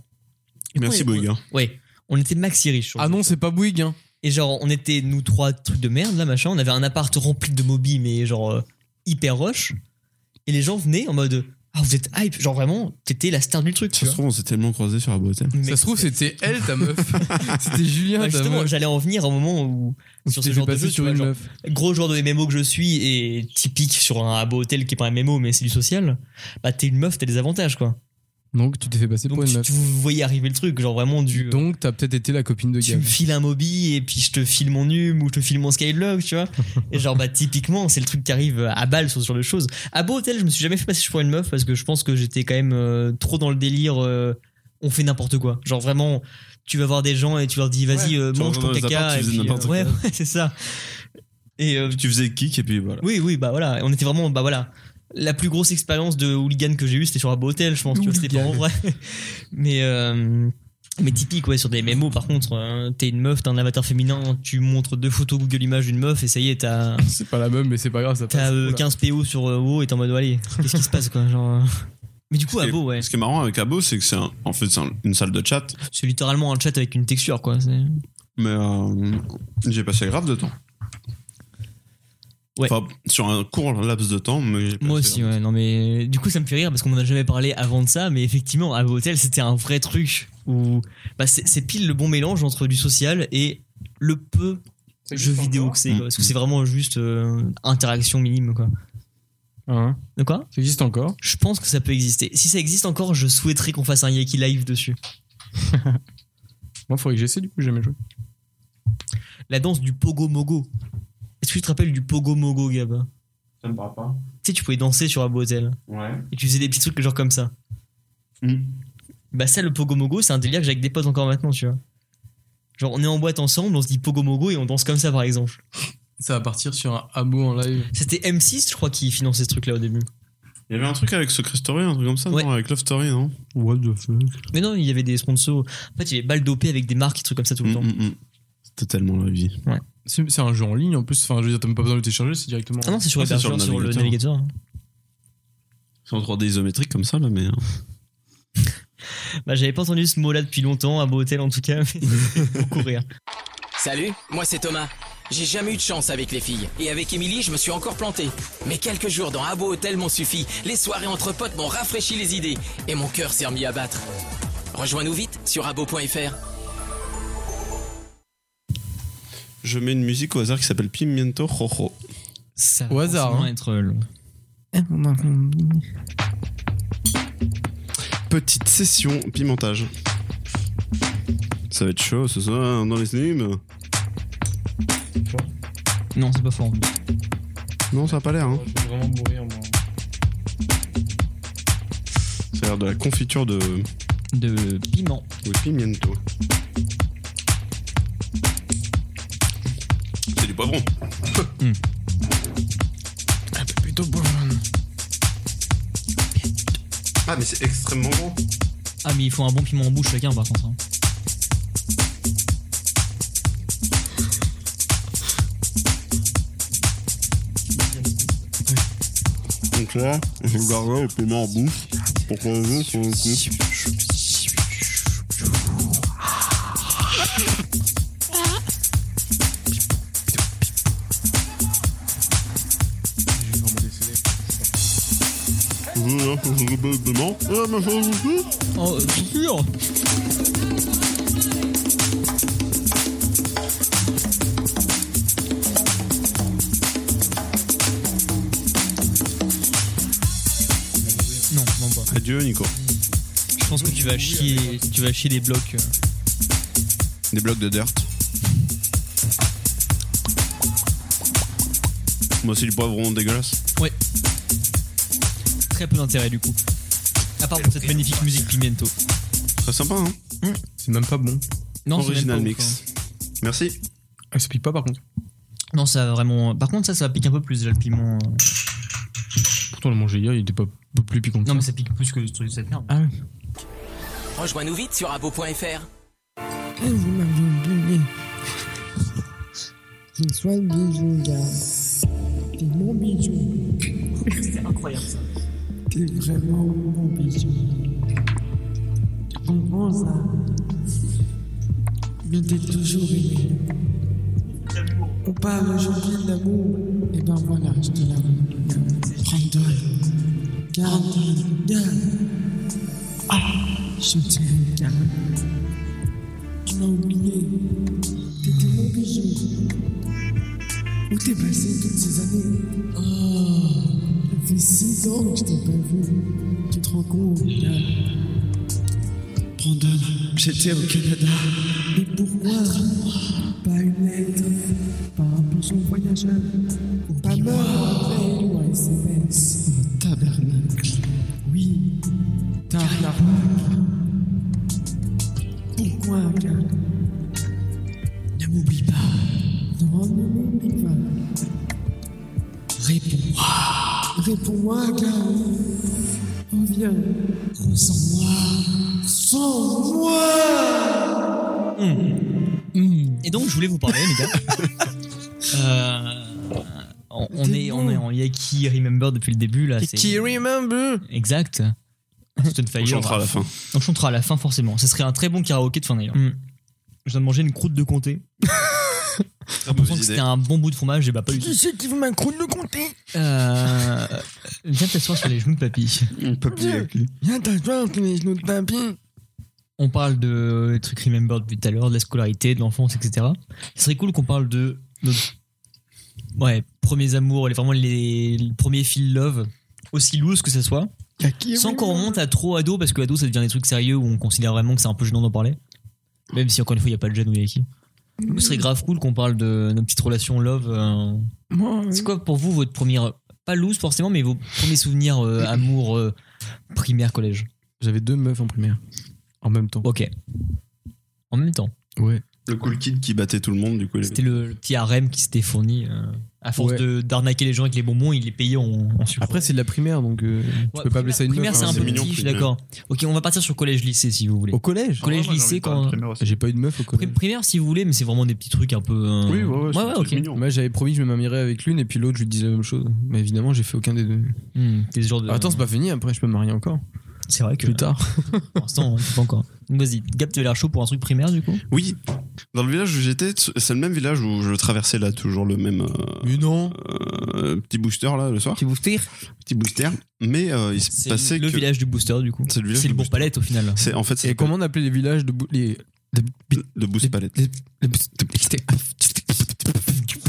S1: Merci,
S3: on-
S1: beau gars.
S3: Ouais. On était maxi riche. sur le
S2: Ah
S3: jeu.
S2: non, c'est pas Bouygues. Hein.
S3: Et genre, on était nous trois trucs de merde là, machin. On avait un appart rempli de mobiles, mais genre euh, hyper rush. Et les gens venaient en mode Ah, vous êtes hype. Genre vraiment, t'étais la star du truc,
S1: Ça
S3: tu
S1: se
S3: vois.
S1: trouve, on s'est tellement croisés sur la Beau Hôtel.
S3: Mais
S2: Ça se trouve, c'était elle, ta meuf. c'était Julien,
S3: Bah,
S2: ta
S3: justement,
S2: meuf.
S3: j'allais en venir à un moment où,
S2: Tu
S3: sur
S2: t'es
S3: ce
S2: fait
S3: genre de
S2: passer
S3: jeu,
S2: sur
S3: tu vois,
S2: une
S3: genre,
S2: meuf.
S3: gros joueur de MMO que je suis et typique sur un beau hôtel qui est pas un MMO mais c'est du social, bah t'es une meuf, t'as des avantages quoi.
S2: Donc, tu t'es fait passer pour
S3: Donc
S2: une
S3: tu,
S2: meuf.
S3: tu voyais arriver le truc, genre vraiment du.
S2: Donc, t'as peut-être été la copine de
S3: tu me
S2: Gab.
S3: files un mobi et puis je te file mon hum ou je te file mon skylog, tu vois. et genre, bah, typiquement, c'est le truc qui arrive à balle sur ce genre de choses. À Beau Hôtel, je me suis jamais fait passer pour une meuf parce que je pense que j'étais quand même euh, trop dans le délire. euh, on fait n'importe quoi. Genre, vraiment, tu vas voir des gens et tu leur dis, vas-y, euh,
S1: Tu
S3: mange
S1: rentres
S3: ton
S1: dans les apparts, tu
S3: caca. et
S1: faisais
S3: puis, euh,
S1: n'importe
S3: ouais,
S1: quoi.
S3: ouais, c'est ça. Et euh,
S1: Tu faisais kick et puis voilà.
S3: oui, oui, bah voilà. On était vraiment, bah voilà. La plus grosse expérience de hooligan que j'ai eue, c'était sur un beau hôtel, je pense. Tu vois, c'était pas en vrai. Mais, euh, mais typique, ouais, sur des MMO, par contre, hein, t'es une meuf, t'as un avatar féminin, tu montres deux photos Google Images d'une meuf, et ça y est, t'as.
S2: C'est pas la même, mais c'est pas grave, ça passe.
S3: T'as euh,
S2: Voilà.
S3: 15 PO sur euh, WoW et t'es en mode, oh, allez, qu'est-ce qui se passe, quoi, genre. euh. Mais du coup, à
S1: Et-
S3: beau, ouais.
S1: Ce qui est marrant avec Abo, c'est que c'est un- en fait c'est un- une salle de chat,
S3: C'est littéralement un chat avec une texture, quoi. c'est-
S1: mais euh, j'ai passé grave de temps.
S3: Ouais.
S1: Enfin, sur un court laps de temps, mais j'ai
S3: Moi
S1: passé-
S3: aussi, ouais. Non, mais du coup, ça me fait rire parce qu'on en a jamais parlé avant de ça. Mais effectivement, à Hotel, c'était un vrai truc où bah, c'est c'est pile le bon mélange entre du social et le peu jeu vidéo que c'est. quoi. Parce que c'est vraiment juste euh, interaction minime, quoi.
S2: Hein
S3: De quoi
S2: Ça existe encore.
S3: Je pense que ça peut exister. Si ça existe encore, je souhaiterais qu'on fasse un Yaki Live dessus.
S2: Moi, faudrait que j'essaie, du coup, j'ai jamais joué.
S3: La danse du Pogo Mogo. Est-ce que tu te rappelles du Pogo Mogo, Gab
S1: Ça me parle pas.
S3: Tu sais, tu pouvais danser sur Abo Hotel.
S1: Ouais.
S3: et tu faisais des petits trucs genre comme ça.
S1: Mm.
S3: Bah ça, le pogomogo, c'est un délire que j'ai avec des potes encore maintenant, tu vois. Genre on est en boîte ensemble, on se dit pogomogo et on danse comme ça par exemple.
S2: Ça va partir sur un abo en live.
S3: C'était M6, je crois, qui finançait ce truc-là au début.
S1: Il y avait un truc avec Secret Story, un truc comme ça,
S3: Ouais.
S1: non Avec Love Story, non What the fuck
S3: Mais non, il y avait des sponsors. En fait, il y avait balles dopées avec des marques et trucs comme ça tout le temps.
S1: Mm, C'était tellement la vie.
S2: C'est c'est un jeu en ligne en plus. Enfin, je veux dire, t'as même pas besoin de le télécharger, c'est directement.
S3: Ah non, c'est sur,
S1: Ah,
S3: les
S1: c'est sur le
S3: bergeurs, sur le
S1: navigateur.
S3: navigateur. hein.
S1: C'est en 3D isométrique comme ça, là, mais. hein.
S3: Bah j'avais pas entendu ce mot-là depuis longtemps, à Beau Hôtel en tout cas, mais c'était pour courir.
S7: Salut, moi c'est Thomas. J'ai jamais eu de chance avec les filles. Et avec Émilie, je me suis encore planté. Mais quelques jours dans Abo Hotel m'ont suffi. Les soirées entre potes m'ont rafraîchi les idées. Et mon cœur s'est remis à battre. Rejoins-nous vite sur abo.fr.
S1: Je mets une musique au hasard qui s'appelle Pimiento Rojo.
S3: Ça
S2: Au hasard,
S3: forcément
S2: hein.
S3: être euh, long.
S1: Petite session pimentage. Ça va être chaud ce soir dans les slims.
S3: Non, c'est pas fort.
S1: Non, ça a pas hein. l'air. Hein.
S2: Je vais vraiment mourir, moi.
S1: Ça a l'air de la confiture de, de
S3: de piment.
S1: pimiento. C'est du poivron.
S2: Hmm. Un peu plutôt bon.
S1: Ah, mais c'est extrêmement gros.
S3: Ah, mais il faut un bon piment en bouche chacun, par contre. hein.
S1: Donc là, je garder le piment en bouche pour que le jeu soit
S3: Oh, c'est sûr Non, non, pas.
S1: Adieu Nico.
S3: Je pense que tu vas chier, tu vas chier des blocs. euh.
S1: Des blocs de dirt. Moi Bah, c'est du poivron dégueulasse.
S3: Ouais. Très peu d'intérêt du coup. À part pour cette magnifique musique pimento.
S1: Très sympa hein.
S2: C'est même pas bon.
S3: Non, c'est
S1: Original
S3: même pas ouf,
S1: mix. Merci.
S2: Ah, ça pique pas par contre.
S3: hein. Non, ça a vraiment. Par contre, ça, ça pique un peu plus déjà le piment. euh.
S2: Pourtant, le manger hier, il était pas plus piquant. que
S3: Non, mais
S2: ça.
S3: ça pique plus que le truc de cette merde.
S2: Ah ouais.
S7: Rejoins-nous vite sur abo.fr.
S3: Incroyable ça. Et donc, je voulais vous parler, les gars. Euh, on, on est, on est en Yaki Remember depuis le début, là. c'est- hein.
S2: remember
S3: Exact. C'était
S1: On chantera à la fin.
S3: On chantera à la fin, forcément. Ce serait un très bon karaoké de fin d'ailleurs. Je viens de manger une croûte de comté.
S1: Très
S3: Je pense que c'était un bon bout de fromage, j'ai bah pas eu. Qui c'est qui veut ma croûte de comté euh, Viens t'asseoir sur les genoux de papy. On parle de euh, les trucs Remember depuis tout à l'heure, de la scolarité, de l'enfance, etc. Ce serait cool qu'on parle de nos ouais, premiers amours, les, vraiment les, les premiers feel love, aussi loose que ça soit. Sans qu'on remonte à trop ado, parce que ado ça devient des trucs sérieux où on considère vraiment que c'est un peu gênant d'en parler. Même si encore une fois il n'y a pas de gêne ou qui. Ce serait grave cool qu'on parle de nos petites relations love. euh. C'est quoi pour vous votre première, pas loose forcément, mais vos premiers souvenirs euh, amour euh, primaire collège
S2: J'avais deux meufs en primaire. En même temps.
S3: Ok. En même temps.
S2: Ouais.
S1: Le cool kid qui battait tout le monde du coup. il-
S3: C'était le, le petit harem qui s'était fourni. euh, à force
S2: Ouais.
S3: de d'arnaquer les gens avec les bonbons, il les payait en, en sucre.
S2: Après, c'est de la primaire, donc euh, tu
S3: Ouais,
S2: peux pas appeler ça une
S3: primaire,
S2: meuf.
S3: c'est
S2: hein,
S3: un
S1: c'est
S3: peu
S1: mignon,
S3: petit, je suis
S1: primaire.
S3: d'accord. Ok, on va partir sur collège-lycée si vous voulez.
S2: Au collège
S3: Collège-lycée, quand.
S2: J'ai pas eu de meuf au collège.
S3: Pri- Primaire, si vous voulez, mais c'est vraiment des petits trucs un peu. euh,
S1: Oui, ouais, ouais, c'est-
S3: ouais,
S1: c'est
S3: ok.
S1: mignon.
S2: Moi, j'avais promis que je me marierais avec l'une et puis l'autre, je lui disais la même chose. Mais évidemment, j'ai fait aucun des deux.
S3: hmm, des genres de.
S2: Ah, attends, c'est pas fini, après, je peux me marier encore.
S3: c'est vrai que.
S2: Plus tard.
S3: Pour l'instant, on sait pas encore. Donc vas-y, Gap, tu as l'air chaud pour un truc primaire du coup
S1: Oui. Dans le village où j'étais, c'est le même village où je traversais là toujours le même euh,
S2: Mais non
S1: euh, petit booster là le soir,
S2: Tu vous tires
S1: petit booster. Mais euh, il se
S2: Bah,
S1: passait
S3: le
S1: que
S3: village du booster du coup.
S1: C'est le village du
S3: C'est le bon
S1: booster.
S3: palette au final.
S1: c'est en fait c'est
S2: Et comment on appelait les villages de. bou- Les.
S1: de boost palette.
S2: les- les-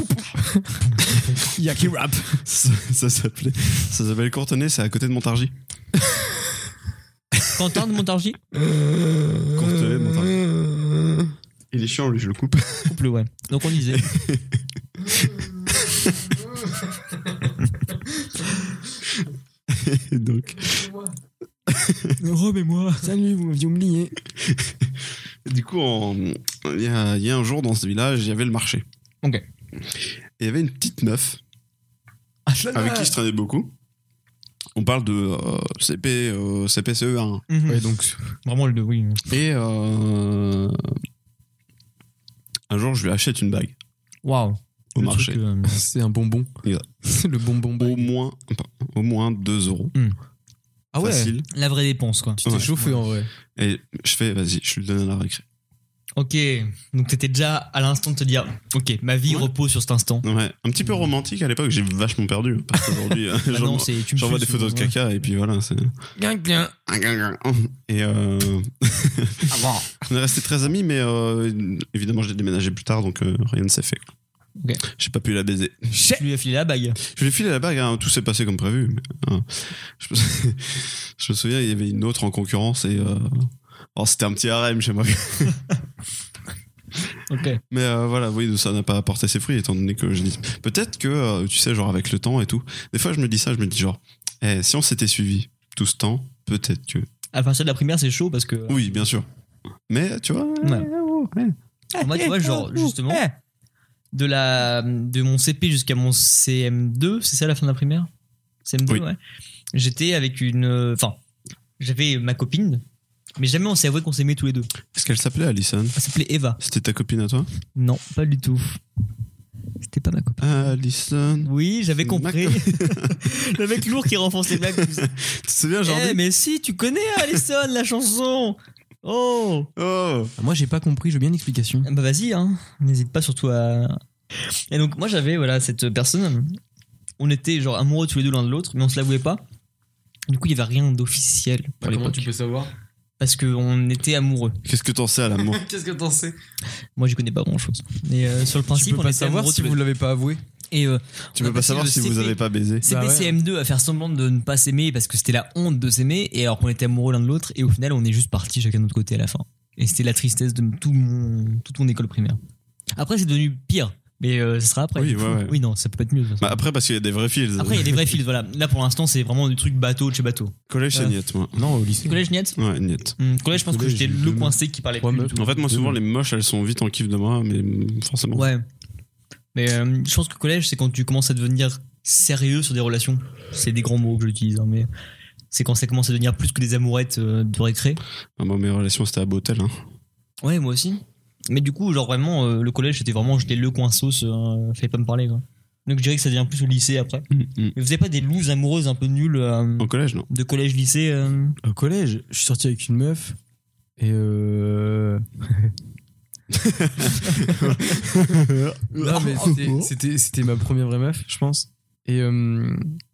S2: Yaki rap
S1: ça ça s'appelait ça s'appelle Courtenay, c'est à côté de Montargis.
S3: Quentin de Montargis
S1: Courtenay, Montargis. Euh, Il est chiant lui, je le coupe.
S3: Couple, ouais. Donc on disait.
S1: Et donc
S3: Oh, mais moi
S2: Salut, vous m'aviez oublié.
S1: Du coup, en- il y, a- il y a un jour dans ce village, il y avait le marché.
S3: Ok.
S1: Et il y avait une petite meuf
S3: Ah, je
S1: avec qui je traînais beaucoup. On parle de euh, CP, euh, CPCE1.
S3: Mhm.
S2: Ouais, donc,
S3: Vraiment le 2, oui.
S1: Et euh, un jour, je lui achète une bague
S3: Waouh.
S1: au
S3: Le
S1: marché.
S3: truc, euh,
S2: c'est un bonbon.
S1: Exact.
S2: C'est le bonbon.
S1: Au moins, au moins 2 euros.
S2: Ah ouais,
S1: Facile.
S3: la vraie dépense, quoi.
S2: tu t'es
S1: Ouais.
S2: chauffé en vrai.
S1: Et je fais, vas-y, je lui donne à la récré.
S3: Ok, donc t'étais déjà à l'instant de te dire, ok, ma vie
S1: Ouais.
S3: repose sur cet instant.
S1: Ouais, un petit peu romantique à l'époque, j'ai vachement perdu. Parce qu'aujourd'hui, euh,
S3: Bah non,
S1: j'envoie-
S3: c'est- tu me euh,
S1: j'envoie
S3: fais
S1: des photos de
S3: souvent,
S1: caca et puis voilà. c'est- Et euh, on est resté très amis, mais euh, évidemment, j'ai déménagé plus tard, donc euh, rien ne s'est fait. quoi.
S3: Ok.
S1: J'ai pas pu la baiser.
S3: ouais. Tu lui as filé la bague.
S1: Je lui ai filé la bague, hein, tout s'est passé comme prévu. mais, hein, je, me sou- je me souviens, il y avait une autre en concurrence et. euh, oh, c'était un petit harem chez moi.
S3: Ok.
S1: Mais euh, voilà, oui, ça n'a pas apporté ses fruits, étant donné que je dis. Peut-être que, euh, tu sais, genre avec le temps et tout. Des fois, je me dis ça, je me dis genre, eh, si on s'était suivi tout ce temps, peut-être que.
S3: À partir de la primaire, c'est chaud parce que.
S1: Oui, bien sûr. Mais tu vois.
S3: Euh, Ouais. Moi, tu vois, genre, justement, de, la, de mon CP jusqu'à mon CM2, c'est ça la fin de la primaire CM2,
S1: Oui.
S3: ouais. J'étais avec une. euh, Enfin, j'avais ma copine, mais jamais on s'est avoué qu'on s'aimait tous les deux.
S1: Est-ce qu'elle s'appelait Alison
S3: Elle s'appelait Eva.
S1: C'était ta copine à toi
S3: Non, pas du tout. C'était pas ma copine.
S1: Alison.
S3: Oui, j'avais
S1: Ma
S3: compris. le mec lourd qui renfonce les blagues.
S1: Tu te souviens,
S3: Eh,
S1: genre. des-
S3: mais si, tu connais hein, Alison, la chanson Oh
S1: Oh
S2: Ah, Moi, j'ai pas compris, je veux bien une explication.
S3: Ah Bah vas-y, hein. n'hésite pas surtout à... Et donc moi j'avais voilà cette personne, on était genre amoureux tous les deux l'un de l'autre, mais on se l'avouait pas. Du coup il y avait rien d'officiel pour l'époque,
S2: Ah, peux savoir
S3: parce qu'on était amoureux.
S1: Qu'est-ce que t'en sais à l'amour
S2: Qu'est-ce que t'en sais
S3: Moi j'y connais pas grand chose. Mais euh, sur le
S2: Tu
S3: principe
S2: peux
S3: on
S2: pas
S3: était
S2: savoir
S3: amoureux
S2: si
S3: tous les
S2: vous
S3: deux.
S2: l'avez pas avoué.
S3: Et euh,
S1: Tu peux
S3: on a
S1: pas
S3: passé
S1: savoir
S3: le
S1: si vous
S3: CP.
S1: avez pas baisé.
S3: c'était
S2: Bah ouais.
S3: CM2 à faire semblant de ne pas s'aimer parce que c'était la honte de s'aimer et alors qu'on était amoureux l'un de l'autre et au final on est juste partis chacun de notre côté à la fin. Et c'était la tristesse de tout mon, toute mon école primaire. Après c'est devenu pire, mais euh, ce sera après.
S1: Oui,
S3: du coup.
S1: ouais, ouais.
S3: oui non ça peut pas être mieux. de toute façon.
S1: Bah après, euh, parce qu'il y a des vrais fils.
S3: Après, il y a des vrais fils, voilà. Là, pour l'instant, c'est vraiment du truc bateau de chez bateau.
S1: Collège, c'est
S3: Ouais.
S1: Niette, moi.
S2: Non, au lycée.
S3: Collège, Niette
S1: Ouais, Niette.
S3: Hum, Collège, je pense que
S2: Collège,
S3: j'étais
S2: j'ai
S3: le
S2: deux
S3: coin C qui parlait
S2: Trois
S3: plus du
S2: meufs.
S3: tout.
S1: En fait, moi, souvent, les moches, elles sont vite en kiff de moi, mais mm, forcément.
S3: Ouais. Mais euh, je pense que collège, c'est quand tu commences à devenir sérieux sur des relations. C'est des grands mots que j'utilise, hein, mais c'est quand ça commence à devenir plus que des amourettes euh, de récré.
S1: Ah, moi, mes relations, c'était à Botel. Hein.
S3: Ouais, moi aussi. Mais du coup, genre vraiment, euh, le collège, c'était vraiment, j'étais le coin sauce, euh, fallait pas me parler, quoi. Donc, je dirais que ça devient plus au lycée après. Mais vous avez pas des loups amoureuses un peu nulles euh,
S1: Au collège, non.
S3: de collège-lycée euh,
S2: Au collège, je suis sorti avec une meuf et euh... non mais c'était- c'était c'était ma première vraie meuf, je pense. Et euh,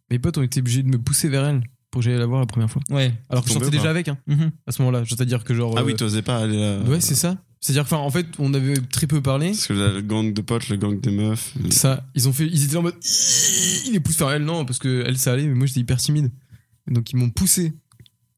S2: mes potes ont été obligés de me pousser vers elle pour que j'aille la voir la première fois.
S3: Ouais.
S2: Alors que je
S1: Tombé
S2: sortais
S1: ou pas
S2: déjà avec hein,
S3: Mhm.
S2: à ce moment-là. C'est-à-dire que genre
S1: Ah
S2: euh,
S1: oui, t'osais pas aller. euh,
S2: ouais c'est ça. C'est-à-dire que, enfin, en fait on avait très peu parlé.
S1: Parce que la- le gang de potes, le gang des meufs. euh,
S2: Ça, ils ont fait, ils étaient en mode, ils les poussent vers elle, non, parce que elle ça allait, mais moi j'étais hyper timide. Donc ils m'ont poussé.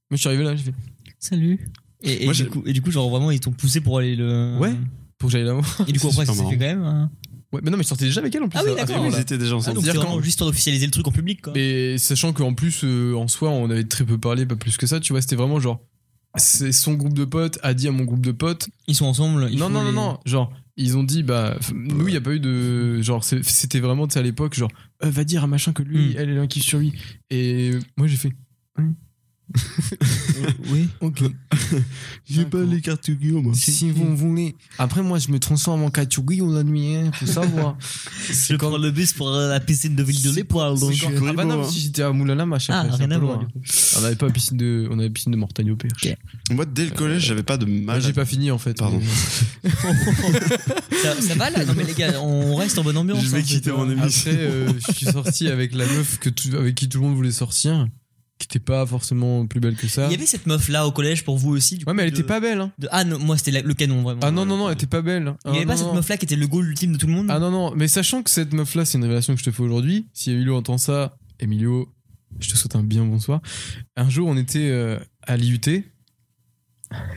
S2: Moi je suis arrivé là, j'ai fait
S3: Salut. Et, et
S1: Moi, j'ai-
S3: du coup, et du coup, genre vraiment, ils t'ont poussé pour aller le.
S2: Ouais. pour que j'aille la voir.
S3: Et du coup, après,
S1: C'est
S3: ça
S1: pas
S3: s'est fait
S1: marrant.
S3: quand même. hein.
S2: Ouais, mais non, mais je sortais déjà avec elle en plus.
S3: Ah oui,
S2: à ce
S3: d'accord,
S1: Ils
S2: moment-là.
S1: étaient déjà
S3: Ah,
S1: ensemble.
S3: donc c'est
S2: dire
S3: vraiment
S2: quand-
S3: juste pour officialiser le truc en public, quoi.
S2: Mais sachant qu'en plus, euh, en soi, on avait très peu parlé, pas plus que ça, tu vois, c'était vraiment genre. C'est son groupe de potes a dit à mon groupe de potes.
S3: Ils sont ensemble. ils
S2: Non,
S3: font
S2: non,
S3: les-
S2: non, non. Genre, ils ont dit, bah, f- nous, il n'y a pas eu de. Genre, c'est- c'était vraiment, tu sais, à l'époque, genre, euh, va dire à machin que lui,
S3: Hmm.
S2: elle est là qui sur lui. Et moi, j'ai fait,
S3: Oui.
S2: ok.
S1: J'ai
S2: pas les
S1: cartes Yu-Gi-Oh, moi.
S2: Si vous voulez. Après, moi, je me transforme en Katsugi la nuit, hein, faut savoir.
S3: Je prends le bus pour euh, la piscine de Ville de l'Époil. donc,
S1: quand-
S3: euh,
S1: Kuribo,
S2: ah bah non,
S1: hein.
S2: parce que j'étais à Moulala, machin.
S3: Ah,
S2: après, c'est
S3: rien
S2: un
S3: à
S2: peu
S3: voir.
S2: loin. On avait pas piscine de, on avait piscine de Mortagne au père.
S1: Moi, dès le
S3: Euh,
S1: collège, j'avais pas de
S2: Moi,
S1: mal.
S2: j'ai pas fini en fait.
S1: Pardon.
S3: ça, ça va là Non, mais les gars, on reste en bonne ambiance.
S1: Je vais
S3: hein, en fait,
S1: quitter mon
S3: euh,
S1: émission.
S2: Après, euh, je suis sorti avec la meuf que tout- avec qui tout le monde voulait sortir, qui était pas forcément plus belle que ça.
S3: Il y avait cette meuf là au collège pour vous aussi. Du
S2: Ouais,
S3: coup,
S2: mais elle
S3: de-
S2: était pas belle. Hein.
S3: de- Ah non, moi c'était la- le canon vraiment.
S2: Ah non, non, non, elle était pas belle.
S3: Il y avait pas cette meuf là qui était le goal ultime de tout le monde
S2: Ah non, non, mais sachant que cette meuf là, c'est une révélation que je te fais aujourd'hui. Si Emilio entend ça, Emilio, je te souhaite un bien bonsoir. Un jour, on était euh, à l'IUT.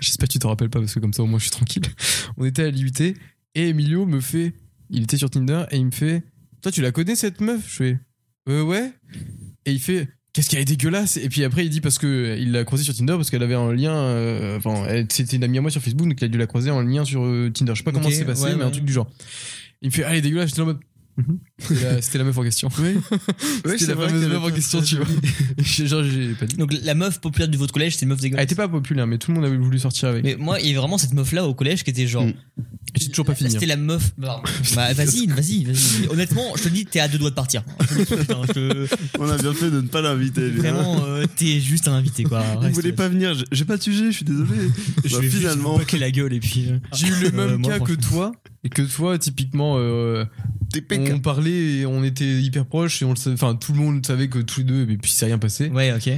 S2: J'espère que tu te rappelles pas parce que comme ça, au moins, je suis tranquille. On était à l'IUT et Emilio me fait. Il était sur Tinder et il me fait Toi, tu la connais cette meuf Je fais Euh, ouais. Et il fait Qu'est-ce qu'elle est dégueulasse Et puis après, il dit parce que euh, il l'a croisée sur Tinder parce qu'elle avait un lien. euh, Enfin, elle- c'était une amie à moi sur Facebook, donc il a dû la croiser en lien sur euh, Tinder. Je sais pas comment
S3: Ok,
S2: c'est passé,
S3: ouais,
S2: mais
S3: ouais. Mhm.
S2: un truc du genre. Il me fait, ah, elle est dégueulasse. J'étais là en mode. C'était la- C'était la meuf en question. C'était la fameuse meuf en question, tu vois. Genre, j'ai pas dit.
S3: Donc la meuf populaire de votre collège, c'est une meuf
S2: Elle
S3: dégueulasse.
S2: était pas populaire, mais tout le monde avait voulu sortir avec.
S3: Mais moi, il y avait vraiment cette meuf-là au collège qui était genre.
S1: Mm.
S2: J'ai toujours Hmm, pas fini. hein.
S3: C'était la meuf. Bah, bah, vas-y, vas-y, vas-y. Honnêtement, je te le dis, t'es à deux doigts de partir. Putain, je te-
S1: On a bien fait de ne pas l'inviter. lui, hein.
S3: Vraiment, euh, t'es juste un invité, quoi.
S1: Vous
S3: Reste-
S1: voulez pas venir j'ai- J'ai pas de sujet, je suis désolé.
S3: Je
S1: Bah,
S3: vais
S1: finalement,
S3: finalement. Juste vous plaquer la gueule et puis. euh,
S2: J'ai eu le
S3: Euh,
S2: même
S3: moi,
S2: cas que toi. Et que toi, typiquement, euh,
S1: t'es
S2: on parlait et on était hyper proches et on le savait- enfin, tout le monde savait que tous les deux, mais puis ça s'est rien passé.
S3: Ouais, ok.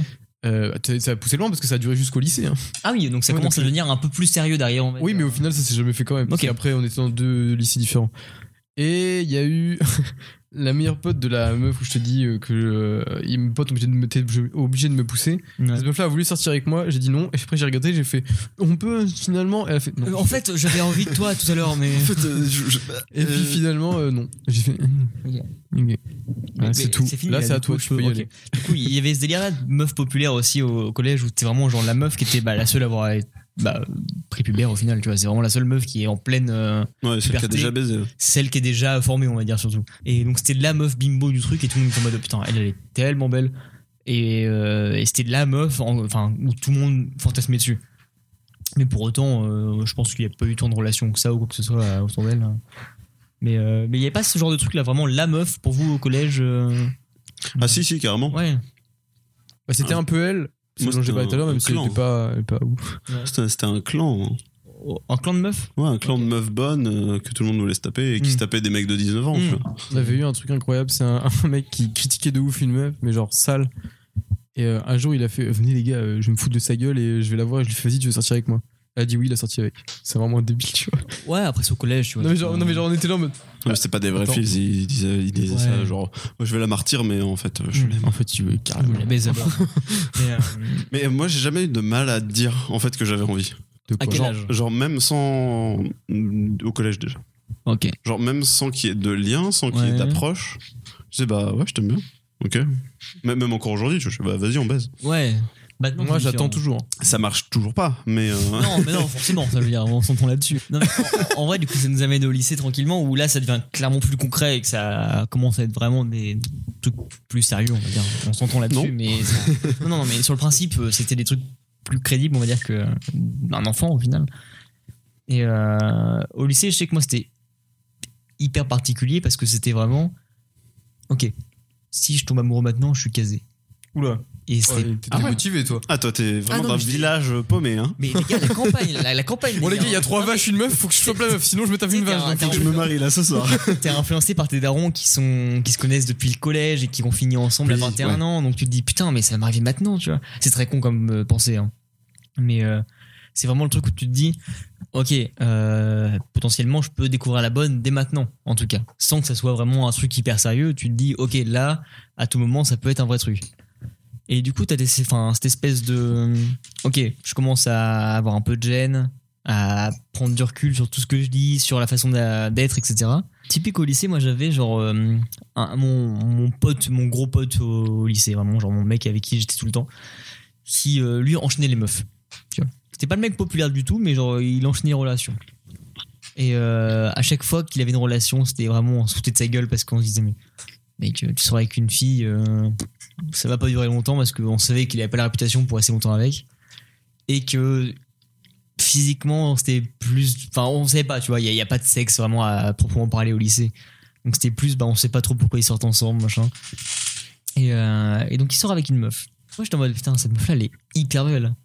S2: Euh, t'as- ça a poussé loin parce que ça a duré jusqu'au lycée. hein.
S3: Ah oui, donc ça
S2: Ouais,
S3: commence
S2: donc-
S3: à devenir un peu plus sérieux derrière. on va
S2: Oui,
S3: dire.
S2: mais au final, ça s'est jamais fait quand même. Parce
S3: Ok.
S2: qu'après, on était dans deux lycées différents. Et il y a eu la meilleure pote de la meuf où je te dis euh, que euh, il- mes potes ont obligé de me- étaient obligé- obligés de me pousser.
S3: Ouais.
S2: Cette meuf-là a voulu sortir avec moi, j'ai dit non. Et après, j'ai regardé, j'ai fait on peut euh, finalement. Et elle a fait non.
S3: Euh, en fait, j'avais envie de toi tout à l'heure, mais.
S1: En fait, euh, je- je-
S2: Et puis
S1: euh,
S2: finalement, euh, non. J'ai fait.
S3: Ok.
S2: Ok.
S3: Mais-
S2: Ouais, c'est
S3: mais
S2: tout.
S3: fini,
S2: Là, c'est à
S3: du
S2: toi,
S3: coup,
S2: tu peux y
S3: ok.
S2: aller.
S3: Du coup, il y avait ce délire-là de meuf populaire aussi au, au collège où t'es vraiment genre la meuf qui était bah, la seule à avoir été, bah, prépubère au final, tu vois. C'est vraiment la seule meuf qui est en pleine. euh,
S1: Ouais, celle qui a
S3: Liberté. Mm.
S1: déjà baisé.
S3: celle qui est déjà formée, on va dire surtout. Et donc c'était de la meuf bimbo du truc et tout le monde était en mode putain, elle, elle est tellement belle. Et, euh, et c'était de la meuf en- enfin, où tout le monde fantasmait dessus. Mais pour autant, euh, je pense qu'il n'y a pas eu tant de relations que ça ou quoi que ce soit euh, autour d'elle. Mais euh, mais il n'y a pas ce genre de truc là, vraiment la meuf pour vous au collège. euh,
S1: Ah si, si, carrément.
S3: Ouais.
S2: Bah, c'était un peu elle.
S1: Moi,
S2: Moi, dont j'ai
S1: c'était
S2: parlé tout à l'heure,
S1: un-
S2: même
S1: un
S2: si elle
S1: clan.
S2: était pas, elle était pas ouf.
S1: C'était c'était un clan. hein.
S3: Un clan de meufs
S1: Ouais, un clan de meufs bonnes euh, que tout le monde voulait se taper et qui
S3: Mm.
S1: se tapaient des mecs de 19 ans.
S3: Mm.
S1: tu vois.
S2: On avait eu un truc incroyable, c'est un, un mec qui critiquait de ouf une meuf, mais genre sale. Et euh, un jour, il a fait Venez les gars, euh, je vais me foutre de sa gueule et je vais la voir. Et je lui fais Vas-y, tu veux sortir avec moi Elle a dit Oui, il a sorti avec. C'est vraiment un débile, tu vois.
S3: Ouais, après c'est au collège, tu vois. euh,
S2: Non, mais genre, non, mais genre, on était là en mode
S1: Non, mais c'était pas des vrais
S2: Attends.
S1: fils, ils ils disaient, ils disaient
S3: Ouais.
S1: ça genre moi, je vais la martyr mais en fait euh, je
S3: Mm.
S1: l'aime.
S2: En fait, tu veux
S3: Vous
S2: carrément.
S3: la baisez, alors. Mais, euh,
S1: Mais euh, moi j'ai jamais eu de mal à dire en fait que j'avais envie.
S2: De
S3: à
S2: quoi
S3: quel
S2: Genre,
S3: âge
S1: Genre même sans mm, au collège déjà.
S3: Ok.
S1: Genre même sans qu'il y ait de lien, sans qu'il y
S3: Ouais.
S1: ait d'approche. Je dis bah ouais, je t'aime bien. OK. Même, même encore aujourd'hui, je suis bah vas-y, on baise.
S3: Ouais. Maintenant,
S2: Moi,
S3: c'est
S2: j'attends
S3: différent.
S2: toujours.
S1: Ça marche toujours pas, mais euh,
S3: Non, mais non, forcément, ça veut dire, on s'entend là-dessus. Non, mais en, en vrai, du coup, ça nous amène au lycée tranquillement, où là, ça devient clairement plus concret et que ça commence à être vraiment des trucs plus sérieux, on va dire. On s'entend là-dessus,
S1: Non.
S3: mais. ça- Non, non, non, mais sur le principe, euh, c'était des trucs plus crédibles, on va dire, qu'un enfant, au final. Et euh, au lycée, je sais que moi, c'était hyper particulier parce que c'était vraiment. Ok, si je tombe amoureux maintenant, je suis casé.
S2: Oula.
S3: Et c'était
S2: T'étais
S1: Ah ouais.
S2: motivé, toi.
S1: ah toi t'es vraiment
S3: non,
S1: d'un
S3: mais je-
S1: village paumé hein.
S3: Mais les gars, la campagne, la, la campagne.
S2: Bon, les gars, il y a
S3: hein.
S2: trois
S3: Non, mais
S2: vaches, une meuf, faut que je chope la meuf, sinon je me tape une
S3: T'es un-
S2: vache.
S3: t'es un-
S1: Je me marie là ce soir.
S3: T'es influencé par tes darons qui sont qui se connaissent depuis le collège et qui ont fini ensemble
S1: Oui,
S3: à 21
S1: ouais.
S3: ans, donc tu te dis putain mais ça m'arrive maintenant, tu vois. C'est très con comme euh, pensée, hein. mais euh, c'est vraiment le truc où tu te dis ok euh, potentiellement je peux découvrir la bonne dès maintenant en tout cas, sans que ça soit vraiment un truc hyper sérieux. Tu te dis ok là à tout moment ça peut être un vrai truc. Et du coup t'as des enfin cette espèce de ok je commence à avoir un peu de gêne à prendre du recul sur tout ce que je dis, sur la façon d'a- d'être, etc. Typique au lycée, moi j'avais genre euh, un- mon, mon pote, mon gros pote au, au lycée, vraiment, genre mon mec avec qui j'étais tout le temps, qui euh, lui enchaînait les meufs. tu vois. C'était pas le mec populaire du tout, mais genre il enchaînait les relations. Et euh, à chaque fois qu'il avait une relation, c'était vraiment on se foutait de sa gueule parce qu'on se disait mais mec, euh, tu seras avec une fille, euh, ça va pas durer longtemps parce qu'on savait qu'il avait pas la réputation pour rester longtemps avec et que physiquement c'était plus enfin on savait pas tu vois il y, a- il y a pas de sexe vraiment à proprement parler au lycée donc c'était plus bah on sait pas trop pourquoi ils sortent ensemble machin et, euh, et donc il sort avec une meuf moi j'étais en mode putain cette meuf là elle est hyper belle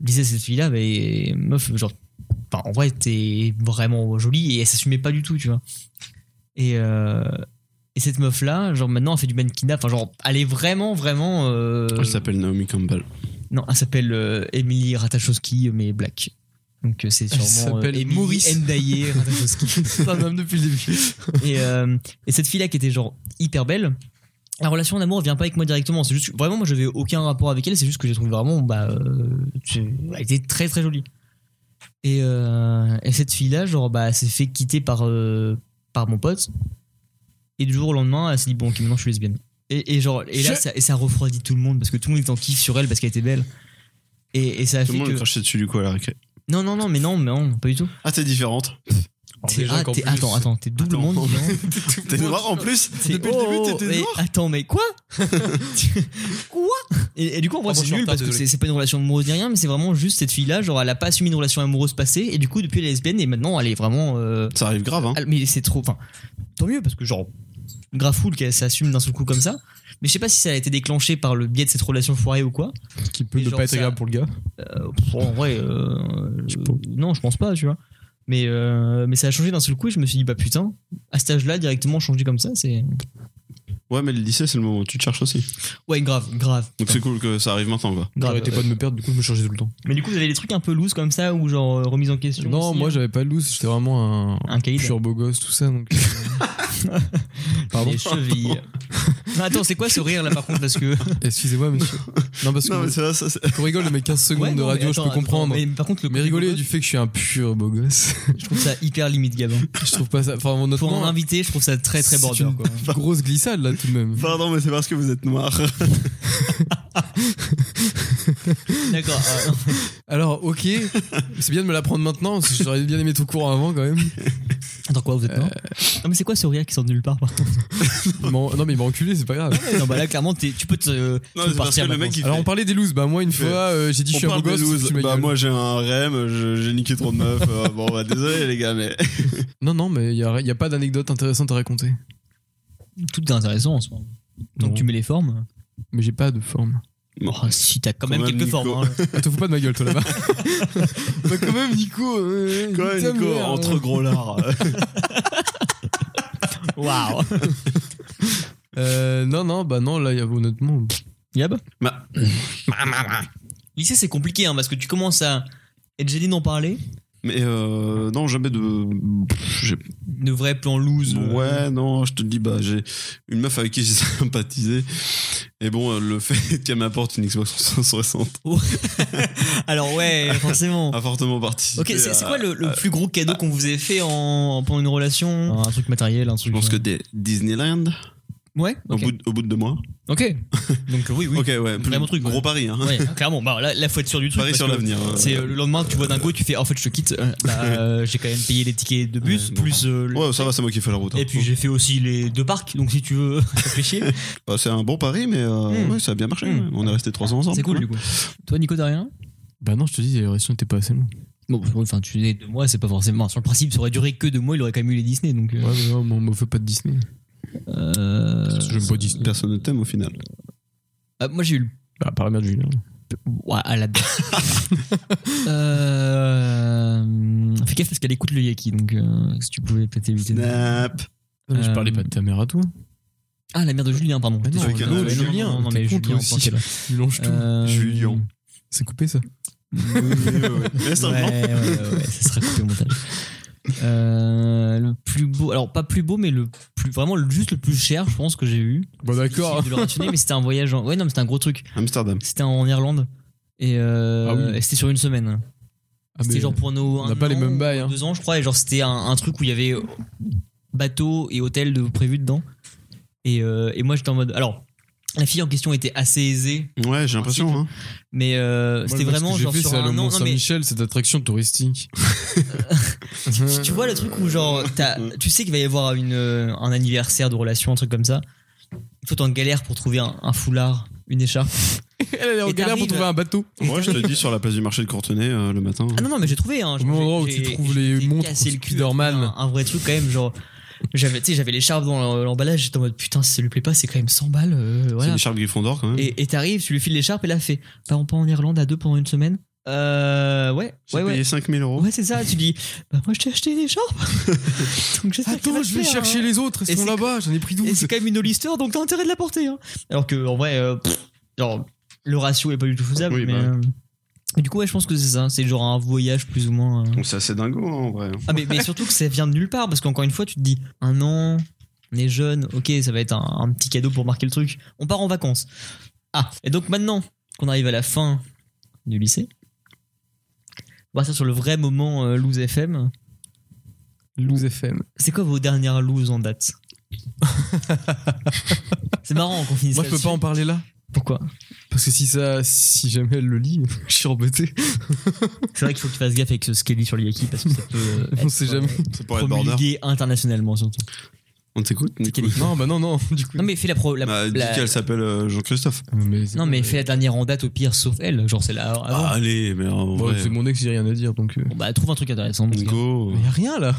S3: je disais cette fille là mais meuf genre enfin, en vrai t'es vraiment jolie et elle s'assumait pas du tout tu vois et euh, et cette meuf là genre maintenant elle fait du mannequinat enfin genre elle est vraiment vraiment euh,
S1: Elle s'appelle Naomi Campbell.
S3: non, elle s'appelle euh, Emily Ratachowski, mais black. Donc euh, c'est
S2: Elle
S3: sûrement euh,
S2: s'appelle
S3: Emily
S2: Maurice.
S3: Ndaye Ratachowski.
S2: Pas même depuis le début.
S3: et, euh, et cette fille-là qui était genre hyper belle, la relation d'amour vient pas avec moi directement. C'est juste que- vraiment, moi j'avais aucun rapport avec elle. C'est juste que j'ai trouvé vraiment, bah, euh, c'est- elle était très très jolie. Et, euh, et cette fille-là, genre, bah, elle s'est fait quitter par, euh, par mon pote. Et du jour au lendemain, elle s'est dit, bon, ok, maintenant je suis lesbienne. Et, et genre, et là,
S2: Je-
S3: ça, et ça refroidit tout le monde parce que tout le monde est en kiff sur elle parce qu'elle était belle. Et, et ça a
S1: Tout
S3: fait
S1: le monde
S3: que.
S1: lui crachait dessus du coup à la récré.
S3: Non, non, non, mais non, mais non, pas du tout.
S1: Ah, t'es différente.
S3: T'es-
S2: déjà
S3: ah,
S2: qu'en
S3: t'es-
S2: plus-
S3: attends, attends, t'es double
S1: Attends.
S3: monde. non
S1: T'es noire en plus
S3: C'est- oh,
S1: Depuis le début, t'étais
S3: mais
S1: noire
S3: Attends, mais quoi Quoi et, et du coup, en vrai,
S2: Ah bon, je
S3: c'est
S2: suis en
S3: nul
S2: retard,
S3: parce que
S2: désolé.
S3: c'est c'est pas une relation amoureuse ni rien, mais c'est vraiment juste cette fille-là, genre, elle a pas assumé une relation amoureuse passée, et du coup, depuis, elle est lesbienne, et maintenant, elle est vraiment. euh,
S1: Ça arrive grave, hein.
S3: ah, mais c'est trop. Enfin, tant mieux parce que genre, grave cool qu'elle s'assume d'un seul coup comme ça. Mais je sais pas si ça a été déclenché par le biais de cette relation foirée ou quoi.
S2: Qui peut
S3: Et
S2: ne
S3: genre,
S2: pas être
S3: ça-
S2: agréable pour le gars.
S3: Euh, pff, en vrai, euh, euh, non, je pense pas, tu vois. Mais euh, mais ça a changé d'un seul coup. Et je me suis dit bah putain, à cet âge-là directement changer comme ça, c'est
S1: Ouais, mais le lycée, c'est le moment où tu te cherches aussi.
S3: ouais grave, grave.
S1: Donc c'est cool que ça arrive maintenant, quoi.
S3: grave.
S2: J'arrêtais pas de me perdre, du coup, je me changeais tout le temps.
S3: Mais du coup, vous avez des trucs un peu loose comme ça ou genre euh, remise en question.
S2: Non,
S3: aussi,
S2: moi,
S3: hein.
S2: j'avais pas de loose. J'étais vraiment un,
S3: un cahier
S2: pur beau gosse, tout ça. Donc... euh. Pardon
S3: les chevilles. Non, attends, c'est quoi ce rire là par contre parce que
S2: Excusez-moi, monsieur. Non, parce que
S1: Non, mais c'est ça, c'est-
S2: qu'on rigole de mes 15 secondes
S3: Ouais, non,
S2: de
S3: mais
S2: radio,
S3: attends,
S2: je peux
S3: attends,
S2: comprendre.
S3: Mais par contre, le
S2: mais
S3: côté
S2: rigoler
S3: beau
S2: du fait que je suis un pur beau gosse,
S3: gosse, je trouve ça hyper limite, Gabin.
S2: je trouve pas ça. Enfin, mon autre
S3: Pour
S2: nom,
S3: un invité, je trouve ça très très
S2: c'est
S3: border.
S2: une
S3: Quoi.
S2: Grosse glissade là, tout de même.
S1: Pardon, mais c'est parce que vous êtes noir.
S3: D'accord.
S2: Alors, ok, c'est bien de me l'apprendre maintenant, parce que j'aurais bien aimé tout court avant quand même.
S3: Attends quoi, vous êtes mort Non mais c'est quoi ce rire qui sort de nulle part par contre
S2: Il m'en- non, mais il m'a enculé, c'est pas grave.
S3: Non bah là clairement t'es- tu peux te.
S1: Non, c'est parce que le mec, il
S2: Alors, on
S1: fait.
S2: parlait des looses. Bah, moi, une fois, euh, j'ai dit je
S1: On
S2: suis un beau
S1: parle des
S2: gosse.
S1: looses.
S2: tu m'as
S1: Bah,
S2: gueulé.
S1: moi, j'ai un REM, je- j'ai niqué trop de meufs. euh, bon, bah, désolé, les gars, mais.
S2: Non, non, mais il n'y a, y a pas d'anecdote intéressante à raconter.
S3: Tout est intéressant en soi. Tant
S2: Non.
S3: que tu mets les formes.
S2: Mais j'ai pas de forme.
S3: Oh, si t'as quand
S1: Quand
S3: même
S1: même,
S3: quelques
S1: Nico.
S3: formes. hein.
S2: Ah, te fous pas de ma gueule, toi là-bas. bah, quand même, Nico. euh,
S1: Quoi,
S2: ta
S1: Nico,
S2: mère,
S1: entre
S2: euh.
S1: gros lards.
S3: Waouh.
S2: Euh, non, non, bah, non, là, y a, honnêtement.
S3: Yab.
S1: Bah.
S3: Lycée c'est compliqué hein, parce que tu commences à être gêné d'en parler.
S1: Mais euh, non, jamais de. j'ai-
S3: De vrais plans loose. euh,
S1: Ouais, non, je te dis, bah, j'ai une meuf avec qui j'ai sympathisé. Et bon, euh, le fait qu'elle m'apporte une Xbox 360
S3: Alors ouais forcément.
S1: a fortement participé.
S3: Ok c'est c'est
S1: à-
S3: quoi le, le plus gros cadeau qu'on vous ait fait en pendant une relation Un truc matériel, un
S1: Je
S3: truc.
S1: pense que des Disneyland,
S3: Ouais.
S1: au,
S3: Ok.
S1: bout de, au bout de deux mois.
S3: Ok. Donc oui oui.
S1: Ok, ouais, plus-
S3: Vraiment truc,
S1: gros
S3: ouais.
S1: pari. Hein.
S3: Ouais, clairement. Bah, là, la faut être sûr du truc.
S1: Paris
S3: parce
S1: sur
S3: que
S1: l'avenir, hein.
S3: C'est euh, le lendemain, tu vois Dingo, tu fais en fait, je te quitte. Euh, bah, euh, j'ai quand même payé les tickets de bus,
S1: Ouais, bon.
S3: plus. euh, le-
S1: Ouais, ça va, c'est moi qui fais la route. hein.
S3: Et puis j'ai fait aussi les deux parcs, donc si tu veux, ça fait chier.
S1: Bah, c'est un bon pari, mais euh,
S3: Mm.
S1: ouais, ça a bien marché.
S3: Mm.
S1: ouais. On est resté trois ans ensemble.
S3: C'est cool
S1: ouais.
S3: du coup. Toi, Nico, t'as rien
S2: Bah, non, je te dis, les relations n'étaient pas assez longues.
S3: Bon, bah, enfin, tu dis deux mois, c'est pas forcément. Sur le principe, ça aurait duré que deux mois, il aurait quand même eu les Disney, donc.
S2: Ouais, mais non, moi, on m'offre pas de Disney.
S3: euh,
S2: Parce que j'aime pas Disney.
S1: Personne ne t'aime au final.
S3: ah, moi, j'ai eu le.
S2: Bah, par la mère de Julien.
S3: Ouais, à la euh... Fais gaffe parce qu'elle écoute le Yaki, donc euh, si tu pouvais peut-être éviter. de-
S1: Snap.
S2: Non, mais je
S3: Euh,
S2: parlais pas de ta mère à toi.
S3: Ah, la mère de Julien, pardon.
S2: Bah non,
S1: avec
S3: Euh,
S1: un
S3: non,
S1: autre
S3: non,
S2: Julien,
S3: non, non,
S2: t'es
S3: mais
S2: con,
S3: Julien,
S2: toi aussi.
S3: t'inquiète.
S2: Tu mélanges tout.
S3: Euh,
S1: Julien.
S2: C'est coupé ça
S1: Mais
S3: Ouais,
S1: ça, non.
S3: ouais, ouais, ouais, ça sera coupé au montage. Euh, le plus beau, alors pas plus beau, mais le plus vraiment le- juste le plus cher, je pense que j'ai eu.
S2: Bon
S3: Difficile de le rationner, mais c'était un voyage. En... Ouais, non, mais c'était un gros truc.
S1: Amsterdam.
S3: C'était en Irlande et, euh,
S2: Ah oui.
S3: et c'était sur une semaine.
S2: Ah,
S3: c'était
S2: mais
S3: genre pour nos
S2: on
S3: un
S2: n'a pas les
S3: an
S2: mêmes
S3: ou
S2: bails, hein.
S3: deux ans, je crois. Et genre c'était un, un truc où il y avait bateau et hôtel de prévu dedans. Et, euh, et moi j'étais en mode. Alors la fille en question était assez aisée,
S1: Ouais, j'ai l'impression. Hein.
S3: mais euh,
S2: Moi,
S3: c'était
S2: le max que
S3: vraiment
S2: j'ai
S3: genre
S2: fait,
S3: sur
S2: c'est aller
S3: un
S2: au
S3: an. Non, mais-
S2: Mont-Saint-Michel, cette attraction touristique.
S3: Tu- tu vois le truc où genre t'as- tu sais qu'il va y avoir une, euh, un anniversaire de relation un truc comme ça il faut en galère pour trouver un, un foulard une écharpe
S2: Elle est en
S3: Et
S2: galère pour
S3: t'arrives-
S2: trouver un bateau.
S1: hein. Moi, je te le dis sur la place du marché de Courtenay euh, le matin.
S3: ah non non mais j'ai trouvé hein,
S2: Au même endroit où
S3: j'ai-
S2: tu
S3: j'ai-
S2: trouves les
S3: j'ai
S2: montres
S3: cassé le cul à trouver
S2: Spider-Man.
S3: un, un vrai truc quand même genre j'avais tu sais j'avais l'écharpe dans l'emballage j'étais en mode putain si ça lui plaît pas c'est quand même 100 balles euh,
S1: C'est
S3: voilà
S1: les Charles Gryffondor quand même.
S3: et et t'arrives tu lui files l'écharpe et la fait bah on part en Irlande à deux pendant une semaine euh, ouais
S1: J'ai
S3: ouais
S1: payé
S3: ouais
S1: 5000 euros.
S3: ouais c'est ça tu dis bah moi je t'ai acheté une écharpe donc j'espère qu'elle va
S2: Attends, je
S3: te
S2: vais
S3: plaire, hein.
S2: chercher les autres,
S3: Et
S2: elles sont
S3: c'est-
S2: là-bas, j'en ai pris
S3: Et c'est
S2: 12.
S3: quand même une hollister, donc t'as intérêt de la porter. hein. Alors que, en vrai, euh, pff, genre, le ratio est pas du tout faisable.
S1: Oui,
S3: mais,
S1: bah ouais.
S3: euh, mais du coup, ouais, je pense que c'est ça. C'est genre un voyage plus ou moins. euh.
S1: Donc, c'est assez dingo hein, en vrai.
S3: Ah, mais, mais surtout que ça vient de nulle part, parce qu'encore une fois, tu te dis, un an, on est jeune, ok, ça va être un, un petit cadeau pour marquer le truc. On part en vacances. Ah, et donc maintenant qu'on arrive à la fin du lycée, on va partir sur le vrai moment euh, Loose FM.
S2: Loose FM.
S3: C'est quoi vos dernières looses en date C'est marrant qu'on finisse
S2: Moi, je peux
S3: là-dessus.
S2: pas en parler là.
S3: Pourquoi
S2: Parce que si ça, si jamais elle le lit, je suis embêté.
S3: C'est vrai qu'il faut que tu fasses gaffe avec ce Skelly sur Yaki parce que ça peut euh,
S2: On
S3: être,
S2: sait
S3: euh,
S2: jamais.
S1: Ça pourrait être border.
S3: promulgué internationalement surtout.
S1: On t'écoute Nico
S2: Non, bah non, non, du coup.
S3: Non mais fais la pro. La,
S1: Bah, dis
S3: la-
S1: qu'elle s'appelle euh, Jean-Christophe.
S2: Mais
S3: non mais fais la dernière en date au pire sauf elle. Genre c'est là avant.
S1: Ah, allez, mais en
S2: Bon,
S1: vrai,
S2: c'est mon ex, j'ai rien à dire donc. euh.
S3: Bon, bah trouve un truc intéressant. parce que-
S1: Nico, euh,
S2: Mais y a rien là.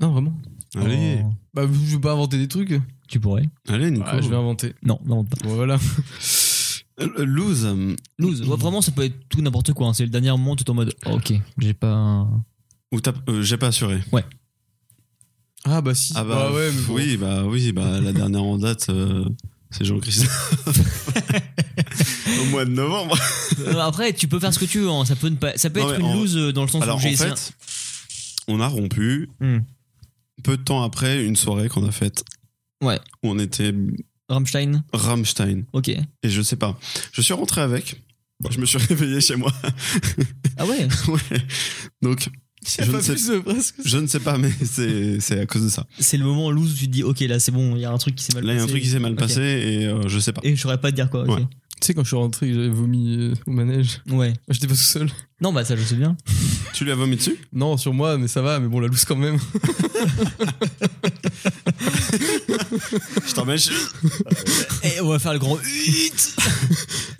S2: Non, vraiment.
S1: allez,
S3: Oh,
S2: Bah, je vais pas inventer des trucs.
S3: tu pourrais.
S1: allez Nico.
S2: Ah, je vais inventer.
S3: Non, non pas.
S2: Bon, voilà.
S1: Euh, Lose, euh,
S3: Lose. Ouais, vraiment ça peut être tout n'importe quoi. hein. C'est le dernier moment tout en mode oh, ok j'ai pas. un-
S1: ou t'as- euh, j'ai pas assuré.
S2: Ah, bah si.
S1: Ah bah
S2: Ah ouais, mais bon.
S1: oui, bah oui, bah la dernière en date, euh, c'est Jean-Christophe. Au mois de novembre.
S3: Non, Euh, Après tu peux faire ce que tu veux. hein. Ça peut ne pas. Ça peut
S1: Non,
S3: être
S1: mais
S3: une
S1: en-
S3: lose euh, dans le sens
S1: Alors
S3: où
S1: en
S3: j'ai essayé-
S1: fait, on a rompu
S3: Hmm.
S1: peu de temps après une soirée qu'on a faite.
S3: Ouais.
S1: Où on était
S3: Rammstein.
S1: Rammstein.
S3: Ok.
S1: Et je sais pas. Je suis rentré avec. Je me suis réveillé chez moi.
S3: Ah ouais.
S1: Ouais. Donc, je ne, sais, je ne sais pas, mais c'est c'est à cause de ça.
S3: c'est le moment lose où tu te dis ok là c'est bon il y a un truc qui s'est mal
S1: Là, il
S3: passé.
S1: y a un truc qui s'est mal
S3: Ok.
S1: passé et euh, je sais pas.
S3: Et je saurais pas te dire quoi. ok.
S2: Tu sais, quand je suis rentré, j'avais vomi euh, au manège. Ah,
S3: ouais.
S2: J'étais pas tout seul.
S3: Non bah ça je sais bien.
S1: Tu lui as vomi dessus
S2: Non, sur moi, mais ça va, mais bon, la loose quand même.
S1: Je t'emmène chez-
S3: Et Eh, on va faire le grand 8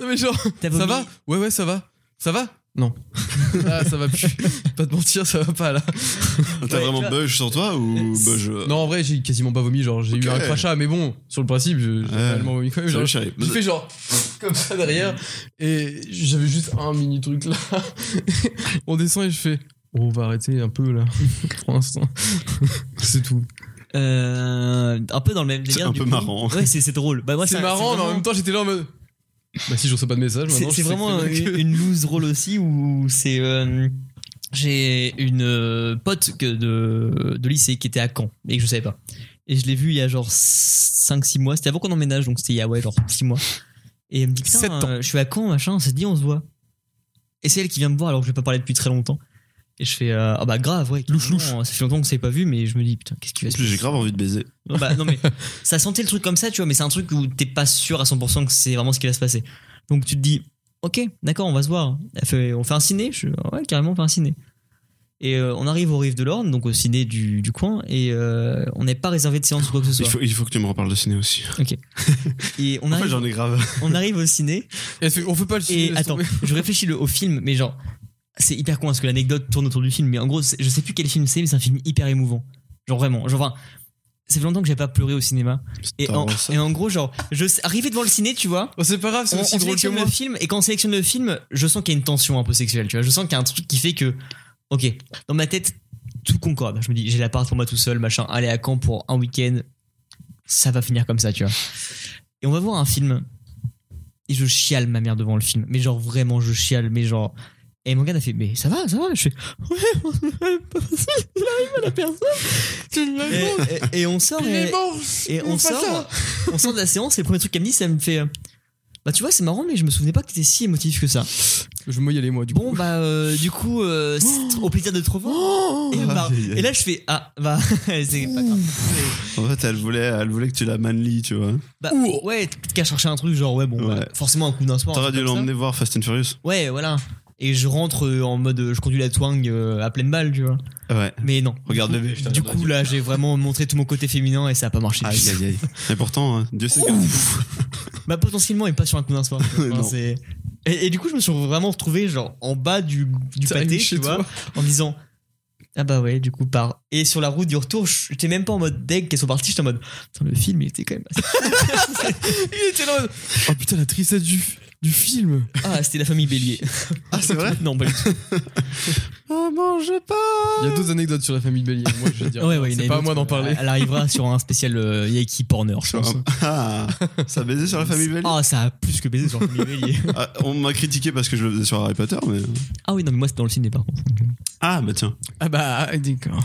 S2: Non, mais genre,
S3: T'as vomi
S2: ça va Ouais, ouais, ça va. Ça va Non. ah, ça va plus. Pas te mentir, ça va pas là.
S1: T'as
S3: Ouais, tu
S1: vraiment
S3: vois.
S1: bug sur toi ou bug euh,
S2: Non, en vrai, j'ai quasiment pas vomi. Genre, j'ai eu
S1: Ok.
S2: un crachat, mais bon, sur le principe, je- j'ai
S1: Ouais.
S2: réellement vomi quand même.
S1: Salut,
S2: Genre,
S1: chérie.
S2: j'ai fait genre comme ça derrière et j'avais juste un mini truc là. On descend et je fais. Oh, on va arrêter un peu là pour l'instant. c'est tout.
S3: euh, Un peu dans le même
S1: C'est
S3: délire.
S1: un
S3: du
S1: peu
S3: coup.
S1: marrant.
S3: Ouais, c'est c'est drôle. Bah, moi,
S2: c'est
S3: ça-
S2: marrant, mais en
S3: vraiment-
S2: même temps, j'étais là en mode. Bah, si je reçois pas de message, maintenant
S3: C'est
S2: je
S3: c'est
S2: sais
S3: vraiment
S2: très bien
S3: une,
S2: que-
S3: une loose drôle aussi où c'est. euh, J'ai une euh, pote que de, de lycée qui était à Caen et que je savais pas. Et je l'ai vue il y a genre 5-6 mois. C'était avant qu'on emménage, donc c'était il y a ouais, genre 6 mois. Et elle me dit Putain,
S2: Sept ans.
S3: euh, je suis à Caen, machin, on s'est dit, on se voit. Et c'est elle qui vient me voir alors que je vais pas parler depuis très longtemps. Et je fais euh, Ah bah grave, ouais.
S2: Louche,
S3: carrément, Ça fait longtemps qu'on s'est pas vu, mais je me dis Putain, qu'est-ce qui
S1: En
S3: va se
S1: plus, j'ai grave envie de baiser.
S3: Non, bah, non, mais ça sentait le truc comme ça, tu vois, mais c'est un truc où t'es pas sûr à 100% que c'est vraiment ce qui va se passer. Donc tu te dis, ok, d'accord, on va se voir. Elle fait, on fait un ciné Je fais, ouais, carrément, on fait un ciné. Et euh, on arrive au Rive de l'Orne, donc au ciné du, du coin, et euh, on n'est pas réservé de séance ou quoi que ce
S1: Il
S3: soit.
S1: faut, il faut que tu me reparles de ciné aussi.
S3: Et on
S1: En fait,
S3: arrive,
S1: j'en ai grave.
S3: on arrive au ciné,
S2: Et elle fait, on fait pas le
S3: et
S2: sujet, laisse
S3: attends,
S2: tomber.
S3: je réfléchis le, au film, mais genre, c'est hyper con parce que l'anecdote tourne autour du film, mais en gros, c'est- je sais plus quel film c'est, mais c'est un film hyper émouvant. Genre vraiment, genre, enfin, ça fait longtemps que j'ai pas pleuré au cinéma. Et
S1: Star
S3: en,
S1: Wars.
S3: et en gros, genre, je, sais- arrivé devant le ciné, tu vois,
S2: Oh, c'est pas grave, c'est
S3: on,
S2: aussi
S3: Euh, on
S2: drôle que
S3: sélectionne
S2: moi.
S3: le film et quand on sélectionne le film, je sens qu'il y a une tension un peu sexuelle, tu vois. Je sens qu'il y a un truc qui fait que, ok, dans ma tête, tout concorde. Je me dis, j'ai l'appart pour moi tout seul, machin, aller à Caen pour un week-end, ça va finir comme ça, tu vois. Et on va voir un film et je chiale ma mère devant le film, mais genre vraiment, je chiale, mais genre. Et mon gars a fait, mais ça va, ça va. Je fais, ouais, on n'arrive pas passé, il arrive à la personne. Et- et, et on sort. et- et on sort, on sort de la séance et le premier truc qu'elle me dit, ça me fait. euh, Bah tu vois, c'est marrant, mais je me souvenais pas que t'étais si émotif que ça.
S2: Je vais y aller moi, du
S3: Bon
S2: coup.
S3: bah euh, du coup, euh, c'est au plaisir de te revoir. Et, bah,
S1: Oh. aïe, aïe.
S3: et là je fais ah bah c'est pas grave.
S1: En fait, elle voulait, elle voulait que tu la manly, tu vois.
S3: Bah, ouais, t'as qu'à chercher un truc genre ouais bon,
S1: Ouais.
S3: bah, forcément un coup d'un sport. un
S1: T'aurais
S3: truc
S1: dû
S3: comme ça.
S1: l'emmener voir Fast and Furious.
S3: Ouais voilà. Et je rentre euh, en mode euh, je conduis la twang euh, à pleine balle tu vois.
S1: Ouais.
S3: Mais non.
S1: Regarde bébé, je te
S3: Du
S1: regarde.
S3: coup là j'ai vraiment montré tout mon côté féminin et ça a pas marché.
S1: Aïe, aïe, aïe. Et pourtant, hein, Dieu sait que.
S3: Bah potentiellement et pas sur un coup d'un soir. Enfin,
S1: Non.
S3: c'est- et, et du coup je me suis vraiment retrouvé genre en bas du, du
S2: T'arrives
S3: pâté,
S2: chez
S3: tu vois,
S2: toi.
S3: en me disant ah bah ouais du coup par et sur la route du retour je- j'étais même pas en mode deg qu'elles sont parties j'étais en mode Putain, le film il était quand même assez-
S2: Il était là. en mode, Oh putain, la tristesse du, du film.
S3: ah c'était la famille Bélier
S1: Ah, c'est vrai
S3: non pas du tout
S2: Il y a d'autres anecdotes sur la famille Bélier. Moi, je vais dire.
S3: Ouais, ouais, il y en a
S2: c'est
S3: une
S2: pas à
S3: autre,
S2: moi d'en
S3: euh,
S2: parler.
S3: elle arrivera sur un spécial euh, Yaki Porner je pense
S1: Ah, ça baisait sur la famille Belle.
S3: ah ça a plus que baisé sur la famille Bélier
S1: Ah, on m'a critiqué parce que je le faisais sur Harry Potter, mais.
S3: ah oui non mais moi c'était dans le ciné par contre
S1: Ah, bah tiens.
S2: Ah bah, d'accord.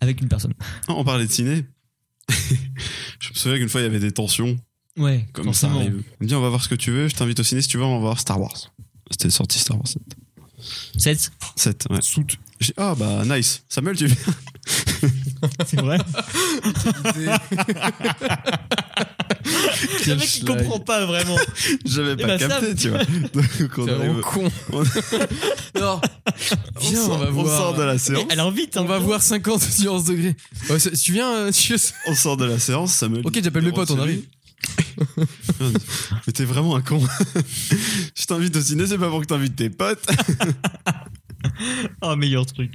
S3: avec une personne
S1: Non, on parlait de ciné. je me souviens qu'une fois, il y avait des tensions.
S3: ouais
S1: Comme
S3: forcément.
S1: ça arrive. On me dit, on va voir ce que tu veux. Je t'invite au ciné si tu veux, on va voir Star Wars. C'était sorti Star Wars 7.
S3: Sept.
S1: 7, ouais. J'ai- Ah, bah, nice. Samuel, tu viens.
S3: c'est vrai Le mec, il comprend pas vraiment.
S1: J'avais
S3: bah,
S1: pas capté,
S3: ça-
S1: Eh tu vois. Donc, on
S2: Eh bah, C'est vraiment
S1: arrive-
S2: con.
S1: on-
S2: Non.
S1: on
S2: Viens, on,
S1: sort-
S2: va
S1: on
S2: voir.
S1: sort de la séance.
S3: Mais Alors vite, hein,
S2: On va
S3: viens.
S2: voir 50 sur 11 degrés. Ouais, ça- tu viens, euh, tu-
S1: On sort de la séance, ça me.
S2: Ok, j'appelle mes potes, on arrive.
S1: Mais t'es vraiment un con. je t'invite au ciné, c'est pas pour que t'invites tes potes.
S3: Ah, meilleur truc.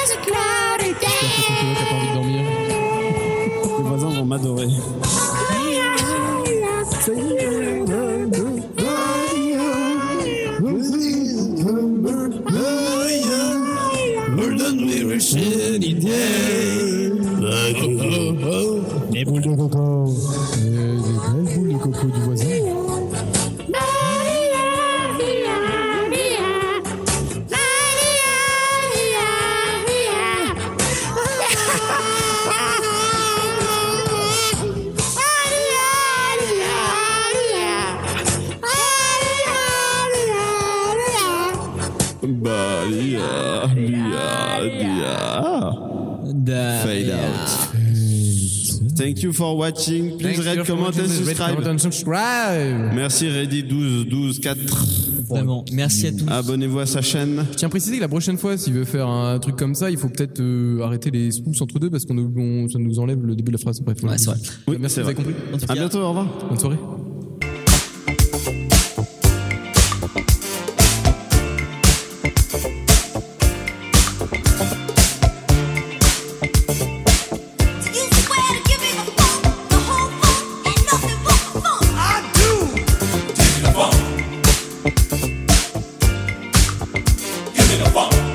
S2: J'espère que ton coloc a pas envie de dormir.
S11: Les voisins vont m'adorer. Les boules de coco. Les belles boules de coco du voisin.
S1: Bah, lia, lia, lia. Fade out. Thank you for watching. Please rate, comment and subscribe.
S2: subscribe.
S1: Merci Ready 12 12 4.
S3: Vraiment, merci à tous.
S1: Abonnez-vous à sa chaîne.
S2: Je tiens à préciser que la prochaine fois, s'il veut faire un truc comme ça, il faut peut-être euh, arrêter les spoops entre deux parce qu'on on- ça nous enlève le début de la phrase. Bref,
S3: Ouais, c'est vrai.
S1: Oui,
S2: Merci,
S1: c'est
S2: vous avez
S1: vrai.
S2: compris.
S1: À bientôt, au revoir.
S2: Bonne soirée.
S6: Give me the funk.